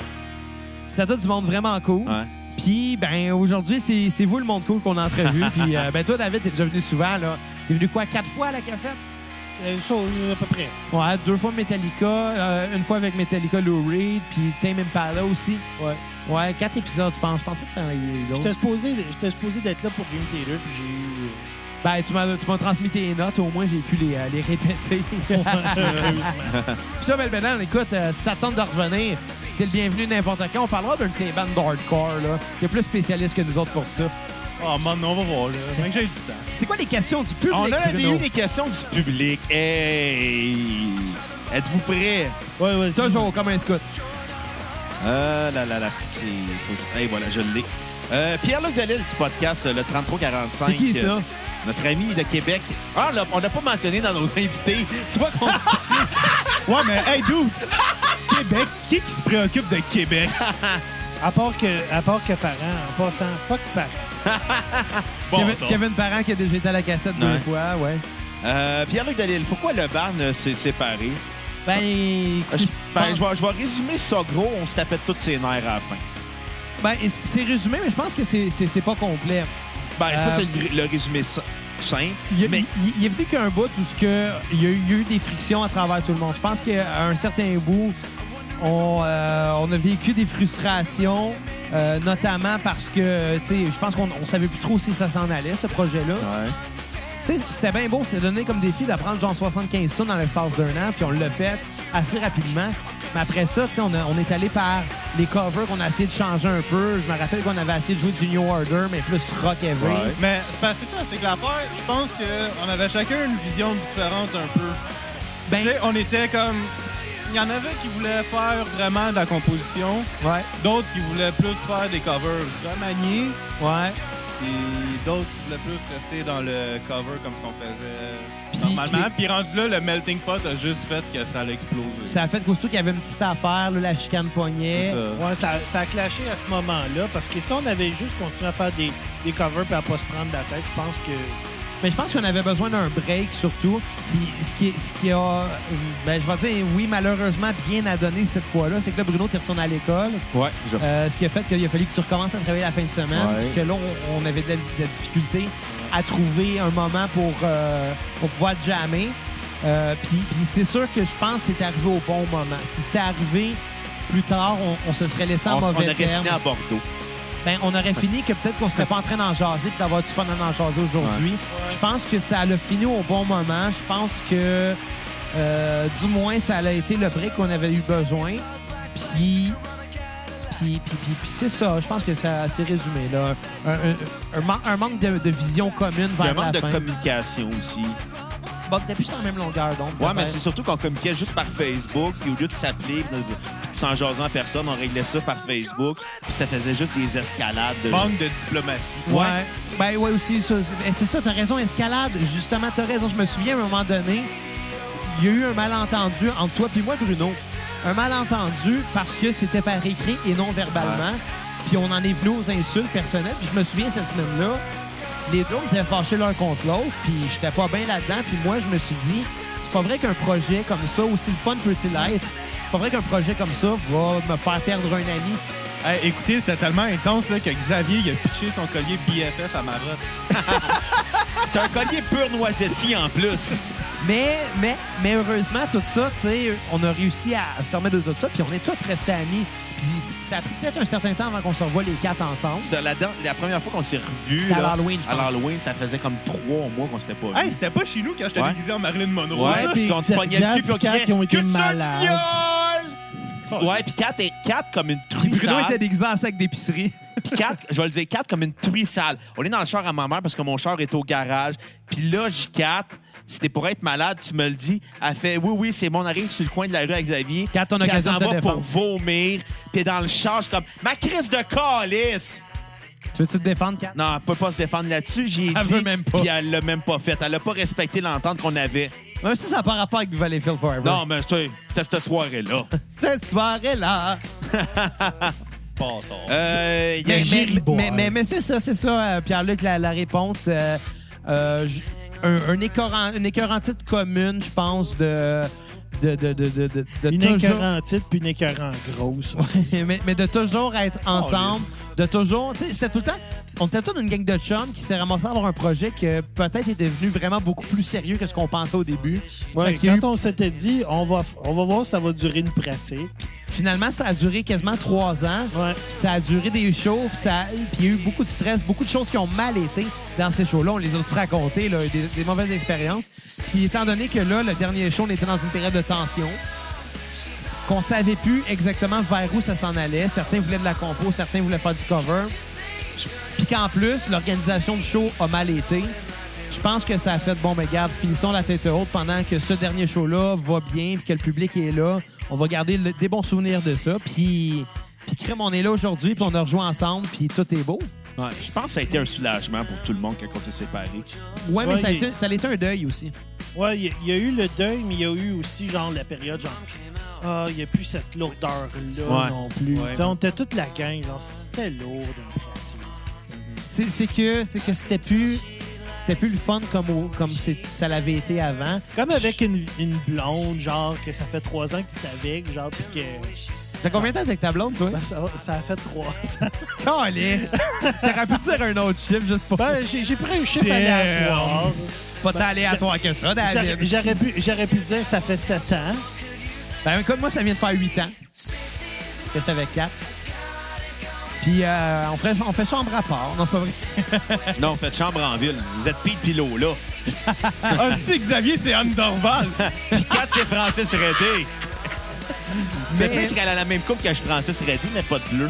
A: Ça tout du monde vraiment cool.
B: Ouais.
A: Puis, ben, aujourd'hui, c'est c'est vous le monde cool qu'on a entrevu. Puis, euh, ben, toi, David, t'es déjà venu souvent, là. T'es venu quoi, quatre fois à la cassette?
F: Euh, ça, euh, à peu près.
A: Ouais, deux fois Metallica, euh, une fois avec Metallica Lou Reed, puis Tame Impala aussi.
F: Ouais.
A: Ouais, quatre épisodes, je pense. Je pense pas que t'en as eu d'autres.
F: J'étais supposé, j'étais supposé d'être là pour Jimmy Taylor, puis j'ai eu.
A: Ben, tu m'as tu m'as transmis tes notes, au moins j'ai pu les, euh, les répéter. Puis ça, Belle Benan, écoute, euh, si ça tente de revenir, t'es le bienvenu n'importe quand. On parlera d'un de tes bandes d'hardcore, là. T'es plus spécialiste que nous autres pour ça.
E: Ah, man, on va voir, là. Fait que j'ai du temps.
A: C'est quoi les questions du public,
B: On a
A: Bruno?
B: eu des questions du public. Hey! Êtes-vous prêts?
F: Ouais, ouais, c'est-
A: Toujours comme un scout.
B: Euh, là, là, là, c'est que c'est. Hey, voilà, je l'ai. Euh, Pierre-Luc Delisle du podcast euh, Le 3345.
A: C'est qui, ça?
B: Euh, notre ami de Québec. Ah, on l'a- on l'a pas mentionné dans nos invités. Tu vois qu'on.
E: Ouais, mais hey, dude! Québec, qui qui se préoccupe de Québec?
F: À part que, à part que parents, en passant, fuck parents.
E: Bon,
A: Kevin,
E: donc.
A: Kevin Parent qui a déjà été à la cassette
B: Ouais.
A: deux fois, ouais.
B: Euh, Pierre-Luc Delisle, pourquoi le barn euh, s'est séparé?
A: Ben,
B: Euh,
A: je
B: Je, ben,
A: pense-
B: je vais, je vais résumer ça gros. On se tapait tous ses nerfs à la fin.
A: ben, c'est résumé, mais je pense que c'est- c'est c'est pas complet.
B: Ben, ça,
A: Euh,
B: c'est le, le résumé si- simple.
A: Il y a,
B: mais
A: il- il est venu qu'un bout où ce que, il, y a eu, il y a eu des frictions à travers tout le monde. Je pense qu'à un certain bout, on, euh, on a vécu des frustrations, euh, notamment parce que, tu sais, je pense qu'on on savait plus trop si ça s'en allait, ce projet-là. Tu sais, c'était bien beau, c'était donné comme défi d'apprendre genre 75 tonnes dans l'espace d'un an, puis on l'a fait assez rapidement. Mais après ça, tu sais, on, a- on est allé par les covers qu'on a essayé de changer un peu. Je me rappelle qu'on avait essayé de jouer du New Order, mais plus rock heavy.
B: Ouais.
E: Mais c'est parce que c'est ça, c'est que l'affaire, je pense qu'on avait chacun une vision différente un peu.
A: Ben,
E: Tu sais, on était comme. Il y en avait qui voulaient faire vraiment de la composition,
A: ouais,
E: d'autres qui voulaient plus faire des covers remaniés,
A: ouais.
E: puis d'autres qui voulaient plus rester dans le cover comme ce qu'on faisait
A: Puis
E: normalement.
A: que-
E: Puis rendu là, le melting pot a juste fait que ça allait exploser.
A: Ça a fait qu'aussitôt qu'il y avait une petite affaire, là, la chicane poignée.
E: C'est ça.
F: Ouais, ça, ça a clashé à ce moment-là, parce que si on avait juste continué à faire des, des covers et à pas se prendre la tête, je pense que
A: Mais je pense qu'on avait besoin d'un break surtout. Puis ce qui, ce qui a, euh, ben, je vais dire, oui, malheureusement, bien à donner cette fois-là, c'est que là, Bruno, t'es retourné à l'école.
B: Ouais, je-
A: Euh, ce qui a fait qu'il a fallu que tu recommences à travailler la fin de semaine.
B: Ouais.
A: Que là, on on avait de la, de la difficulté à trouver un moment pour, euh, pour pouvoir jammer. Euh, Puis puis c'est sûr que je pense que c'est arrivé au bon moment. Si c'était arrivé plus tard, on, on se serait laissé en
B: on, on
A: mauvais
B: aurait
A: terme.
B: fini à Bordeaux.
A: Ben, on aurait fini que peut-être qu'on serait pas en train d'en jaser puis d'avoir du fun à en jaser aujourd'hui. Je pense que ça l'a fini au bon moment. Je pense que euh, du moins ça a été le break qu'on avait eu besoin. Puis puis, puis, puis, puis c'est ça. Je pense que ça c'est résumé là. Un, un- un man- un manque de, de vision commune
B: Il
A: vers
B: y a un manque
A: la
B: de
A: fin.
B: communication aussi.
A: Bon, t'es plus sur la même longueur donc.
B: Ouais, mais
A: peut-être.
B: c'est surtout qu'on communiquait juste par Facebook, puis au lieu de s'appeler, puis de- puis de s'en jaser en personne, on réglait ça par Facebook, puis ça faisait juste des escalades. de-
E: Manque de diplomatie.
A: Ouais. Ben ouais aussi, ça, c'est ben, c'est ça, t'as raison, escalade. Justement, t'as raison. Je me souviens à un moment donné, il y a eu un malentendu entre toi et moi, Bruno. Un malentendu parce que c'était par écrit et non verbalement. Puis on en est venu aux insultes personnelles. Puis je me souviens cette semaine-là, les deux on était fâchés l'un contre l'autre. Puis j'étais pas bien là-dedans. Puis moi, je me suis dit, c'est pas vrai qu'un projet comme ça, aussi le fun peut-il être, c'est pas vrai qu'un projet comme ça va me faire perdre un ami.
E: Hey, écoutez, c'était tellement intense là, que Xavier il a pitché son collier BFF à Marotte.
B: C'est un collier pur noisettier en plus.
A: Mais, mais, mais heureusement, tout ça, tu sais, on a réussi à se remettre de tout ça, puis on est tous restés amis. Puis c- ça a pris peut-être un certain temps avant qu'on se revoie les quatre ensemble.
B: C'était la, dan- la première fois qu'on s'est revus.
A: C'était à
B: là,
A: l'Halloween, je
B: À
A: pense.
B: l'Halloween, ça faisait comme trois mois qu'on s'était pas vus.
E: Hey, c'était pas chez nous quand j'étais
B: Ouais.
E: déguisé en Marilyn Monroe.
B: ouais,
E: ça.
B: puis
F: puis
B: qu'on se pognait le cul, puis on
F: Kat,
B: criait,
F: qui ont été
B: Culture du
F: malades.
B: viol! Ouais, puis 4 et 4 comme une truie sale.
A: déguisé en sac d'épicerie.
B: Puis quatre, je vais le dire, 4 comme une truie sale. On est dans le char à ma mère parce que mon char est au garage. Puis là, j'ai 4. C'était pour être malade, tu me le dis. Elle fait Oui, oui, c'est bon, on arrive sur le coin de la rue avec Xavier.
A: Kat, on a
B: Puis elle
A: occasion
B: s'en
A: de te
B: va pour
A: défendre.
B: vomir. Puis dans le char, je suis comme Ma crise de calice!
A: Tu veux-tu te défendre, Kat?
B: Non, elle peut pas se défendre là-dessus. J'ai dit.
A: Elle veut même pas.
B: Puis elle l'a même pas fait. Elle a pas respecté l'entente qu'on avait.
A: Même si ça n'a pas rapport avec Valleyfield Forever.
B: Non, mais c'est- c'était cette soirée-là.
A: Cette soirée-là.
B: Euh, il y a-
A: Mais, mais,
F: Jerry Boy.
A: mais, mais- mais c'est ça, c'est ça, euh, Pierre-Luc, la, la réponse. euh, euh, j- un, un écœurant- une écœurantite commune, je pense, de... De, de, de, de, de, de
F: Une
A: toujours-
F: écœurantite puis une écœurante grosse.
A: mais, mais de toujours être
F: Oh,
A: ensemble, de toujours. Tu sais, c'était tout le temps. On était tous une gang de chums qui s'est ramassé à avoir un projet que peut-être était devenu vraiment beaucoup plus sérieux que ce qu'on pensait au début. Fait
F: Ouais,
A: qu'il y a eu-
F: quand on s'était dit, on va, on va voir, ça va durer une pratique.
A: Finalement, ça a duré quasiment trois ans.
F: Ouais.
A: Puis Ça a duré des shows, puis ça- puis il y a eu beaucoup de stress, beaucoup de choses qui ont mal été dans ces shows-là. On les a tous racontées, là, des, des mauvaises expériences. Puis étant donné que là, le dernier show, on était dans une période de tension, qu'on savait plus exactement vers où ça s'en allait. Certains voulaient de la compo, certains voulaient faire du cover. Puis qu'en plus, l'organisation du show a mal été. Je pense que ça a fait bon, mais garde, finissons la tête haute pendant que ce dernier show-là va bien, puis que le public est là. On va garder le- des bons souvenirs de ça. Puis, puis crème, on est là aujourd'hui, puis on a rejoint ensemble, puis tout est beau.
B: Ouais, je pense que ça a été un soulagement pour tout le monde quand on s'est séparés.
A: Ouais, mais
F: Ouais,
A: ça a,
F: il-
A: été, ça a été un deuil aussi.
F: Ouais, il y, il y a eu le deuil, mais il y a eu aussi, genre, la période, genre, ah, il n'y a plus cette lourdeur-là
B: Ouais.
F: non plus.
B: Ouais.
F: Tu sais, On était toute la gang, genre, c'était lourd, une pratique.
A: C'est c'est que c'est que c'était plus c'était plus le fun comme au- comme c'est- ça l'avait été avant.
F: Comme avec une, une blonde, genre, que ça fait trois ans que tu es avec, genre, puis que
A: T'as combien de temps avec ta blonde, toi?
F: ça, ça- ça a fait trois ans.
A: Calais! T'aurais pu dire un autre chiffre juste pour
F: Ben, j'ai j'ai pris un chiffre à
E: Damn.
F: la soirée.
A: pas tant aléatoire que ça,
F: J'aurais-
A: David.
F: J'aurais pu, j'aurais pu dire ça fait sept ans.
A: Ben, écoute, moi, ça vient de faire 8 ans que j'étais avec 4. Puis, euh, on, fait, on fait ça en rapport. Non, c'est pas vrai.
B: Non, faites chambre en ville. Vous êtes Pete Pilot, là.
E: Ah, c'est-tu, Xavier, c'est Anne Dorval.
B: Puis quand c'est Francis Reddy. C'est
A: Mais-
B: plus qu'elle a la même coupe que Francis Reddy, mais pas de bleu.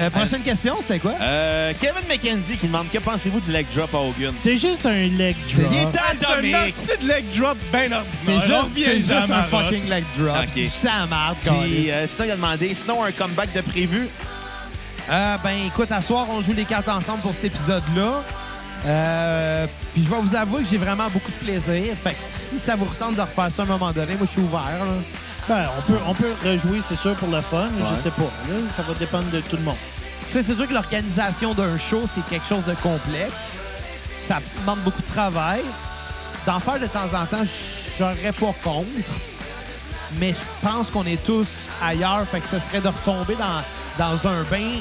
A: Euh, prochaine question, c'était quoi?
B: Euh, Kevin McKenzie qui demande Que pensez-vous du leg drop à Hogan
F: C'est juste un leg drop.
A: Il est
E: C'est un petit leg drop bien ordinaire.
A: C'est
E: On
A: juste,
E: revient
A: c'est juste
E: à
A: un
E: Marotte.
A: fucking leg drop.
B: Ok.
A: C'est ça la marde,
B: Puis
A: câlisse.
B: euh, sinon, il a demandé Sinon, un comeback de prévu.
A: Euh, ben, écoute, à soir, on joue les cartes ensemble pour cet épisode-là. Euh, puis je vais vous avouer que j'ai vraiment beaucoup de plaisir. Fait que si ça vous retente de refaire ça à un moment donné, moi, je suis ouvert. là.
F: Ben, on, peut, on peut rejouer, c'est sûr, pour le fun, mais je sais pas. là, ça va dépendre de tout le monde.
A: Tu sais, c'est sûr que l'organisation d'un show, c'est quelque chose de complexe. ça demande beaucoup de travail. D'en faire de temps en temps, j'aurais pas contre. Mais je pense qu'on est tous ailleurs. Fait que ce serait de retomber dans, dans un bain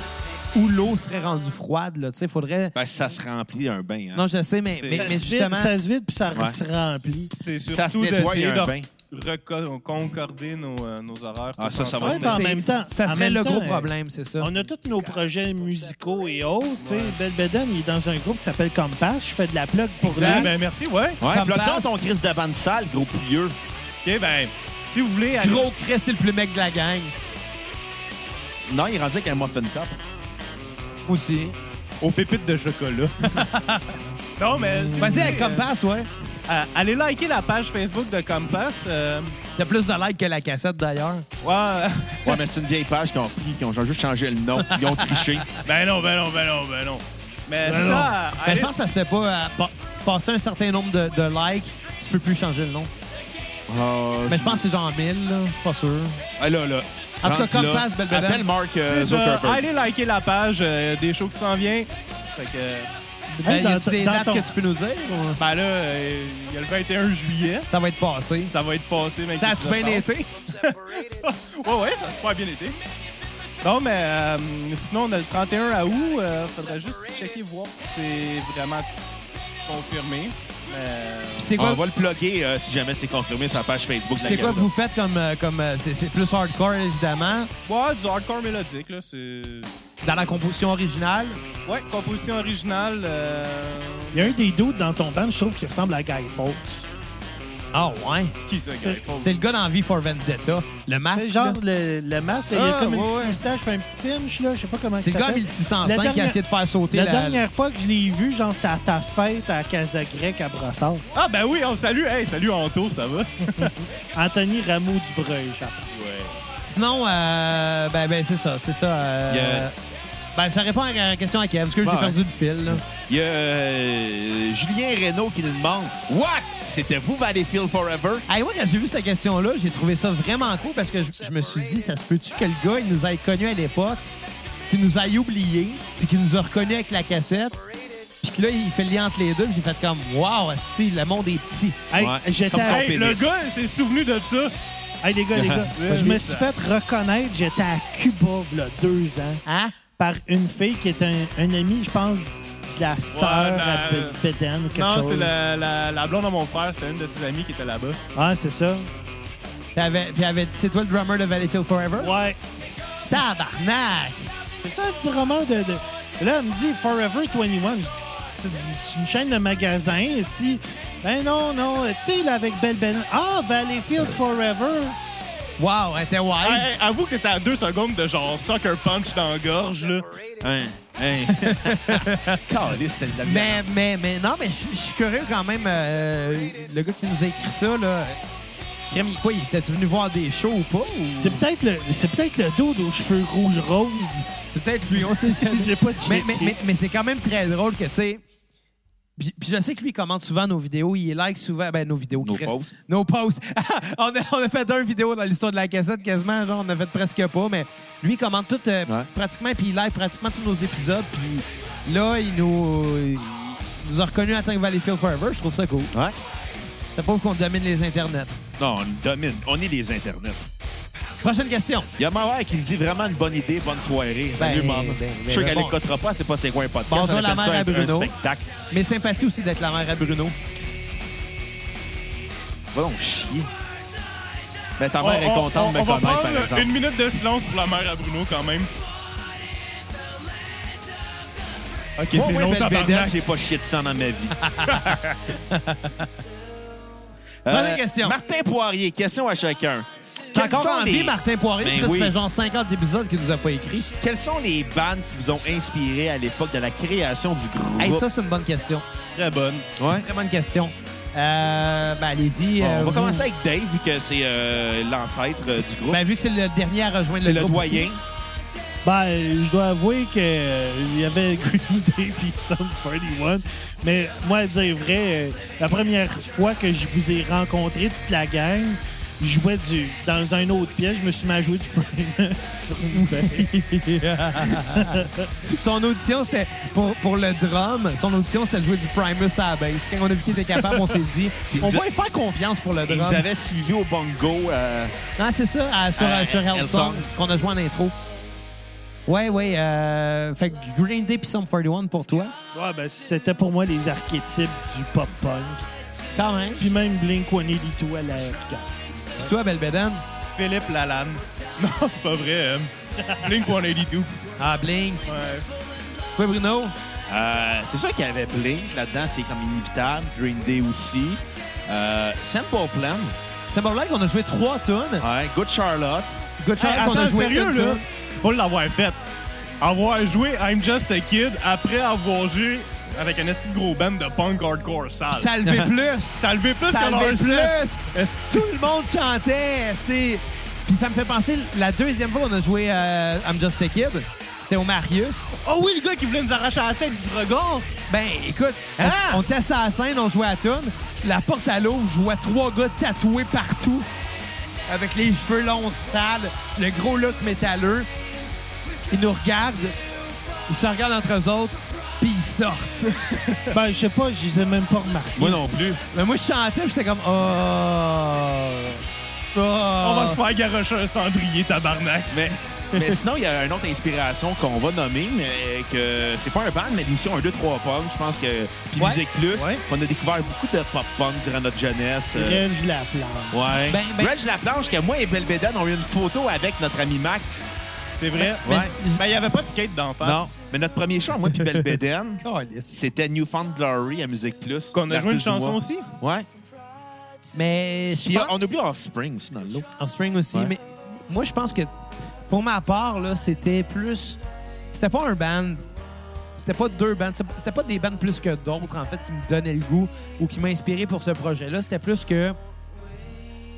A: où l'eau serait rendue froide. Là. Tu sais, faudrait...
B: Ben, ça se remplit un bain. Hein?
A: Non, je sais, mais,
E: C'est-
A: mais,
E: Ça
A: mais
F: se vide-
A: justement...
F: ça se vide puis ça
B: Ouais.
F: se remplit.
E: C'est
B: Ça se
E: surtout
B: nettoie, il y
E: d'essayer
B: a
E: de
B: un bain.
E: reco- concorder nos, euh, nos horaires.
B: Ah, ça, ça va
F: Ouais,
B: se
F: mais en
A: c'est-
F: même temps-
A: Ça
F: en
A: serait
F: même
A: le
F: temps,
A: gros
F: euh,
A: problème, c'est ça.
F: On a tous nos projets musicaux et autres. tu sais. Belle Beden, il est dans un groupe qui s'appelle Compass. Je fais de la plug pour lui.
E: Ouais, ben merci, ouais.
B: Ouais,
A: Ça
B: bloque donc
A: passe.
B: ton crise de bande sale, gros pouilleux.
E: OK, ben, si vous voulez... aller-
A: Gros Chris, c'est le plus mec de la gang.
B: Non, il est rendu avec un muffin top.
A: Aussi.
E: aux pépites de chocolat. non, mais... si vous
A: Vas-y,
E: voulez,
A: avec Compass, ouais.
E: euh, euh, allez liker la page Facebook de Compass. euh,
A: T'as plus de likes que la cassette, d'ailleurs.
E: ouais.
B: Ouais, mais c'est une vieille page qu'ils ont pris, qu'ils ont juste changé le nom. Ils ont triché.
E: ben non, ben non, ben non, ben non. Mais
A: Ben
E: c'est
A: non.
E: ça,
A: Mais
E: allez-
A: je pense que ça se fait pas. euh, pa- passer un certain nombre de, de likes, tu peux plus changer le nom.
B: Euh,
A: Mais je pense que c'est genre 1000, là. Je suis pas sûr.
B: ah, là, là.
A: En tout cas,
B: Rendu
A: comme
B: là.
A: passe, belle bedaine.
B: Appelle Mark euh,
E: c'est ça,
B: Zuckerberg.
E: allez liker la page euh, des shows qui s'en viennent. Fait que,
A: Ben,
F: Hey,
A: y
F: dans-
A: a-tu des
F: dans
A: dates
F: ton-
A: que tu peux nous dire? ou-
E: ben là, euh, il y a le 21 juillet.
A: Ça va être passé.
E: Ça va être passé, mec.
A: Ça a-tu bien été?
E: Ouais, ouais, ça a super bien été. Non, mais euh, sinon, on a le 31 à août. euh, faudrait juste checker, voir si c'est vraiment confirmé. Euh,
A: Puis C'est
B: On
A: quoi,
B: va le plugger euh, si jamais c'est confirmé sur la page Facebook de la
A: c'est quoi que
B: Gazette.
A: vous faites comme. euh, comme euh, c'est c'est plus hardcore, évidemment,
E: ouais, du hardcore mélodique, là, c'est...
A: dans la composition originale.
E: Ouais, composition originale. euh,
F: Il y a un des doutes dans ton band, je trouve, qui ressemble à Guy Fawkes.
A: Ah, ouais.
E: C'est qui, ça, Guy Fawkes?
A: C'est le gars dans V for Vendetta. Le masque.
F: Ah, C'est genre
A: là.
F: le, le masque, là, il y a
E: Ah,
F: comme une
E: ouais,
F: petite
E: ouais.
F: moustache puis un petit pinch, là. Je sais pas comment
A: C'est
F: ça
A: le gars en
F: s'appelle.
A: 1605
F: La
A: qui a
F: dernière-
A: essayé de faire sauter
F: La
A: la.
F: dernière fois que je l'ai vu, genre, c'était à ta fête à Casa Grecque à Brossard.
E: Ah, ben oui, on salue. Hey, salut Anto, ça va?
F: Anthony Rameau Dubreuil, je pense.
A: Sinon, euh, ben, ben c'est ça, c'est ça. euh,
B: Yeah.
A: Ben, ça répond à la question à Kev, parce que
B: Ouais.
A: j'ai perdu le fil. là.
B: Il y a euh, Julien Reynaud qui nous demande What? C'était vous Valleyfield Forever?
A: Hey, moi, quand j'ai vu cette question-là, j'ai trouvé ça vraiment cool parce que je, je me suis dit, ça se peut-tu que le gars, il nous ait connus à l'époque, qu'il nous ait oubliés, puis qu'il nous a reconnus avec la cassette, puis que là, il fait le lien entre les deux, puis j'ai fait comme, wow, asti, le monde est petit.
F: Hey,
B: Ouais,
F: j'étais
B: comme
F: à-
B: ton
E: Hey, le
B: pénis.
E: gars s'est souvenu de ça.
F: Hey, les gars, les gars, je me suis fait reconnaître, j'étais à Cuba, là, deux ans,
A: Hein?
F: par une fille qui est un, un ami, je pense, de la sœur
E: ben,
F: à Be-
E: euh,
F: Beden ou quelque
E: Non,
F: chose.
E: c'est la, la, la blonde à mon frère. C'était une de ses amies qui était là-bas.
F: Ah, c'est ça.
A: Puis elle avait, puis elle avait dit, c'est toi le drummer de Valleyfield Forever?
F: Ouais.
A: Tabarnak!
F: C'est un vraiment de, de- Là, elle me dit Forever 21. Je dis, C'est une- c'est une chaîne de magasins, ici. Ben non, non. Tu sais, là, avec Belle Ben. Ah, Valleyfield Forever.
A: Wow, elle était wise.
E: Hey, hey, avoue que t'étais à deux secondes de genre soccer punch dans la gorge, là.
B: Hein? Hein? Caliste, c'était de la merde.
A: Mais, mais, mais non, mais je je suis curieux quand même. euh, le gars qui nous a écrit ça, là. Crème, il- quoi, il était venu voir des shows ou pas? ou-
F: C'est peut-être le, c'est peut-être le dos aux cheveux rouges roses.
A: C'est peut-être lui, on sait jamais.
F: J'ai pas checké.
A: Mais, mais, mais, mais c'est quand même très drôle que, tu sais. Puis puis je sais que lui, il commente souvent nos vidéos, il like souvent. Ben, nos vidéos,
B: Nos
A: Chris.
B: posts.
A: Nos posts. on, a, on a fait un vidéo dans l'histoire de la cassette quasiment, genre, on a fait presque pas, mais lui, il commente tout, euh,
B: Ouais.
A: pratiquement, puis il like pratiquement tous nos épisodes, puis là, il nous. il nous a reconnus en tant que Valleyfield Forever, je trouve ça cool.
B: Ouais?
A: C'est pas qu'on domine les internets.
B: Non, on domine. On est les internets.
A: Prochaine question.
B: Il y a ma mère qui me dit vraiment une bonne idée, bonne soirée. Salut,
A: Ben,
B: maman.
A: ben,
B: Je suis
A: ben,
B: qu'elle
A: bon.
B: n'écoutera pas, c'est pas c'est quoi un podcast.
A: Bonjour,
B: on appelle
A: la mère
B: ça
A: à
B: un-
A: Bruno.
B: un spectacle.
A: Mes sympathies aussi d'être la mère à Bruno.
B: Va donc chier. Mais Ben, ta
E: On,
B: mère est
E: on-
B: contente de
E: on-
B: me
E: on va
B: connaître, par
E: prendre
B: exemple.
E: une minute de silence pour la mère à Bruno, quand même. OK,
B: Moi,
E: c'est
B: ouais,
E: long,
B: belle
E: tabarnak.
B: bédette, j'ai pas chié de sang dans ma vie. Euh,
A: Bonne question.
B: Martin Poirier, question à chacun.
A: T'es
B: Quels
A: encore
B: sont
A: en
B: les-
A: vie, Martin Poirier.
B: Ben
A: Chris,
B: oui.
A: Ça fait genre 50 épisodes qu'il nous a pas écrit.
B: Quelles sont les bandes qui vous ont inspiré à l'époque de la création du groupe?
A: Hey, ça, c'est une bonne question.
E: Très bonne.
B: Ouais.
A: Très bonne question. Euh, ben, allez-y.
B: Bon,
A: euh,
B: on va
A: vous-
B: commencer avec Dave, vu que c'est euh, l'ancêtre euh, du groupe.
A: Ben, vu que c'est le dernier à rejoindre
B: c'est
A: le
B: le
A: groupe
B: doyen.
A: aussi.
F: Ben, je dois avouer que euh, il y avait Green Day puis Sum 41. Mais moi, à dire vrai, euh, la première fois que je vous ai rencontré toute la gang, je jouais du, dans un autre pièce, je me suis mis à jouer du Primus sur une paille.
A: Son audition, c'était pour, pour le drum. Son audition, c'était de jouer du Primus à la bass. Quand on a vu qu'il était capable, on s'est dit, on va lui faire confiance pour le
B: Ils
A: drum.
B: avaient suivi au bongo. euh,
A: Ah, c'est ça, à- sur,
B: Euh,
A: sur Hellsong,
B: Hellsong.
A: qu'on a joué en intro. Ouais, ouais. euh, fait que Green Day puis Sum 41 pour toi.
F: Ouais, ben, c'était pour moi les archétypes du pop-punk.
A: Quand même.
F: Puis même Blink-182 à la R4.
A: Puis toi, Belbeden?
E: Philippe Lalanne. Non, c'est pas vrai. Blink 182.
A: Ah, Blink.
E: Ouais.
A: Oui, Bruno?
B: euh, c'est sûr qu'il y avait Blink là-dedans, c'est comme inévitable. Green Day aussi. Euh, Simple Plan.
A: C'est bon là qu'on a joué trois tonnes.
B: Ouais, Good Charlotte.
A: Good Charlotte,
E: Ah. Hey,
A: qu'on a
E: attends,
A: joué
E: sérieux,
A: une
E: là?
A: toune.
E: Faut l'avoir fait. Avoir joué I'm Just a Kid après avoir joué avec un esti de gros band de punk hardcore sale.
A: Ça levait plus.
E: Ça a levé plus
A: Ça
E: que leur
A: levait
E: set.
A: plus.
E: Esti-
A: Tout le monde chantait. c'est- Puis ça me fait penser, la deuxième fois qu'on a joué euh, I'm Just a Kid, c'était au Marius.
E: Oh oui, le gars qui voulait nous arracher la tête du regard.
A: Ben, écoute,
E: Hein?
A: on- on était sur la scène, on jouait à tune. La porte à l'eau, je vois trois gars tatoués partout, avec les cheveux longs sales, le gros look métalleux. Ils nous regardent, ils se regardent entre eux autres, puis ils sortent.
F: Ben, je sais pas, je les ai même pas remarqués.
B: Moi non plus.
A: Mais moi, je chantais, puis j'étais comme « Oh! Oh! »
E: On va se faire garocher un cendrier, tabarnak.
B: Mais, mais sinon, il y a une autre inspiration qu'on va nommer, mais que c'est pas un band, mais l'émission 1, 2, 3 Punk. Je pense que puis
A: Ouais.
B: Musique Plus,
A: Ouais.
B: on a découvert beaucoup de pop-punk durant notre jeunesse. euh,
F: Rêve, je la plante.
B: Ouais.
A: Ben, ben-
B: Reg Laplanche, que moi et Belvedere ont eu une photo avec notre ami Mac.
E: C'est vrai.
B: Ouais.
E: Ben, il n'y avait pas de skate d'en face.
B: Non, mais notre premier chant, moi puis Belvedere,
A: Calisse.
B: c'était Newfound Glory à Musique Plus.
E: Qu'on a joué
B: L'artiste
E: une
B: du
E: chanson
B: mois.
E: aussi.
B: Ouais.
A: Mais je
B: Puis
A: pense...
B: on oublie Offspring aussi dans le lot.
A: En spring aussi,
B: Ouais.
A: mais moi, je pense que pour ma part, là, c'était plus... C'était pas un band... C'était pas deux bands. C'était pas- C'était pas des bands plus que d'autres, en fait, qui me donnaient le goût ou qui m'inspiraient pour ce projet-là. C'était plus que...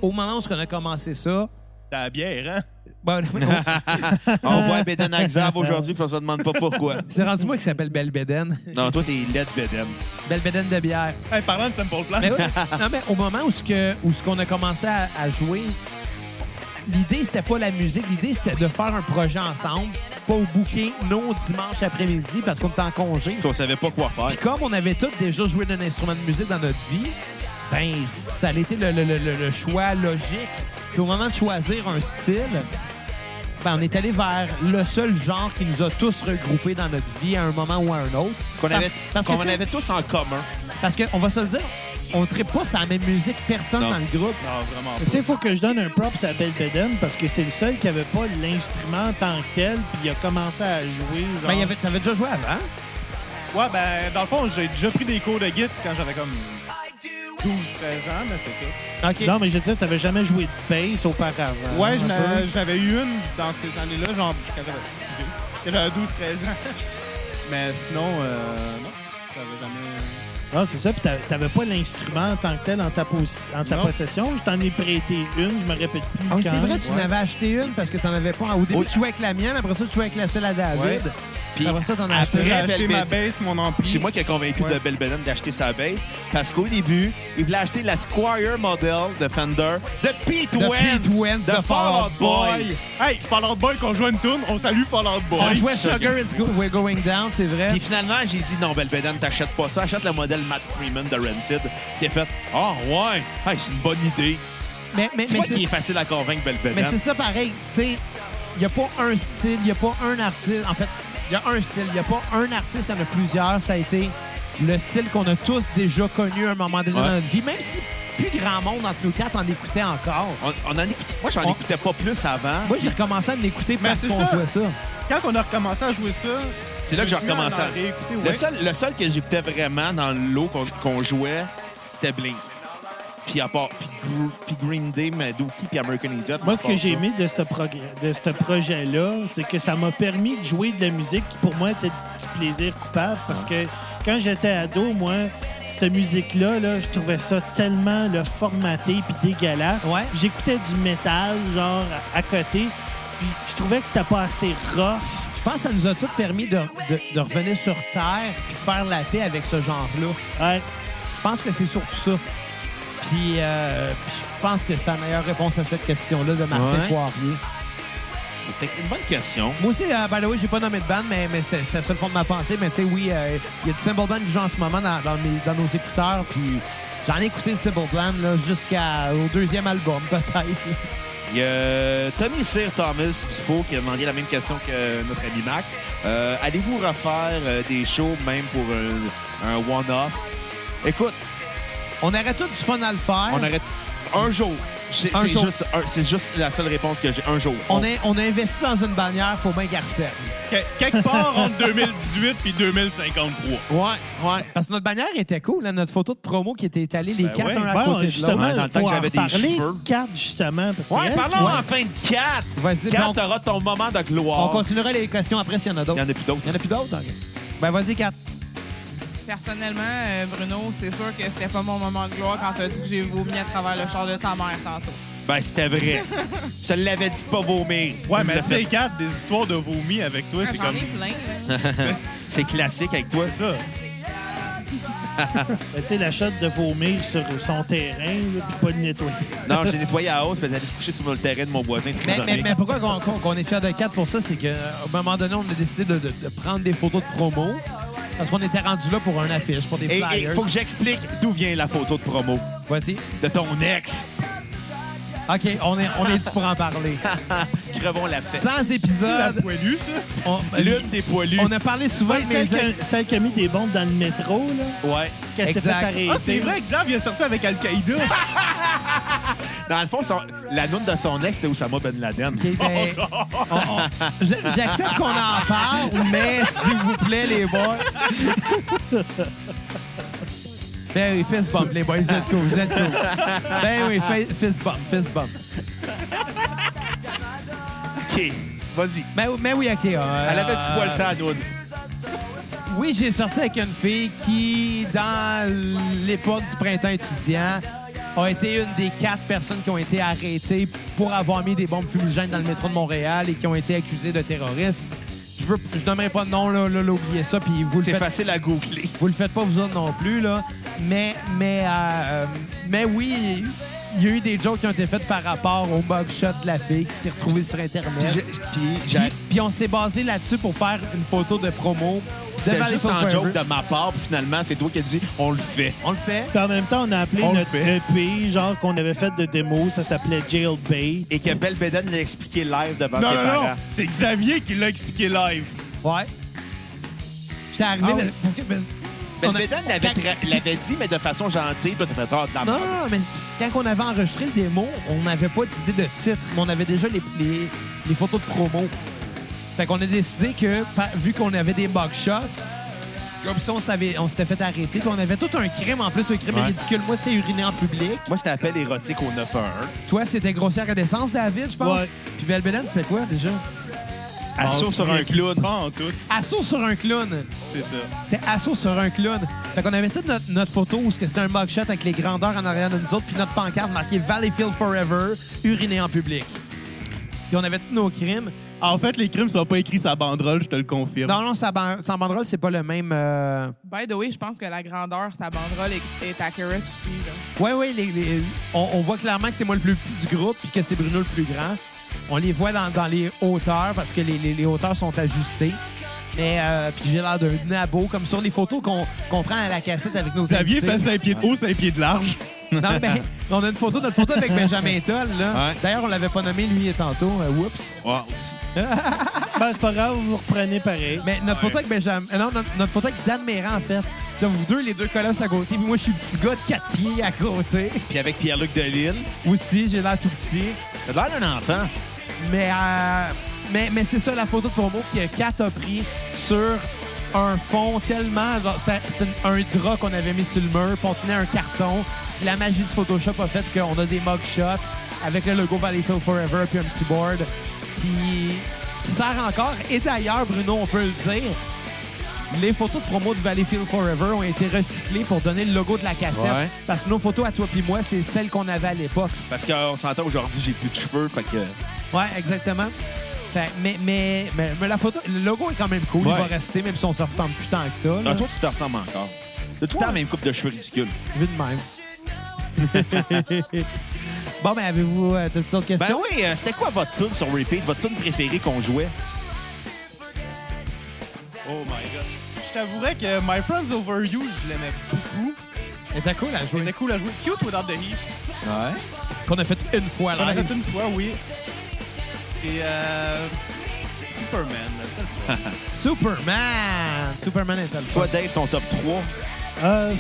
A: Au moment où on a commencé ça...
E: T'as la bière, hein?
A: Ben,
B: On voit Beden Axab aujourd'hui, puis on se demande pas pourquoi.
A: c'est rendu moi qui s'appelle Belbeden.
B: Non, toi, t'es laid Beden.
A: Belbeden de bière.
E: Hey, parlant de Simple Plan.
A: Mais oui, non, mais au moment où ce que- où ce qu'on a commencé à, à jouer, l'idée, c'était pas la musique. L'idée, c'était de faire un projet ensemble, pas au bouquet, non dimanche après-midi, parce qu'on était en congé.
B: Puis on savait pas quoi faire.
A: Puis comme on avait tous déjà joué d'un instrument de musique dans notre vie, ben, ça a été le, le- le- le- le choix logique. Puis au moment de choisir un style, ben, on est allé vers le seul genre qui nous a tous regroupés dans notre vie à un moment ou à un autre.
B: Qu'on
A: Parce-
B: avait,
A: parce que,
B: qu'on
A: tu sais,
B: avait tous en commun.
A: parce qu'on va se le dire, on ne tripe pas sur la même musique, personne
B: Non.
A: dans le groupe.
E: Non, Ah, vraiment
F: Tu sais, il faut que je donne un props à Belvedere parce que c'est le seul qui avait pas l'instrument en tant que tel, puis il a commencé à jouer. Genre...
A: Ben, il y avait- t'avais déjà joué avant.
E: pas. Ouais, ben, dans le fond, j'ai déjà pris des cours de guide quand j'avais comme 12-13 ans, mais c'est tout.
A: OK.
F: Non, mais je veux dire, t'avais jamais joué de bass auparavant.
E: Ouais,
F: Un
E: j'en
F: peu.
E: avais- j'avais eu une dans ces années-là, genre quand j'avais excusez, quand j'avais 12-13 ans. Mais sinon, euh, non, j'avais jamais.
F: Ah, c'est ça. Puis t'avais- t'avais pas l'instrument en tant que tel en ta, pos- en ta
E: Non.
F: possession. Je t'en ai prêté une, je me répète plus.
A: Ah oui, c'est
F: quand.
A: vrai, tu
F: Ouais.
A: en avais acheté une parce que t'en avais pas. Au début,
B: Oh.
A: tu jouais avec la mienne, après ça, tu jouais avec la celle à David.
B: Puis
A: après ça, t'en as
B: après-
A: acheté.
E: J'ai
B: Très
E: acheté
B: belle
E: ma
B: bête.
E: baisse, mon ampli.
B: C'est moi qui ai convaincu
E: Ouais.
B: de Belle Belen d'acheter sa base parce qu'au début, il voulait acheter la Squire model de Fender de Pete
A: De
B: Wentz
A: Pete Wentz, de Fall Out Boy.
E: Hey, Fall Out Boy, qu'on joue une tune, on salue Fall Out Boy.
A: On jouait
B: Sugar.
A: Sugar It's Go- We're Going Down, c'est vrai.
B: Puis finalement, j'ai dit non, Belle Belen, t'achètes pas ça, achète le modèle Matt Freeman de Rancid qui a fait Ah ouais, Hey, c'est une bonne idée.
A: Mais, mais,
B: Tu
A: mais
B: vois
A: c'est-
B: qu'il est facile à convaincre Belle
A: mais c'est
B: Belen.
A: ça pareil. Tu sais, il n'y a pas un style, il n'y a pas un artiste. En fait, il y a un style, il n'y a pas un artiste, il y en a plusieurs. Ça a été le style qu'on a tous déjà connu à un moment donné
B: Ouais.
A: dans notre vie, même si plus grand monde entre nous quatre en écoutait encore.
B: On, on en écoute- moi, j'en
A: On-
B: écoutais pas plus avant.
A: Moi, j'ai recommencé à l'écouter
E: Mais
A: parce
E: c'est
A: qu'on
E: ça.
A: jouait ça.
E: Quand on a recommencé à jouer ça,
B: C'est là que j'ai recommencé à-
E: réécouter.
B: Le
E: Ouais.
B: seul, le seul que j'écoutais vraiment dans le lot qu'on qu'on jouait, c'était Blink. Puis à part, puis Gr- puis Green Day, Madoki, puis American Idiot.
F: Moi, ce
B: à
F: que
B: part
F: j'ai
B: ça.
F: aimé de ce, progr- de ce projet-là, c'est que ça m'a permis de jouer de la musique qui, pour moi, était du plaisir coupable. Parce que quand j'étais ado, moi, cette musique-là, là, je trouvais ça tellement le formaté puis dégueulasse.
A: Ouais.
F: J'écoutais du métal, genre, à, à côté. Puis je trouvais que c'était pas assez rough.
A: Je pense que ça nous a tous permis de, de- de revenir sur Terre puis de faire la paix avec ce genre-là.
F: Ouais.
A: Je pense que c'est surtout ça. Puis euh, puis je pense que c'est la meilleure réponse à cette question-là de Martin
B: Ouais.
A: Poirier.
B: Fait que une bonne question.
A: Moi aussi, euh, by the way, j'ai pas nommé de band, mais, mais c'était c'était ça le fond de ma pensée. Mais tu sais, oui, euh, il y a du Simple Plan qui joue en ce moment dans, dans mes- dans nos écouteurs. Puis j'en ai écouté le Simple Plan là, jusqu'au deuxième album, peut-être.
B: Il y a euh, Tommy Sir Thomas Pipo qui a demandé la même question que notre ami Mac. Euh, Allez-vous refaire euh, des shows même pour un, un one-off? Écoute,
A: On aurait tout du fun à le faire.
B: on arrête un jour. C'est
A: Un
B: c'est
A: jour.
B: juste, un- c'est juste la seule réponse que j'ai. Un jour.
A: On, est, on a investi dans une bannière, faut bien garder
E: Que- quelque part entre 2018 puis 2053.
A: Ouais, ouais. Ben Parce que notre bannière était cool, hein, notre photo de promo qui était étalée les quatre
E: ouais.
A: un à
F: Bon,
A: côté de l'autre.
F: Ben, justement,
B: Ouais, dans le temps
F: faut
B: que j'avais
F: en
B: des
F: parler
B: cheveux.
F: Quatre, justement. Parce que
B: Ouais,
F: elle-
B: parlons
F: Ouais.
B: enfin de 4.
A: Vas-y,
B: Kat,
A: donc-
B: t'auras ton moment de
A: On
B: gloire.
A: continuera les questions après s'il y en a
B: Il n'y en
A: d'autres.
B: a plus d'autres.
A: Il y en a plus d'autres? OK. Ben vas-y, Kat.
H: Personnellement, euh, Bruno, c'est sûr que c'était pas mon moment de gloire quand t'as dit que j'ai vomi à travers le char de ta mère tantôt.
B: Ben, c'était vrai. Je te l'avais dit de pas vomir.
E: Ouais,
B: Tu me
E: mais
B: l'as
E: tu sais,
B: fait.
E: Kat, des histoires de vomi avec toi, c'est
H: J'en
E: comme
H: ai plein. là.
B: C'est classique avec toi.
E: ça.
F: Ben, tu sais, la shot de vomir sur son terrain, là, puis pas le nettoyer.
B: Non, j'ai nettoyé à hausse, puis elle allait se coucher sur le terrain de mon voisin très
A: Mais, mais, mais pourquoi qu'on qu'on- qu'on est fiers de 4 pour ça, c'est qu'à un moment donné, on a décidé de, de- de prendre des photos de promo parce qu'on était rendu là pour un affiche, pour des
B: Et
A: flyers.
B: il faut que j'explique d'où vient la photo de promo
A: Vas-y.
B: de ton ex.
A: OK, on est, on est dû pour en parler.
B: Crevons l'abcès.
A: 100
E: La
A: épisodes.
E: poilue, ça.
A: On,
B: L'une des poilues.
A: on a parlé souvent
F: Ouais,
A: de
F: celle,
A: mes
F: qui a,
A: ex.
F: celle qui a mis des bombes dans le métro, là,
B: Ouais.
F: qu'elle s'est fait
A: Exact.
F: arrêter.
E: Ah, c'est vrai que Xav il est sorti avec Al-Qaïda.
B: Dans le fond, son- la noune de son ex, c'était Oussama Ben Laden.
A: OK, ben, on- on- j'- J'accepte qu'on en parle, mais s'il vous plaît, les boys. Ben oui, fist bump, les boys, vous êtes cool, vous êtes cool. Ben oui, fi- fist bump, fist bump.
B: OK. Vas-y.
A: Mais, mais oui, OK. euh,
B: Elle avait du poil ça, la noune.
A: Oui, j'ai sorti avec une fille qui, dans l'époque du printemps étudiant, a été une des quatre personnes qui ont été arrêtées pour avoir mis des bombes fumigènes dans le métro de Montréal et qui ont été accusées de terrorisme. Je veux, je nommerai pas de nom, là, là, là, oubliez ça, puis vous le
B: C'est
E: ben-
A: faites
B: facile à googler.
A: vous le faites pas vous autres non plus, là. Mais, mais, euh, mais oui, il y a eu des jokes qui ont été faites par rapport au mugshot de la fille qui s'est retrouvée sur Internet.
B: Puis,
A: Puis, puis on s'est basé là-dessus pour faire une photo de promo.
B: C'était
A: Devant les
B: Ben, juste un
A: Forever.
B: joke de ma part, puis finalement, c'est toi qui as dit « on le fait
A: On le fait.
F: Puis en même temps, on a appelé
A: On le
F: notre
A: fait.
F: EP, genre qu'on avait fait de démo, ça s'appelait Jailbait. ».
B: Et que Belle Bédène l'a expliqué live devant
E: Non,
B: ses
E: non,
B: parents.
E: non. C'est Xavier qui l'a expliqué live.
A: Ouais. J'étais arrivé
F: Ah oui.
A: parce que. parce-
B: Belle
A: on a-
B: Bédène l'avait tra- l'avait dit, mais de façon gentille, puis t'as fait peur de la
A: Non,
B: merde.
A: non, non, mais quand on avait enregistré le démo, on n'avait pas d'idée de titre, mais on avait déjà les, les- les photos de promo. Fait qu'on a décidé que, pa- vu qu'on avait des mugshots, comme ça, on, savait, on s'était fait arrêter, puis on avait tout un crime en plus, un crime
B: Ouais.
A: ridicule. Moi, c'était uriner en public.
B: Moi, c'était appel érotique au 911.
A: Toi, c'était grossière à décence, David, je pense.
F: Ouais.
A: Puis Belbeden, c'était quoi déjà?
B: Assaut sur un clown.
E: Pas en tout,
A: Assaut sur un clown.
E: c'est ça.
A: C'était assaut sur un clown. Fait qu'on avait toute notre, notre photo où c'était un mugshot avec les grandeurs en arrière de nous autres, puis notre pancarte marquée Valleyfield Forever, uriné en public. Puis on avait tous nos crimes.
E: En fait, les crimes sont pas écrits sa banderole, je te le confirme.
A: Non, non, sa, ban- sa banderole, c'est pas le même. euh,
H: By the way, je pense que la grandeur, sa banderole est, est accurate aussi. Là.
A: Ouais, ouais, les- les- on, on voit clairement que c'est moi le plus petit du groupe puis que c'est Bruno le plus grand. On les voit dans, dans les hauteurs parce que les, les- les hauteurs sont ajustées. Mais euh, puis j'ai l'air d'un nabo, comme sur les photos qu'on qu'on prend à la cassette avec nos
E: Xavier
A: invités.
E: fait 5 pieds de haut, 5 pieds de large.
A: Non, mais on a une photo, notre photo avec Benjamin Toll, là.
B: Ouais.
A: D'ailleurs, on l'avait pas nommé, lui, tantôt. Euh, whoops.
B: Wow.
F: Ben, c'est pas grave, vous reprenez pareil.
A: Mais notre photo avec Benjamin... euh, Non, notre, notre photo avec Dan Méran, en fait. T'as vous deux, les deux colosses à côté. Puis moi, je suis le petit gars de quatre pieds à côté.
B: Puis avec Pierre-Luc Delisle.
A: Aussi, j'ai l'air tout petit.
B: T'as l'air d'un enfant.
A: Mais, euh, mais, mais c'est ça, la photo de promo que Kat a pris sur un fond tellement... genre, C'était c'était un drap qu'on avait mis sur le mur. Puis on tenait un carton. Puis La magie du Photoshop a fait qu'on a des mugshots avec le logo Valleyfield Forever puis un petit board. Puis qui sert encore. Et d'ailleurs, Bruno, on peut le dire, les photos de promo de Valleyfield Forever ont été recyclées pour donner le logo de la cassette.
B: Ouais.
A: Parce que nos photos à toi puis moi, c'est celles qu'on avait à l'époque.
B: Parce qu'on s'entend aujourd'hui, j'ai plus de cheveux, fait que.
A: Ouais, exactement. Fait- mais, mais, mais, mais la photo, le logo est quand même cool.
B: Ouais.
A: Il va rester, même si on se ressemble plus tant que ça. là.
B: Non, toi, tu te ressembles encore. T'as tout le temps la même coupe de cheveux ridicule.
A: Vu de même. Bon, ben, avez-vous euh, d'autres autres
B: Ben
A: questions?
B: oui, euh, c'était quoi votre tune sur repeat, votre tune préférée qu'on jouait?
E: Oh my god. Je t'avouerais que My Friends Over You, je l'aimais beaucoup.
A: Elle était cool à jouer.
E: C'était cool à jouer. Cute Without the Heat.
A: Ouais. Qu'on a fait une fois
E: On l'a
A: live.
E: fait une fois, oui. Et euh, Superman, là, c'était le fun.
A: Superman! Superman est le fun.
B: Toi, Dave, ton top 3.
F: Euh,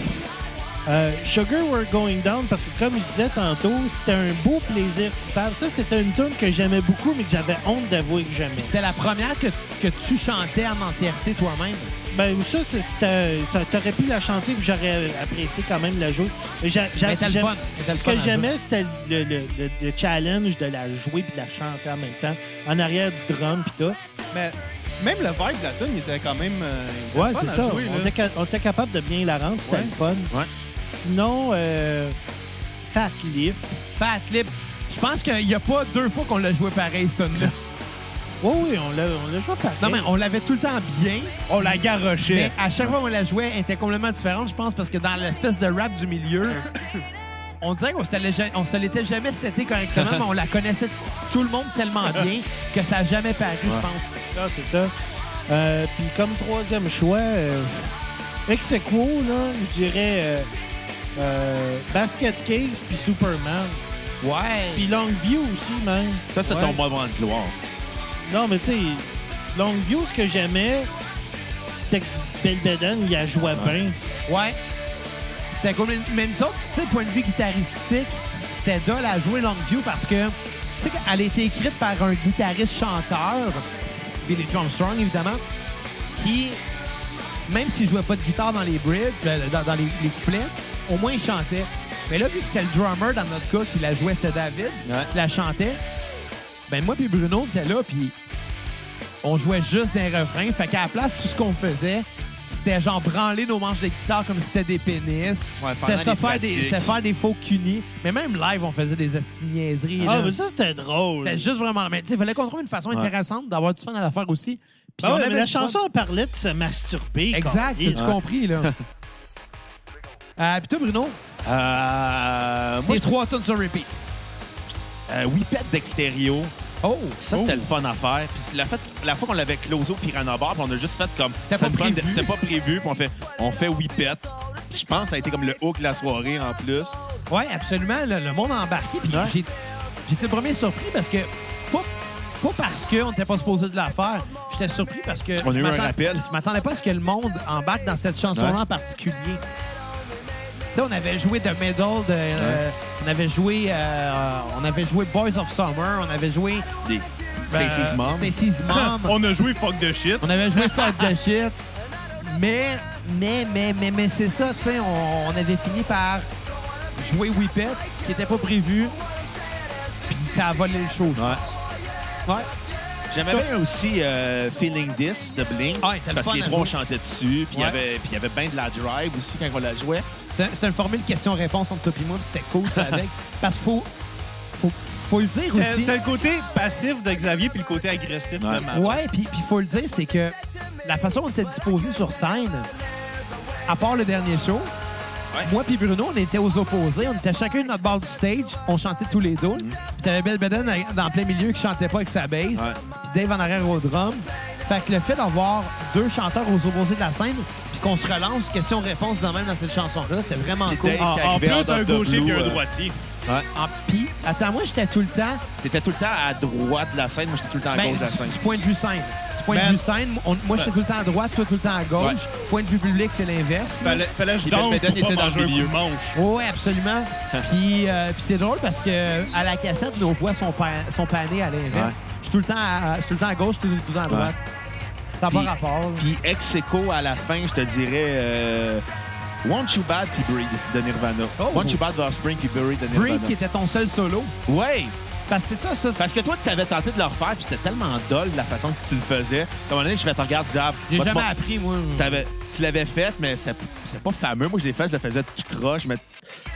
F: euh, Sugar We're Going Down, parce que comme je disais tantôt, c'était un beau plaisir coupable. Ça, c'était une tune que j'aimais beaucoup, mais que j'avais honte d'avouer que j'aimais.
A: C'était la première que, que tu chantais en entièreté toi-même.
F: Ben, ça, c'est- c'était. ça, T'aurais pu la chanter, puis j'aurais apprécié quand même la jouer. J'a- j'a-
A: Mais t'as le
F: j'aime-
A: fun. Mais t'as le
F: Ce
A: fun à
F: que
A: jouer.
F: j'aimais, c'était le, le- le- le challenge de la jouer puis de la chanter en même temps, en arrière du drum puis tout.
E: Mais même le vibe de la tune, il était quand même. euh, il était
F: Ouais,
E: fun
F: c'est
E: à
F: ça.
E: jouer,
F: on,
E: là.
F: était, ca- on était capable de bien la rendre, c'était
E: Ouais.
F: le fun.
B: Ouais.
F: Sinon, euh, Fat Lip.
A: Fat Lip. Je pense qu'il n'y a pas deux fois qu'on l'a joué pareil, cette tune-là.
F: Oui, oui, on l'a on l'a joué pareil.
A: Non, mais on l'avait tout le temps bien,
E: On la garochait.
A: mais à chaque fois qu'on la jouait, elle était complètement différente, je pense, parce que dans l'espèce de rap du milieu, on dirait qu'on se l'est ja- on se l'était jamais seté correctement, mais on la connaissait tout le monde tellement bien que ça n'a jamais paru, je pense.
F: Ah, c'est ça. Euh, Puis comme troisième choix, euh, ex aequo, là, je dirais euh, euh, Basket Case puis Superman.
A: Ouais.
F: Puis Longview aussi, même.
B: Ça, c'est
F: Ouais.
B: ton moment de gloire.
F: Non, mais tu sais, Longview, ce que j'aimais, c'était que Belbeden, il a joué bien.
A: Ouais. C'était cool. Mais- Mais nous autres, tu sais, point de vue guitaristique, c'était dole à jouer Longview parce que, tu sais, elle a été écrite par un guitariste-chanteur, Billy Armstrong, évidemment, qui, même s'il jouait pas de guitare dans les bridges, euh, dans, dans les, les couplets, au moins il chantait. Mais là, vu que c'était le drummer dans notre cas qui la jouait, c'était David,
B: Ouais.
A: qui la chantait, ben moi puis Bruno, on était là, puis on jouait juste des refrains. Fait qu'à la place, tout ce qu'on faisait, c'était genre branler nos manches de guitare comme si c'était des pénis.
B: Ouais,
A: c'était
B: pendant
A: ça faire des,
B: les pratiques.
A: c'était faire des faux cunis. Mais même live, on faisait des esti de niaiseries.
F: Ah,
A: là.
F: mais ça, c'était drôle.
A: C'était juste vraiment... Mais tu sais, il fallait qu'on trouve une façon intéressante d'avoir du fun à la faire aussi. Puis
F: Ah
A: on
F: ouais,
A: avait
F: mais la
A: du fun.
F: chanson parlait de se masturber.
A: Exact,
F: Colin.
A: tu compris, là. Euh, Puis toi, Bruno,
B: Euh, moi,
A: tes trois tonnes sur repeat.
B: euh, Whippet d'extérieur.
A: Oh!
B: Ça, c'était le fun à faire. Puis la, fait- la fois qu'on l'avait closé au Piranha Bar, puis on a juste fait comme.
A: C'était
B: ça
A: pas
B: nous prend-
A: prévu.
B: C'était pas prévu. Puis on fait, on fait Whippet. Je pense que ça a été comme le hook de la soirée en plus.
A: Oui, absolument. Le, le monde a embarqué. Puis j'ai- j'étais le premier surpris parce que, pas, pas parce qu'on n'était pas supposé de la faire, j'étais surpris parce que.
B: On a
A: je
B: eu un
A: m'attends-
B: rappel.
A: Je m'attendais pas à ce que le monde embarque dans cette chanson-là
B: Ouais.
A: en particulier. Tu sais, on avait joué The Medal, de, euh, on, avait joué, euh, on avait joué Boys of Summer, on avait joué
E: Ben,
B: Des
A: euh,
B: Stacy's Mom.
A: Stacy's Mom.
E: Ah, On a joué fuck de shit.
A: On avait joué Fuck the Shit. Mais, mais, mais, mais, mais c'est ça, tu sais, on, on avait fini par jouer Whippet, qui n'était pas prévu. Puis ça a volé le show. je
B: Ouais.
A: pense. Ouais.
B: J'aimais bien aussi euh, Feeling This de Blink.
A: Ah, il était le
B: parce
A: fun
B: que les
A: à
B: trois, on
A: jouer.
B: chantait dessus. Puis il y
A: Ouais.
B: avait- puis il y avait bien de la drive aussi quand on la jouait.
A: C'est c'est une formule question-réponse entre toi et moi, puis c'était cool, ça, avec. Parce qu'il faut, faut, faut le dire
E: Euh,
A: aussi.
E: C'était le côté passif de Xavier puis le côté agressif
B: Ouais.
E: de Matt.
A: Ouais, puis il faut le dire, c'est que la façon dont on était disposé sur scène, à part le dernier show, moi puis Bruno, on était aux opposés. On était chacun de notre bord du stage. On chantait tous les deux.
B: Mm-hmm.
A: Puis t'avais Belle Beden à- dans plein milieu qui chantait pas avec sa bass. Puis Dave en arrière au drum. Fait que le fait d'avoir deux chanteurs aux opposés de la scène, puis qu'on se relance question-réponse de même dans cette chanson-là, c'était vraiment
B: Puis
A: cool.
B: Dave-
E: En, en
B: Arrivé out of
E: plus, un
B: the
E: gaucher
B: blue,
E: puis un
B: euh,
E: droitier.
A: Ah, Puis, attends, moi, j'étais tout le temps
B: T'étais tout le temps à droite de la scène. Moi, j'étais tout le temps à
A: Ben,
B: gauche de la
A: du,
B: scène.
A: du point de vue scène. Du point de
E: Ben.
A: vue scène, on- moi, j'étais tout le temps à droite, toi, tout le temps à gauche. Point de vue public, c'est l'inverse. là.
E: Fallait, fallait que je
B: Puis Ben
E: danse
B: Beden
E: pour pas
B: était dans le
E: manger un coup
B: milieu.
E: de manche.
A: Oui, absolument. puis euh, puis c'est drôle parce que à la cassette, nos voix sont, pa- sont panées à l'inverse. Je suis tout le temps à, je suis tout le temps à gauche, tout, tout le temps à droite. Ça n'a pas
B: Puis-
A: rapport. là.
B: Puis ex aequo à la fin, je te dirais euh, Want You Bad puis Breed de Nirvana.
A: Oh.
B: Want You Bad de Offspring puis Buried de Nirvana.
A: Break qui était ton seul solo.
B: Ouais,
A: Parce que c'est ça, ça.
B: parce que toi, t'avais tenté de le refaire puis c'était tellement dole la façon que tu le faisais. À un moment donné, je vais te regarder diable.
A: J'ai jamais appris, moi.
B: tu l'avais fait, mais c'était c'était pas fameux. Moi, je l'ai fait, je le faisais tout croche, mais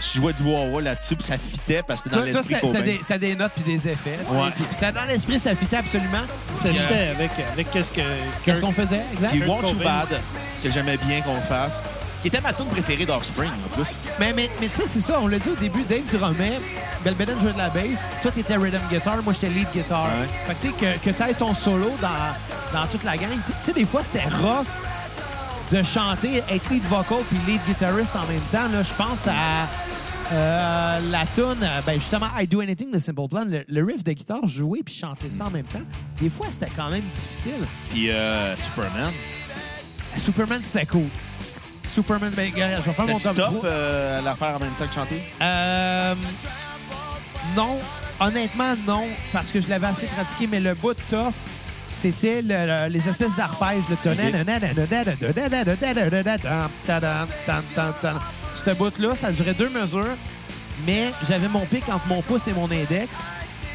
B: je jouais du wah-wah là-dessus, puis ça fitait parce que c'était dans
A: Toi, toi,
B: l'esprit
A: c'était
B: Cobain.
A: c'était des, c'était des notes puis des effets. tu sais.
B: Ouais.
A: Puis c'était dans l'esprit, ça fitait absolument.
F: Ça
A: Puis, euh,
F: fitait avec, avec qu'est-ce que.
A: Qu'est-ce qu'on faisait, exact?
B: Puis Want You
F: Cobain.
B: Bad, que j'aimais bien qu'on fasse, qui était ma tune préférée d'Offspring, en plus.
A: Mais, mais, mais tu sais, c'est ça, on l'a dit au début, Dave drummait, Belbeden jouait de la bass, toi t'étais rhythm guitar, moi j'étais lead guitar.
B: Ouais.
A: Fait que tu sais, que, que t'aies ton solo dans, dans toute la gang, tu sais, des fois c'était rough de chanter, être lead vocal puis lead guitariste en même temps. là. Je pense à euh, la tune, euh, ben justement, I Do Anything de Simple Plan, le, le riff de guitare joué puis chanter ça en même temps. Des fois c'était quand même difficile.
B: Puis euh, Superman.
A: Superman c'était cool. Superman, ben, gars, je vais faire mon top
B: T'as-tu top
A: trois.
B: euh, à la faire en même temps que chanter?
A: Euh, non. Honnêtement, non, parce que je l'avais assez pratiqué, mais le bout de tough, c'était le- le- les espèces d'arpèges, le tonnet. Ce bout-là, ça durait deux mesures, mais j'avais mon pic entre mon pouce et mon index,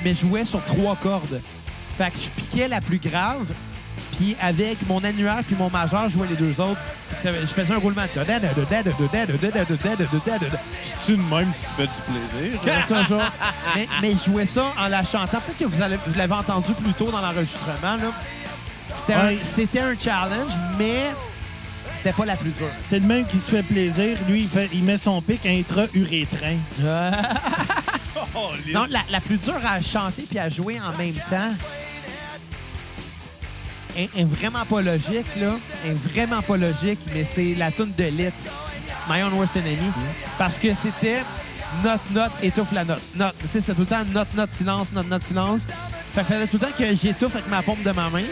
A: mais je jouais sur trois cordes. Fait que je piquais la plus grave, puis avec mon annulaire puis mon majeur, je jouais les deux autres. Ça- Je faisais un roulement. de-
E: C'est-tu de même que tu fais du plaisir?
A: Ouais, toujours. Mais, mais je jouais ça en la chantant. Peut-être que vous, allez- vous l'avez entendu plus tôt dans l'enregistrement. là. C'était un-
F: Ouais.
A: C'était un, challenge, mais c'était pas la plus dure.
F: C'est le même qui se fait plaisir. Lui, il, fait- il met son pic intra-urétrin.
E: Oh, lisse.
A: Non, la, la plus dure à chanter puis à jouer en même temps est, est vraiment pas logique, là. Est vraiment pas logique, mais c'est la tune de Lit, My Own Worst Enemy, parce que c'était note, note, étouffe la note. note. Tu sais, c'était tout le temps note, note, silence, note, note, silence. Fait que fallait tout le temps que j'étouffe avec ma pompe de ma main.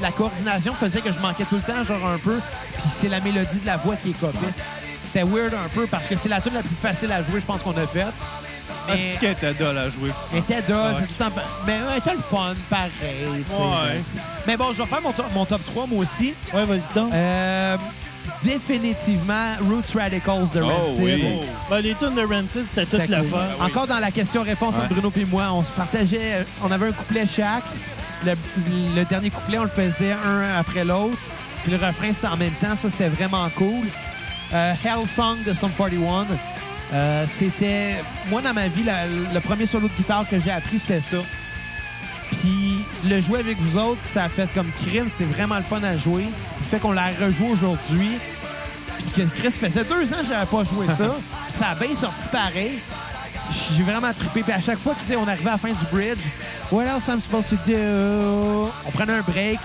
A: La coordination faisait que je manquais tout le temps, genre un peu, puis c'est la mélodie de la voix qui est copiée. C'était weird un peu parce que c'est la tune la plus facile à jouer, je pense qu'on a faite.
E: Ah, c'est qu'elle était dolle à jouer.
A: Elle était dole,
E: Ouais.
A: c'est tout le temps. Mais elle était le fun, pareil. tu sais.
E: Ouais.
A: Mais bon, je vais faire mon, to- mon top 3, moi aussi.
F: Ouais, vas-y donc.
A: Euh, définitivement, Roots Radicals de Red
B: Oh,
A: Seal.
B: oui.
E: Oh.
F: Ben, les tunes de Rancid, c'était toute
A: C'était
F: la
A: cool.
F: fin. Ah
A: Encore dans la question-réponse entre
B: Ouais.
A: Bruno et moi, on se partageait, euh, on avait un couplet chaque. Le, le dernier couplet, on le faisait un après l'autre. Puis le refrain, c'était en même temps. Ça, c'était vraiment cool. Euh, Hell Song de Sum 41. Euh, c'était, moi, dans ma vie, la- le premier solo de guitare que j'ai appris, c'était ça. Puis le jouer avec vous autres, ça a fait comme crime. C'est vraiment le fun à jouer. Le fait qu'on la rejoue aujourd'hui, puis que Chris faisait deux ans que j'avais pas joué ça, puis ça a bien sorti pareil. J'ai vraiment trippé. Puis à chaque fois qu'on arrivait à la fin du bridge, What else I'm supposed to do? On prenait un break,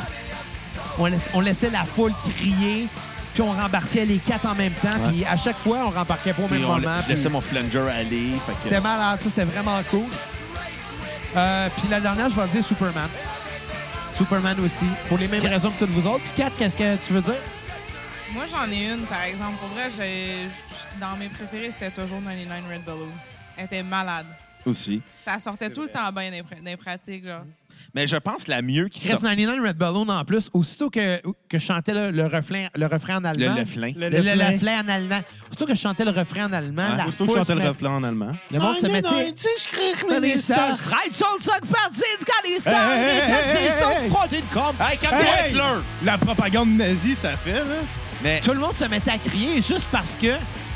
A: on, laiss- on laissait la foule crier, puis on rembarquait les quatre en même temps. Puis à chaque fois, on rembarquait pas au même
B: Puis on
A: moment.
B: la- je
A: puis-
B: laissais mon flanger aller. Fait que...
A: c'était malade, ça, c'était vraiment cool. Euh, puis la dernière, je vais dire Superman. Superman aussi, pour les mêmes raisons que toutes vous autres. Puis Kat, qu'est-ce que tu veux dire?
H: Moi, j'en ai une, par exemple. Pour vrai, j'ai- dans mes préférés, c'était toujours 99 Red Balloons. Elle était malade.
B: Aussi.
H: Ça sortait tout le temps bien des, pra- des pratiques. Là.
B: Mais je pense la mieux qui
A: Chris
B: sort...
A: 99 Red Balloon en plus, aussitôt que, que je chantais le, le refrain, le refrain en
B: Le
A: allemand.
B: Leflin.
A: Le, le, le refrain en allemand. Aussitôt que je chantais le refrain en allemand, la
E: Ah. Aussitôt que
A: foule
E: je chantais
A: se
E: le
A: met-
E: reflet en allemand.
A: Le monde se mettait.
F: Tu sais, je
A: Dans
F: crée
A: les
F: les
A: stars.
F: stars.
A: Right, John Sox, parti, du Calista,
E: Hey, hey,
A: les têtes,
E: hey,
A: c'est
E: hey,
A: ça,
E: hey.
A: frotter de com.
B: Hey, Captain
E: Hey!
B: Hitler!
E: La propagande nazie, ça fait, là.
B: Mais
A: Tout le monde se mettait à crier juste parce que,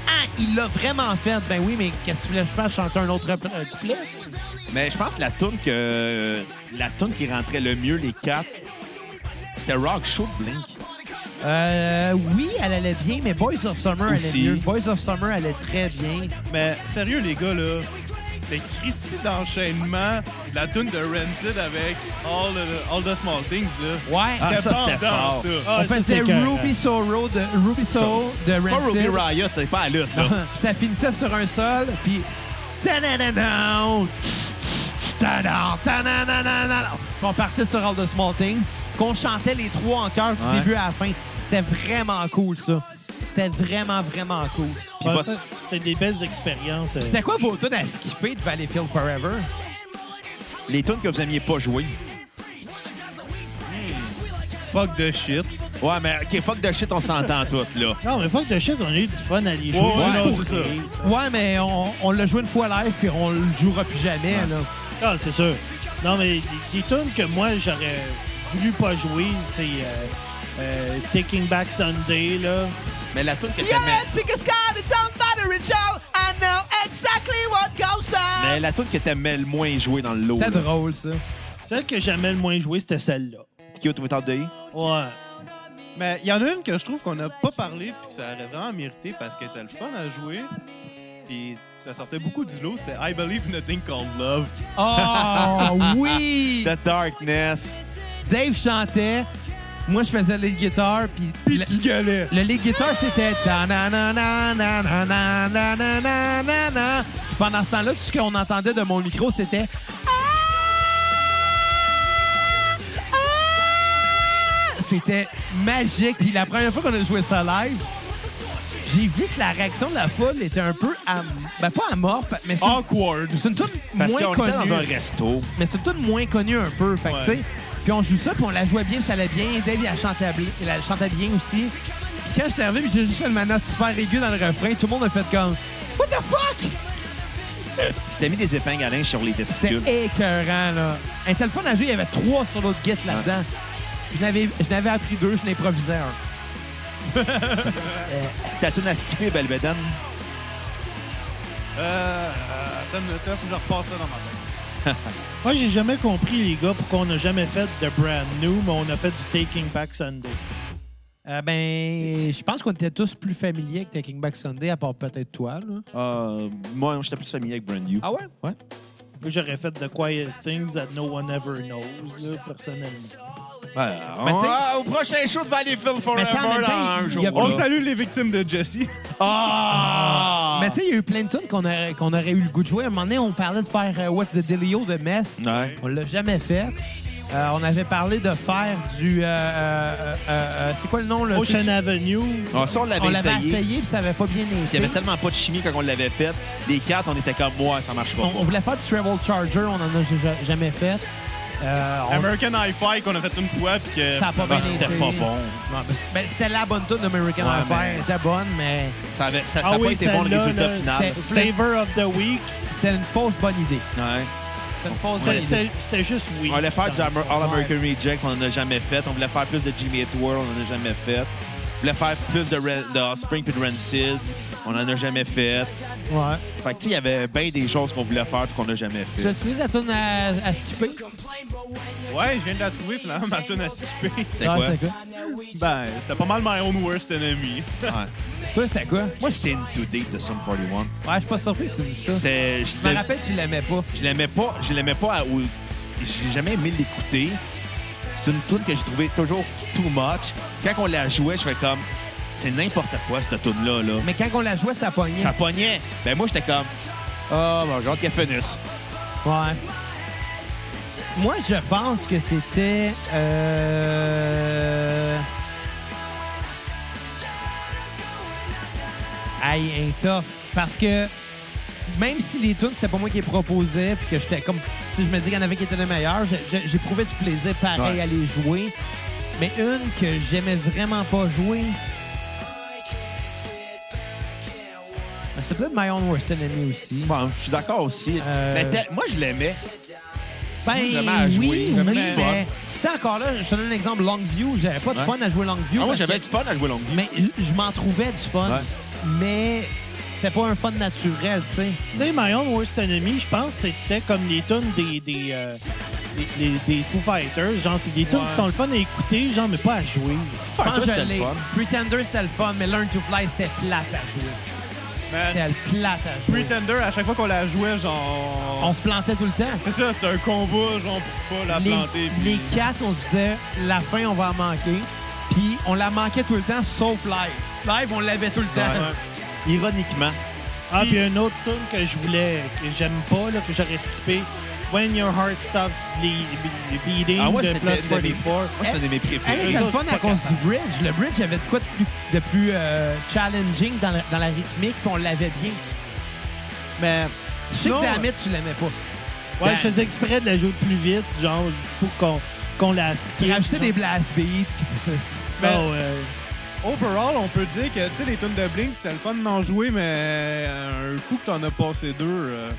A: ah, il l'a vraiment fait. Ben oui, mais qu'est-ce que tu voulais que je fasse, chanter un autre pl- euh, couplet?
B: Mais je pense que la toune que euh, la toune qui rentrait le mieux les quatre, c'était Rock Show de Blink.
A: Euh, oui, elle allait bien, mais Boys of Summer allait
B: Aussi.
A: mieux. Boys of Summer allait très bien.
E: Mais sérieux, les gars, là, c'est Christy d'enchaînement, la tune de Rancid avec All the, All the Small Things, là.
A: Ouais.
B: Ah, ça, c'était
E: pendant,
B: fort.
E: ça.
F: Ah,
A: On
F: ça,
A: faisait
F: c'était écœurant.
A: Ruby Sorrow de Ruby Soul de
B: Pas Ruby
A: Rancid.
B: Riot, t'es pas à la lutte, là.
A: Puis ça finissait sur un sol, puis... Ta-da-da-da, tss, tss, ta-da, ta-da-da-da-da. Puis On partait sur All the Small Things, qu'on chantait les trois en chœur du
B: Ouais.
A: début à la fin. C'était vraiment cool, ça. C'était vraiment, vraiment cool. Puis
F: Ouais,
B: votre-
F: ça, C'était des belles expériences. euh.
A: C'était quoi vos tunes à skipper de Valleyfield Forever?
B: Les tunes que vous aimiez pas jouer.
E: Fuck de shit.
B: Ouais, mais OK, fuck de shit, on s'entend toutes, là.
F: Non, mais fuck de shit, on a eu du fun à les jouer.
E: Ouais,
F: C'est
E: non,
F: cool,
E: c'est ça.
A: Ouais, mais on, on l'a joué une fois live, puis on le jouera plus jamais, là.
F: Ah, c'est sûr. Non, mais des tunes que moi, j'aurais voulu pas jouer, c'est euh, euh, Taking Back Sunday, là.
B: Mais la toune que
A: Yeah,
B: t'aimais...
A: take a sky to town, find a rich out. I know exactly what goes on.
B: Mais la toune que t'aimais le moins jouer dans le lot,
A: C'était
B: là.
A: drôle, ça.
F: Celle que j'aimais le moins jouer, c'était celle-là.
B: Qui a trouvé tant de
F: Ouais.
E: Mais il y en a une que je trouve qu'on n'a pas parlé puis que ça aurait vraiment mérité parce qu'elle était le fun à jouer. puis ça sortait beaucoup du lot. C'était I Believe in a Thing Called Love.
A: Oh oui!
B: The Darkness.
A: Dave chantait, moi je faisais les guitares, puis le,
E: tu gueulais.
A: le lead guitar c'était ta na na na na na na na na na na na. Puis Pendant ce temps-là, tout ce qu'on entendait de mon micro c'était Ah! Ah! c'était magique. Puis la première fois qu'on a joué ça live, j'ai vu que la réaction de la foule était un peu, am... ben pas amorphe, mais c'est une-
E: Awkward.
A: c'est une tune
B: Ah, Parce
A: moins
B: qu'on était
A: connue
B: dans un resto.
A: mais c'est tout moins connu un peu. Fait que,
E: Ouais.
A: tu sais, puis on joue ça, puis on la jouait bien, puis ça allait bien. Dave, il la chantait bien, il la chantait bien aussi. Puis quand j'étais arrivé, puis j'ai juste fait ma note super aiguë dans le refrain, tout le monde a fait comme « What the fuck?
B: Tu t'es mis des épingles à linge sur les » testicules.
A: C'était écœurant, là. Un téléphone à jouer, il y avait trois sur l'autre guette là-dedans. Je n'avais, je n'avais appris deux, je n'improvisais un.
B: Ta tune à skipper, belle bédaine.
E: Euh, euh, attends une minute, faut que je repasse ça dans ma tête.
F: Moi, j'ai jamais compris, les gars, pourquoi on n'a jamais fait de Brand New, mais on a fait du Taking Back Sunday.
A: Euh, ben, je pense qu'on était tous plus familiers avec Taking Back Sunday, à part peut-être toi, là.
B: Euh, moi, j'étais plus familier avec Brand New.
A: Ah ouais? Ouais.
F: Moi, j'aurais fait de Quiet Things That No One Ever Knows, là, personnellement.
B: Voilà.
A: Mais tu sais-
B: Ah, au prochain show de Valleyfield Forever
A: Mais tu sais, en même temps,
B: dans un
A: il y
B: jour.
A: a-
B: là.
E: On salue les victimes de Jesse.
B: Ah!
A: Mais tu sais, il y a eu plein de tunes qu'on aurait, qu'on aurait eu le goût de jouer. À un moment donné, on parlait de faire euh, What's the Delio de Metz.
B: Ouais.
A: On l'a jamais fait. Euh, on avait parlé de faire du. euh, euh, euh, euh, c'est quoi le nom? Le
F: Ocean Avenue,
B: Ah, ça, on l'avait
A: On l'avait
B: essayé.
A: essayé, puis ça avait pas bien
B: Il y
A: été.
B: avait tellement pas de chimie quand on l'avait fait. Les quatre, on était comme, moi, ça marche pas.
A: On, on voulait faire du Travel Charger, on en a ja- jamais fait. Euh, on-
E: American Hi-Fi qu'on a fait une fois, puis que.
A: Ça a pas bien
B: Ah, C'était
A: été.
B: pas bon.
A: Ben, c'était la bonne tune d'American
B: Ouais,
A: Affair.
B: mais-
A: C'était bonne, mais
B: Ça avait ça, ça
F: Ah
B: a pas
F: oui,
B: été bon le
F: celle-là,
B: résultat
F: là,
B: final.
A: c'était-
F: Flavor of the Week.
A: c'était une fausse bonne idée.
B: Ouais.
A: C'était une fausse bonne idée.
F: C'était c'était juste oui.
B: On voulait faire du Amer- All
A: Ouais.
B: American Rejects, on en a jamais fait. On voulait faire plus de Jimmy Eat World, on en a jamais fait. On voulait faire plus de, Ren- de Offspring puis de Rancid, on en a jamais fait.
A: Ouais.
B: Fait que tu sais, il y avait bien des choses qu'on voulait faire puis qu'on n'a jamais
A: Tu as
B: fait.
A: utilisé la tune à, à skipper?
E: Ouais, je viens de la trouver finalement, ma tune à skipper.
B: C'était
A: Ouais,
B: quoi?
A: c'était quoi?
E: Ben, c'était pas mal my own worst enemy.
A: Toi, c'était quoi?
B: Moi, c'était Into Deep de Sum 41.
A: Ouais, je suis pas surpris que tu dises ça.
B: C'était.
A: Je me
B: je disais-
A: rappelle que tu l'aimais pas.
B: Je l'aimais pas. Je l'aimais pas. à- ou- J'ai jamais aimé l'écouter. C'est une tune que j'ai trouvée toujours too much. Quand on la jouait, je fais comme c'est n'importe quoi cette tune là là.
A: Mais quand on la jouait, ça pognait.
B: Ça pognait. Ben moi j'étais comme oh bon genre qu'elle finisse.
A: Ouais. Moi, je pense que c'était. Euh... Aïe, un tough. Parce que même si les tunes, c'était pas moi qui les proposais, puis que j'étais comme. Tu sais, je me dis qu'il y en avait qui étaient les meilleurs, je- je- j'éprouvais du plaisir pareil
B: Ouais.
A: à les jouer. Mais une que j'aimais vraiment pas jouer. Mais C'était peut-être My Own Worst Enemy aussi.
B: Bon, je suis d'accord aussi.
A: Euh.
B: Mais tel- moi je l'aimais. Ah,
A: Ben
B: Vraiment à jouer,
A: oui,
B: vraiment
A: oui,
B: du fun.
A: mais... Tu sais, encore là, je te donne l'exemple Longview. J'avais pas de
B: Ouais.
A: fun à jouer Longview.
B: Ah, moi
A: parce
B: j'avais
A: que-
B: du fun à jouer longue.
A: Mais je m'en trouvais du fun.
B: Ouais.
A: Mais c'était pas un fun naturel, tu sais.
B: Ah,
F: Tu sais, My Own Worst Enemy, je pense que c'était comme les tunes des, des, euh, des, des- des Foo Fighters. Genre, c'est des tunes qui sont le fun à écouter, genre, mais pas à jouer.
A: Je pense
B: toi,
A: que
B: c'était
A: je
B: le
A: l'ai.
B: fun.
A: Pretender, c'était le fun, mais Learn to Fly, c'était plate à jouer.
E: Man,
A: C'était plate à jouer.
E: Pretender, à chaque fois qu'on la jouait, genre.
A: On se plantait tout le temps.
E: C'est ça, c'était un combat, genre, pour pas la
A: les,
E: planter. puis-
A: les quatre, on se disait, la fin, on va en manquer. Puis on la manquait tout le temps, sauf live. Live, on l'avait tout le temps.
B: Ironiquement.
F: Ah, puis une autre tune que je voulais, que j'aime pas, là, que j'aurais skippé, When Your Heart Stops Ble- Ble- Beating
B: Ah ouais,
F: de
B: c'était
F: Plus
B: c'était mes-
F: 44.
B: Moi
E: Eh,
B: c'était de mes
A: Hey,
B: préférés.
A: c'était le
F: autres,
A: fun
F: c'est
A: à
F: pas
A: cause du bridge. Le bridge avait de quoi de plus, de plus, euh, challenging dans la, dans la rythmique, puis on l'avait bien. Mais je sais
F: Sinon,
A: que Damit, tu l'aimais pas.
F: Ouais,
A: Ben-
F: je faisais exprès de la jouer plus vite, genre, juste pour qu'on qu'on la
A: Tu
F: skip.
A: rajoutais
F: genre.
A: des blast beats. puis-
F: Ah, ouais.
E: Overall, on peut dire que, tu sais, les tunes de Blink, c'était le fun d'en jouer, mais un coup que t'en as passé deux. euh,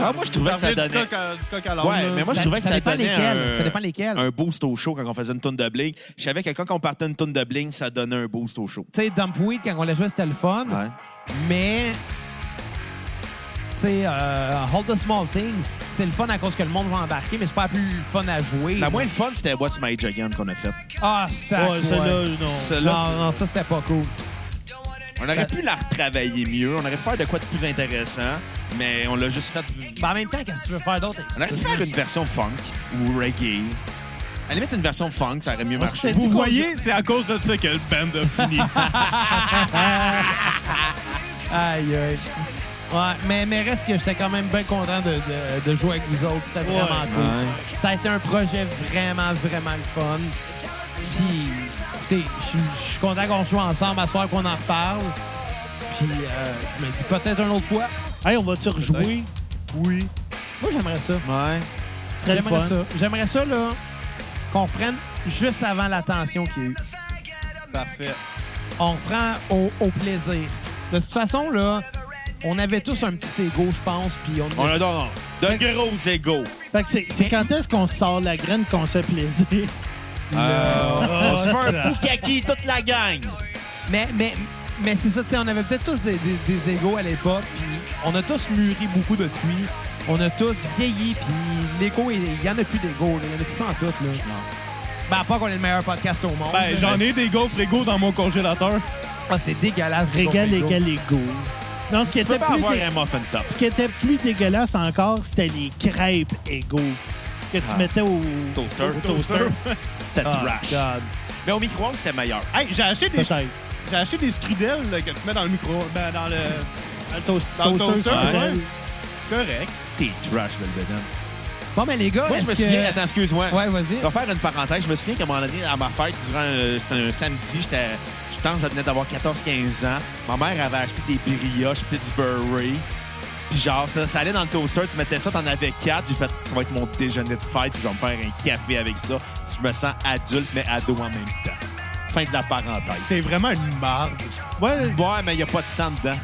B: Ah, moi je trouvais que ça
E: venait Du
B: donnait.
E: coq à, du coq à l'âne,
B: Ouais,
E: là.
B: mais moi je trouvais que ça
A: dépend
B: donnait
A: lesquels.
B: un-
A: Ça dépend lesquels.
B: un boost au show quand on faisait une tonne de bling. Je savais que quand on partait une tonne de bling, ça donnait un boost au show.
A: Tu sais, Dumpweed, quand on l'a joué, c'était le fun.
B: Ouais.
A: Mais, tu sais, euh, Hold the Small Things, c'est le fun à cause que le monde va embarquer, mais c'est pas plus le fun à jouer.
B: La moins le fun, c'était What's My Age Again qu'on a fait.
A: Ah, ça.
F: Ouais, celle-là, non.
B: Celle-là,
A: Non, non, ça, c'était pas cool.
B: On aurait pu la retravailler mieux, on aurait pu faire de quoi de plus intéressant, mais on l'a juste fait.
A: Ben, en même temps, qu'est-ce que tu veux faire d'autre?
B: On aurait pu faire une version funk ou reggae. À la limite, une version funk, ça aurait mieux marché.
F: dit
E: Vous
F: qu'on-
E: voyez, c'est à cause de ça que le band a fini.
A: Aïe, aïe. Ouais, mais, mais reste que j'étais quand même bien content de, de- de jouer avec vous autres. C'était vraiment cool. Ça a été un projet vraiment, vraiment le fun. Puis, tu sais, je suis- je suis content qu'on joue ensemble à soir qu'on en reparle. Puis, euh, je me dis peut-être une autre fois.
F: Hey, on va-tu rejouer?
A: Oui. Moi, j'aimerais ça.
B: Ouais.
F: Ce serait le
A: J'aimerais
F: fun.
A: ça. J'aimerais ça, là, qu'on reprenne juste avant la tension qu'il y a eu.
E: Parfait.
A: on reprend au, au plaisir. De toute façon, là, on avait tous un petit ego, je pense, puis on...
B: On a donc de gros égaux.
F: Fait que c'est- c'est quand est-ce qu'on sort la graine qu'on se fait plaisir?
B: On se fait un boukaki, toute la gang.
A: Mais, mais, mais c'est ça, tu sais, on avait peut-être tous des, des, des égos à l'époque, puis on a tous mûri beaucoup depuis. On a tous vieilli, puis l'ego, il il y en a plus d'ego, là. il y en a plus en tout, là. Ben, à part qu'on est le meilleur podcast au monde.
E: Ben,
A: là,
E: j'en
A: mais-
E: ai des gaufres frigos dans mon congélateur.
A: Ah, c'est dégueulasse.
F: Régal,
A: les gars.
F: égal, égo. Non, ce qui,
B: Tu peux
F: était
B: pas
F: plus
B: avoir
F: dé-
B: un muffin top.
F: ce qui était plus dégueulasse encore, c'était les crêpes égaux que tu
B: Ah.
F: mettais au
B: Toaster.
F: au toaster.
B: C'était
F: Ah,
B: trash.
F: God.
B: Mais au micro-ondes, c'était meilleur.
E: Hey, j'ai acheté des,
F: Peut-être.
E: j'ai acheté des strudels là, que tu mets dans le micro, ben, dans le.
F: Dans le toast-
E: Dans le
F: toaster,
E: toaster,
F: ouais.
E: ouais. C'est correct.
B: T'es trash, belle bedaine.
A: Bon, mais les gars,
B: Moi, je
A: est-ce
B: me
A: que-
B: souviens, attends, excuse-moi.
A: Ouais, vas-y.
B: Je vais faire une parenthèse. Je me souviens qu'à un moment donné, à ma fête, durant euh, c'était un samedi, j'étais. Je pense que je venais d'avoir 14-15 ans. Ma mère avait acheté des brioches Pittsburgh. Puis genre, ça, ça allait dans le toaster, tu mettais ça, t'en avais quatre. J'ai fait, ça va être mon déjeuner de fête, puis je vais me faire un café avec ça. Je me sens adulte, mais ado en même temps. Fin de la parenthèse.
E: C'est vraiment une marde.
F: Ouais,
B: Ouais, mais il n'y a pas de sang dedans.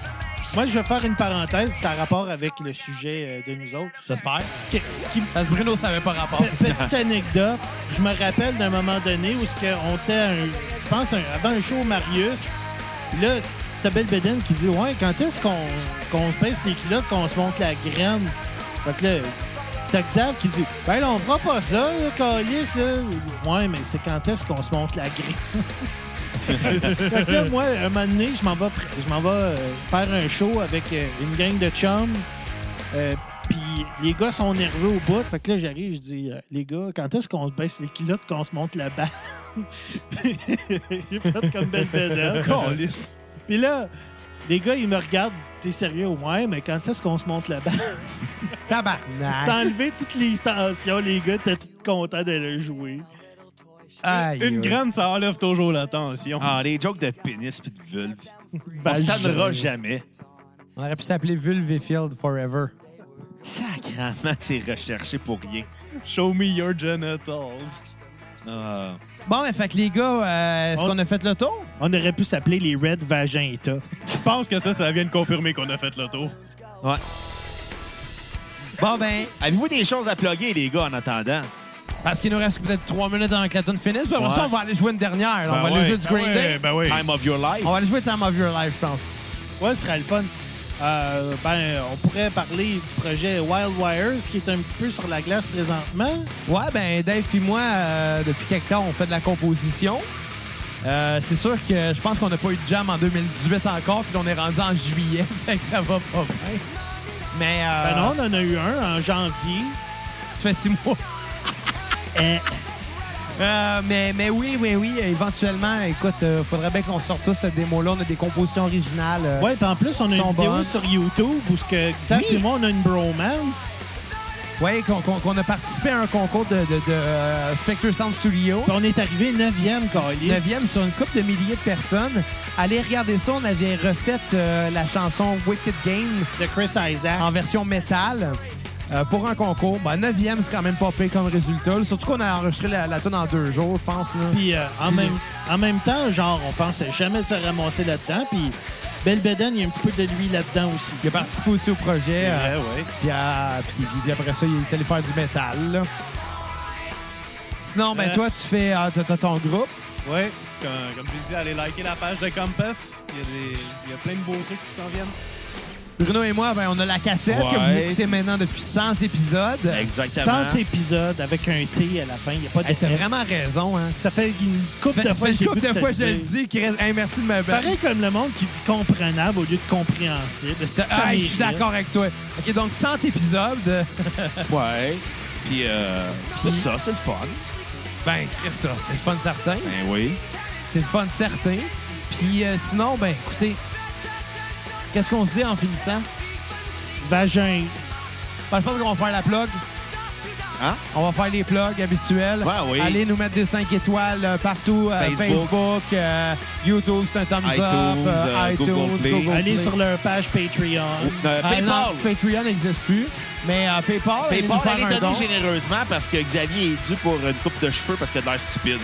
F: Moi, je vais faire une parenthèse, ça a rapport avec le sujet euh, de nous autres.
A: J'espère.
F: Ce qui- ce qui me
A: Parce que Bruno, ça avait pas rapport.
F: Pe- Petite anecdote, je me rappelle d'un moment donné où ce que on était, à un- je pense, un- avant un show Marius, là, t'as Belle Beden qui dit Ouais, quand est-ce qu'on qu'on se baisse les culottes, qu'on se monte la graine Fait que là, t'as Xav qui dit Ben là, on fera pas ça, là, Calis, là. Ouais, mais c'est quand est-ce qu'on se monte la graine Fait que là, moi, un moment donné, je m'en vais, pr- je m'en vais euh, faire un show avec euh, une gang de chums. Euh, puis les gars sont nerveux au bout. Fait que là, j'arrive, je dis, euh, les gars, quand est-ce qu'on se baisse les culottes, qu'on se monte la balle? J'ai fait comme belle bédette. Puis là, les gars, ils me regardent, t'es sérieux? Ouais, mais quand est-ce qu'on se monte la balle?
A: Tabarnak.
F: Ça a enlevé toutes les tensions, les gars étaient tous contents de le jouer.
A: Aïe,
E: Une
A: aïe.
E: graine, ça enlève toujours l'attention.
B: Ah, les jokes de pénis puis de vulve.
F: Ben,
B: On se tannera
F: je-
B: jamais.
A: On aurait pu s'appeler Vulvifield Forever.
B: Sacrement, c'est recherché pour rien.
E: Show me your genitals.
B: Ah.
A: Bon, mais fait que les gars, euh, est-ce
F: On-
A: qu'on a fait le tour?
F: On aurait pu s'appeler les Red Vagenta.
E: Je pense que ça, ça vient de confirmer qu'on a fait le tour.
B: Ouais.
A: Bon, ben,
B: Avez-vous des choses à plugger, les gars, en attendant?
A: parce qu'il nous reste peut-être trois minutes avant que la tune finisse. Puis après
B: Ouais.
A: ça, on va aller jouer une dernière. là. on
B: Ben
A: va
B: ouais,
A: aller jouer du
E: Ben
A: Green Day.
E: ouais, ben oui.
B: Time of your life?
A: On va aller jouer Time of Your Life, je pense.
F: Ah, Ouais, ce sera le fun. Euh, ben, on pourrait parler du projet Wild Wires qui est un petit peu sur la glace présentement.
A: Ouais, ben, Dave puis moi, euh, depuis quelque temps, on fait de la composition. Euh, c'est sûr que je pense qu'on n'a pas eu de jam en 2018 encore, puis on est rendu en juillet, fait que ça va pas bien. Mais euh,
F: Ben non, on en a eu un en janvier.
A: ça fait six mois.
F: Euh,
A: Euh, mais, mais oui, oui, oui, éventuellement, écoute, euh, faudrait bien qu'on sorte ça, cette démo-là. On a des compositions originales. euh,
F: ouais, puis en plus, on a
A: Sont
F: une vidéo
A: bonnes.
F: sur YouTube où ce que Xav
A: Oui.
F: et moi, on a une bromance.
A: Oui, qu'on qu'on- qu'on a participé à un concours de, de- de, euh, Spectre Sound Studio.
F: Puis on est arrivé 9e, Calis.
A: 9e sur une coupe de milliers de personnes. Allez regarder ça, on avait refait euh, la chanson Wicked Game
F: de Chris Isaac.
A: en version métal euh, pour un concours. Ben, 9e, c'est quand même pas pire comme résultat. là. Surtout qu'on a enregistré la, la tune en deux jours, je pense. là.
F: Puis euh, en, même, en même temps, genre, on pensait jamais de se ramasser là-dedans. Puis Belbeden, il y a un petit peu de lui là-dedans aussi.
A: Il a participé aussi au projet. euh,
E: Eh ouais.
A: Puis, euh, puis- puis après ça, il est allé faire du métal. là. Sinon, ben
E: Euh.
A: toi, tu fais euh, t'as- t'as ton groupe.
E: Ouais, comme, comme je disais, allez liker la page de Compass. Il y, a des- il y a plein de beaux trucs qui s'en viennent.
A: Bruno et moi, ben, on a la cassette que vous
B: Ouais.
A: écoutez maintenant depuis 100 épisodes.
B: Exactement.
F: 100 épisodes avec un T à la fin. Il n'y a pas de
A: Hey, T'as
F: F.
A: vraiment raison, hein?
F: Ça fait une couple
A: Ça fait-
F: de
A: ça
F: fois
A: fait
F: que
A: une
F: j'ai
A: couple
F: le goût
A: de
F: de
A: fois
F: te
A: je le
F: dire.
A: dis. ben. Chris. Hey, merci de me
F: C'est
A: battre.
F: pareil comme le monde qui dit comprenable au lieu de compréhensible. C'est que ça hein.
A: Ah, je suis
F: mérite.
A: d'accord avec toi. OK, donc 100 épisodes.
B: Ouais. Puis, euh, c'est ça, c'est le fun.
A: Ben, Chris, ça, c'est le fun certain.
B: Ben oui.
A: C'est le fun certain. Puis euh, sinon, ben, écoutez, qu'est-ce qu'on se dit en finissant?
F: Vagin.
A: Ben, je pense qu'on va faire la plug.
B: Hein?
A: On va faire les plugs habituels.
B: Ouais, oui.
A: Allez nous mettre des 5 étoiles euh, partout. euh,
B: Facebook.
A: Facebook, euh, YouTube, c'est un thumbs
B: iTunes,
A: up.
B: euh, Google Play.
F: Allez sur leur page Patreon.
B: Euh,
A: Ah,
B: PayPal.
A: non, Patreon n'existe plus, mais euh, PayPal, allez
B: PayPal,
A: nous faire
B: allez
A: un don.
B: donner généreusement parce que Xavier est dû pour une coupe de cheveux parce qu'il a de l'air stupide.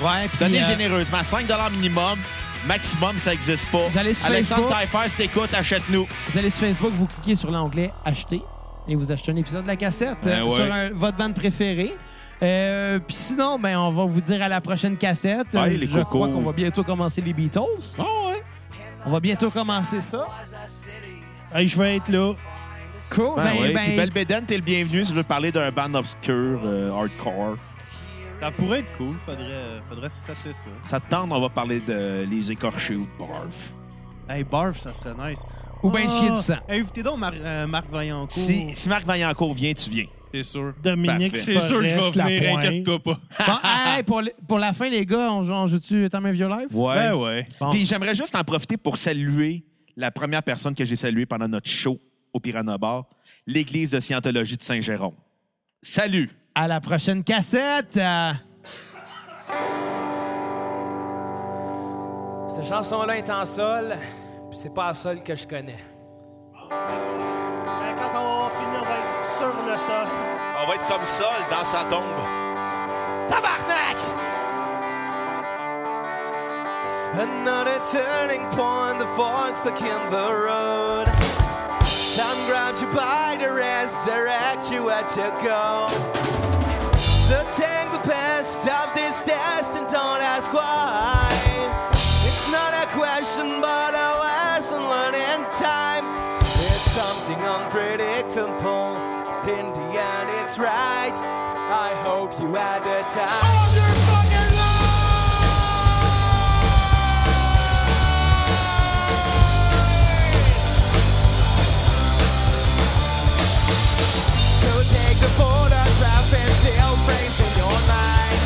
A: Ouais, puis,
B: Donnez
A: euh,
B: généreusement. 5 minimum. Maximum, ça n'existe pas.
A: Vous allez sur
B: Alexandre
A: Facebook.
B: Taillefer, si t'écoutes, achète-nous.
A: Vous allez sur Facebook, vous cliquez sur l'onglet Acheter et vous achetez un épisode de la cassette
B: Ben
A: euh,
B: ouais.
A: sur un- votre bande préférée. Euh, Puis sinon, ben, on va vous dire à la prochaine cassette.
B: Allez,
A: Euh,
B: les
A: Je
B: cocos. Ah
A: crois qu'on va bientôt commencer les Beatles. On va bientôt commencer ça.
F: Hey, je vais être là.
A: Cool.
B: Ben,
A: Ben,
B: oui.
A: ben,
B: Puis Belle Bédène, t'es le bienvenu si tu veux parler d'un band obscur, euh, hardcore.
E: Ça pourrait être cool, faudrait, euh, faudrait se tasser ça.
B: Ça te tente, on va parler de Les Écorchés ou de Barf.
E: Hey, barf, ça serait nice. Ah!
A: Ou ben chier du sang.
E: Invitez donc Mar- euh, Marc Vaillancourt.
B: Si, si Marc Vaillancourt vient, tu viens.
E: C'est sûr.
F: Dominique,
B: Parfait.
E: C'est sûr que je vais
F: Forest,
E: venir,
F: Lapointe.
E: inquiète-toi pas.
A: Bon, hey, pour, le- pour la fin, les gars, on, joue- on joue-tu Time of Your Life?
E: Ben ouais.
A: Bon.
B: Puis j'aimerais juste en profiter pour saluer la première personne que j'ai saluée pendant notre show au Piranha Bar, l'Église de Scientologie de Saint-Jérôme. Salut!
A: À la prochaine cassette. euh. Cette chanson-là est en sol, puis c'est pas en sol que je connais.
I: Ben, quand on va finir, on va être sur le sol.
B: On va être comme Sol dans sa tombe.
G: Tabarnak! Another turning point, the fork stuck in the road. Time grabs you by the wrist, direct you at your goal. So take the best of this test and don't ask why. It's not a question, but a lesson learned in time. It's something unpredictable. In the end, it's right. I hope you had the time. of your fucking life. So take the photograph and seal frames in your mind.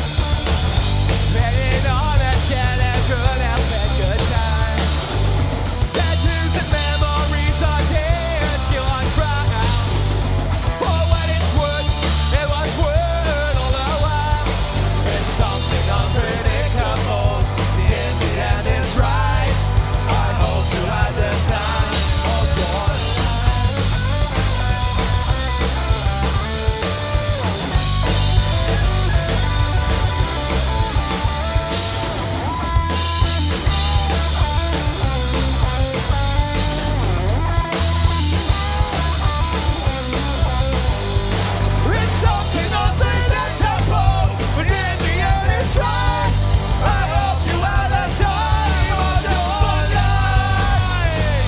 G: Painting on a shed and good and bad good time. Tattoos and memories are there, still on trial. For what it's worth, it was worth all the while. It's something unpredictable. In the end, it's right. I hope you had the time of your It's something unpredictable, but in the end it's right. I hope you had a time of your life.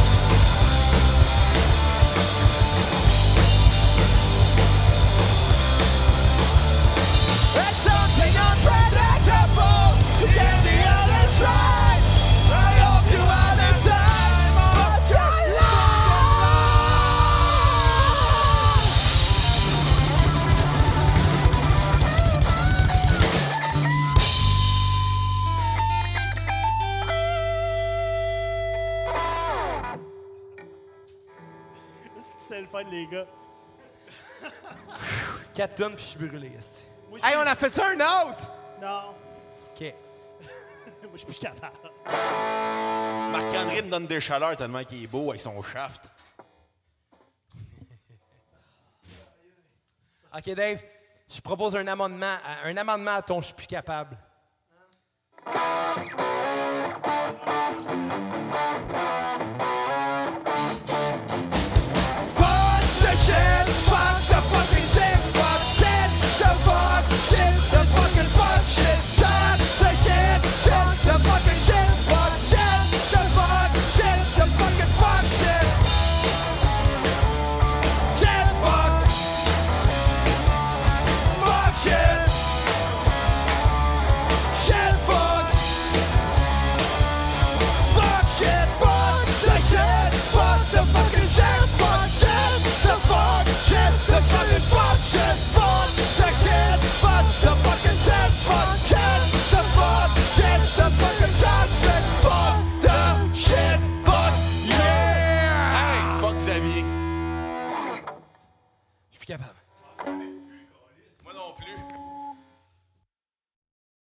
G: It's something unpredictable, but in the end it's right. I hope you had a time of your life.
I: Est-ce que c'est le fun, les gars?
G: 4 tonnes puis je suis brûlé. esti.
I: Moi aussi.
G: Hey, on a fait ça un autre!
I: Non,
G: Ok.
I: moi, je suis plus capable.
B: Marc-André me donne des chaleurs tellement qu'il est beau avec son shaft.
G: Ok, Dave, je propose un amendement, à- un amendement à ton je suis plus capable.
I: Fuck the shit, fuck the fucking shit, fuck shit, the fuck shit, the fucking fuck shit, fuck the shit, shit, the fucking shit, fuck shit, the fuck shit, the fucking fuck shit.
A: plus capable.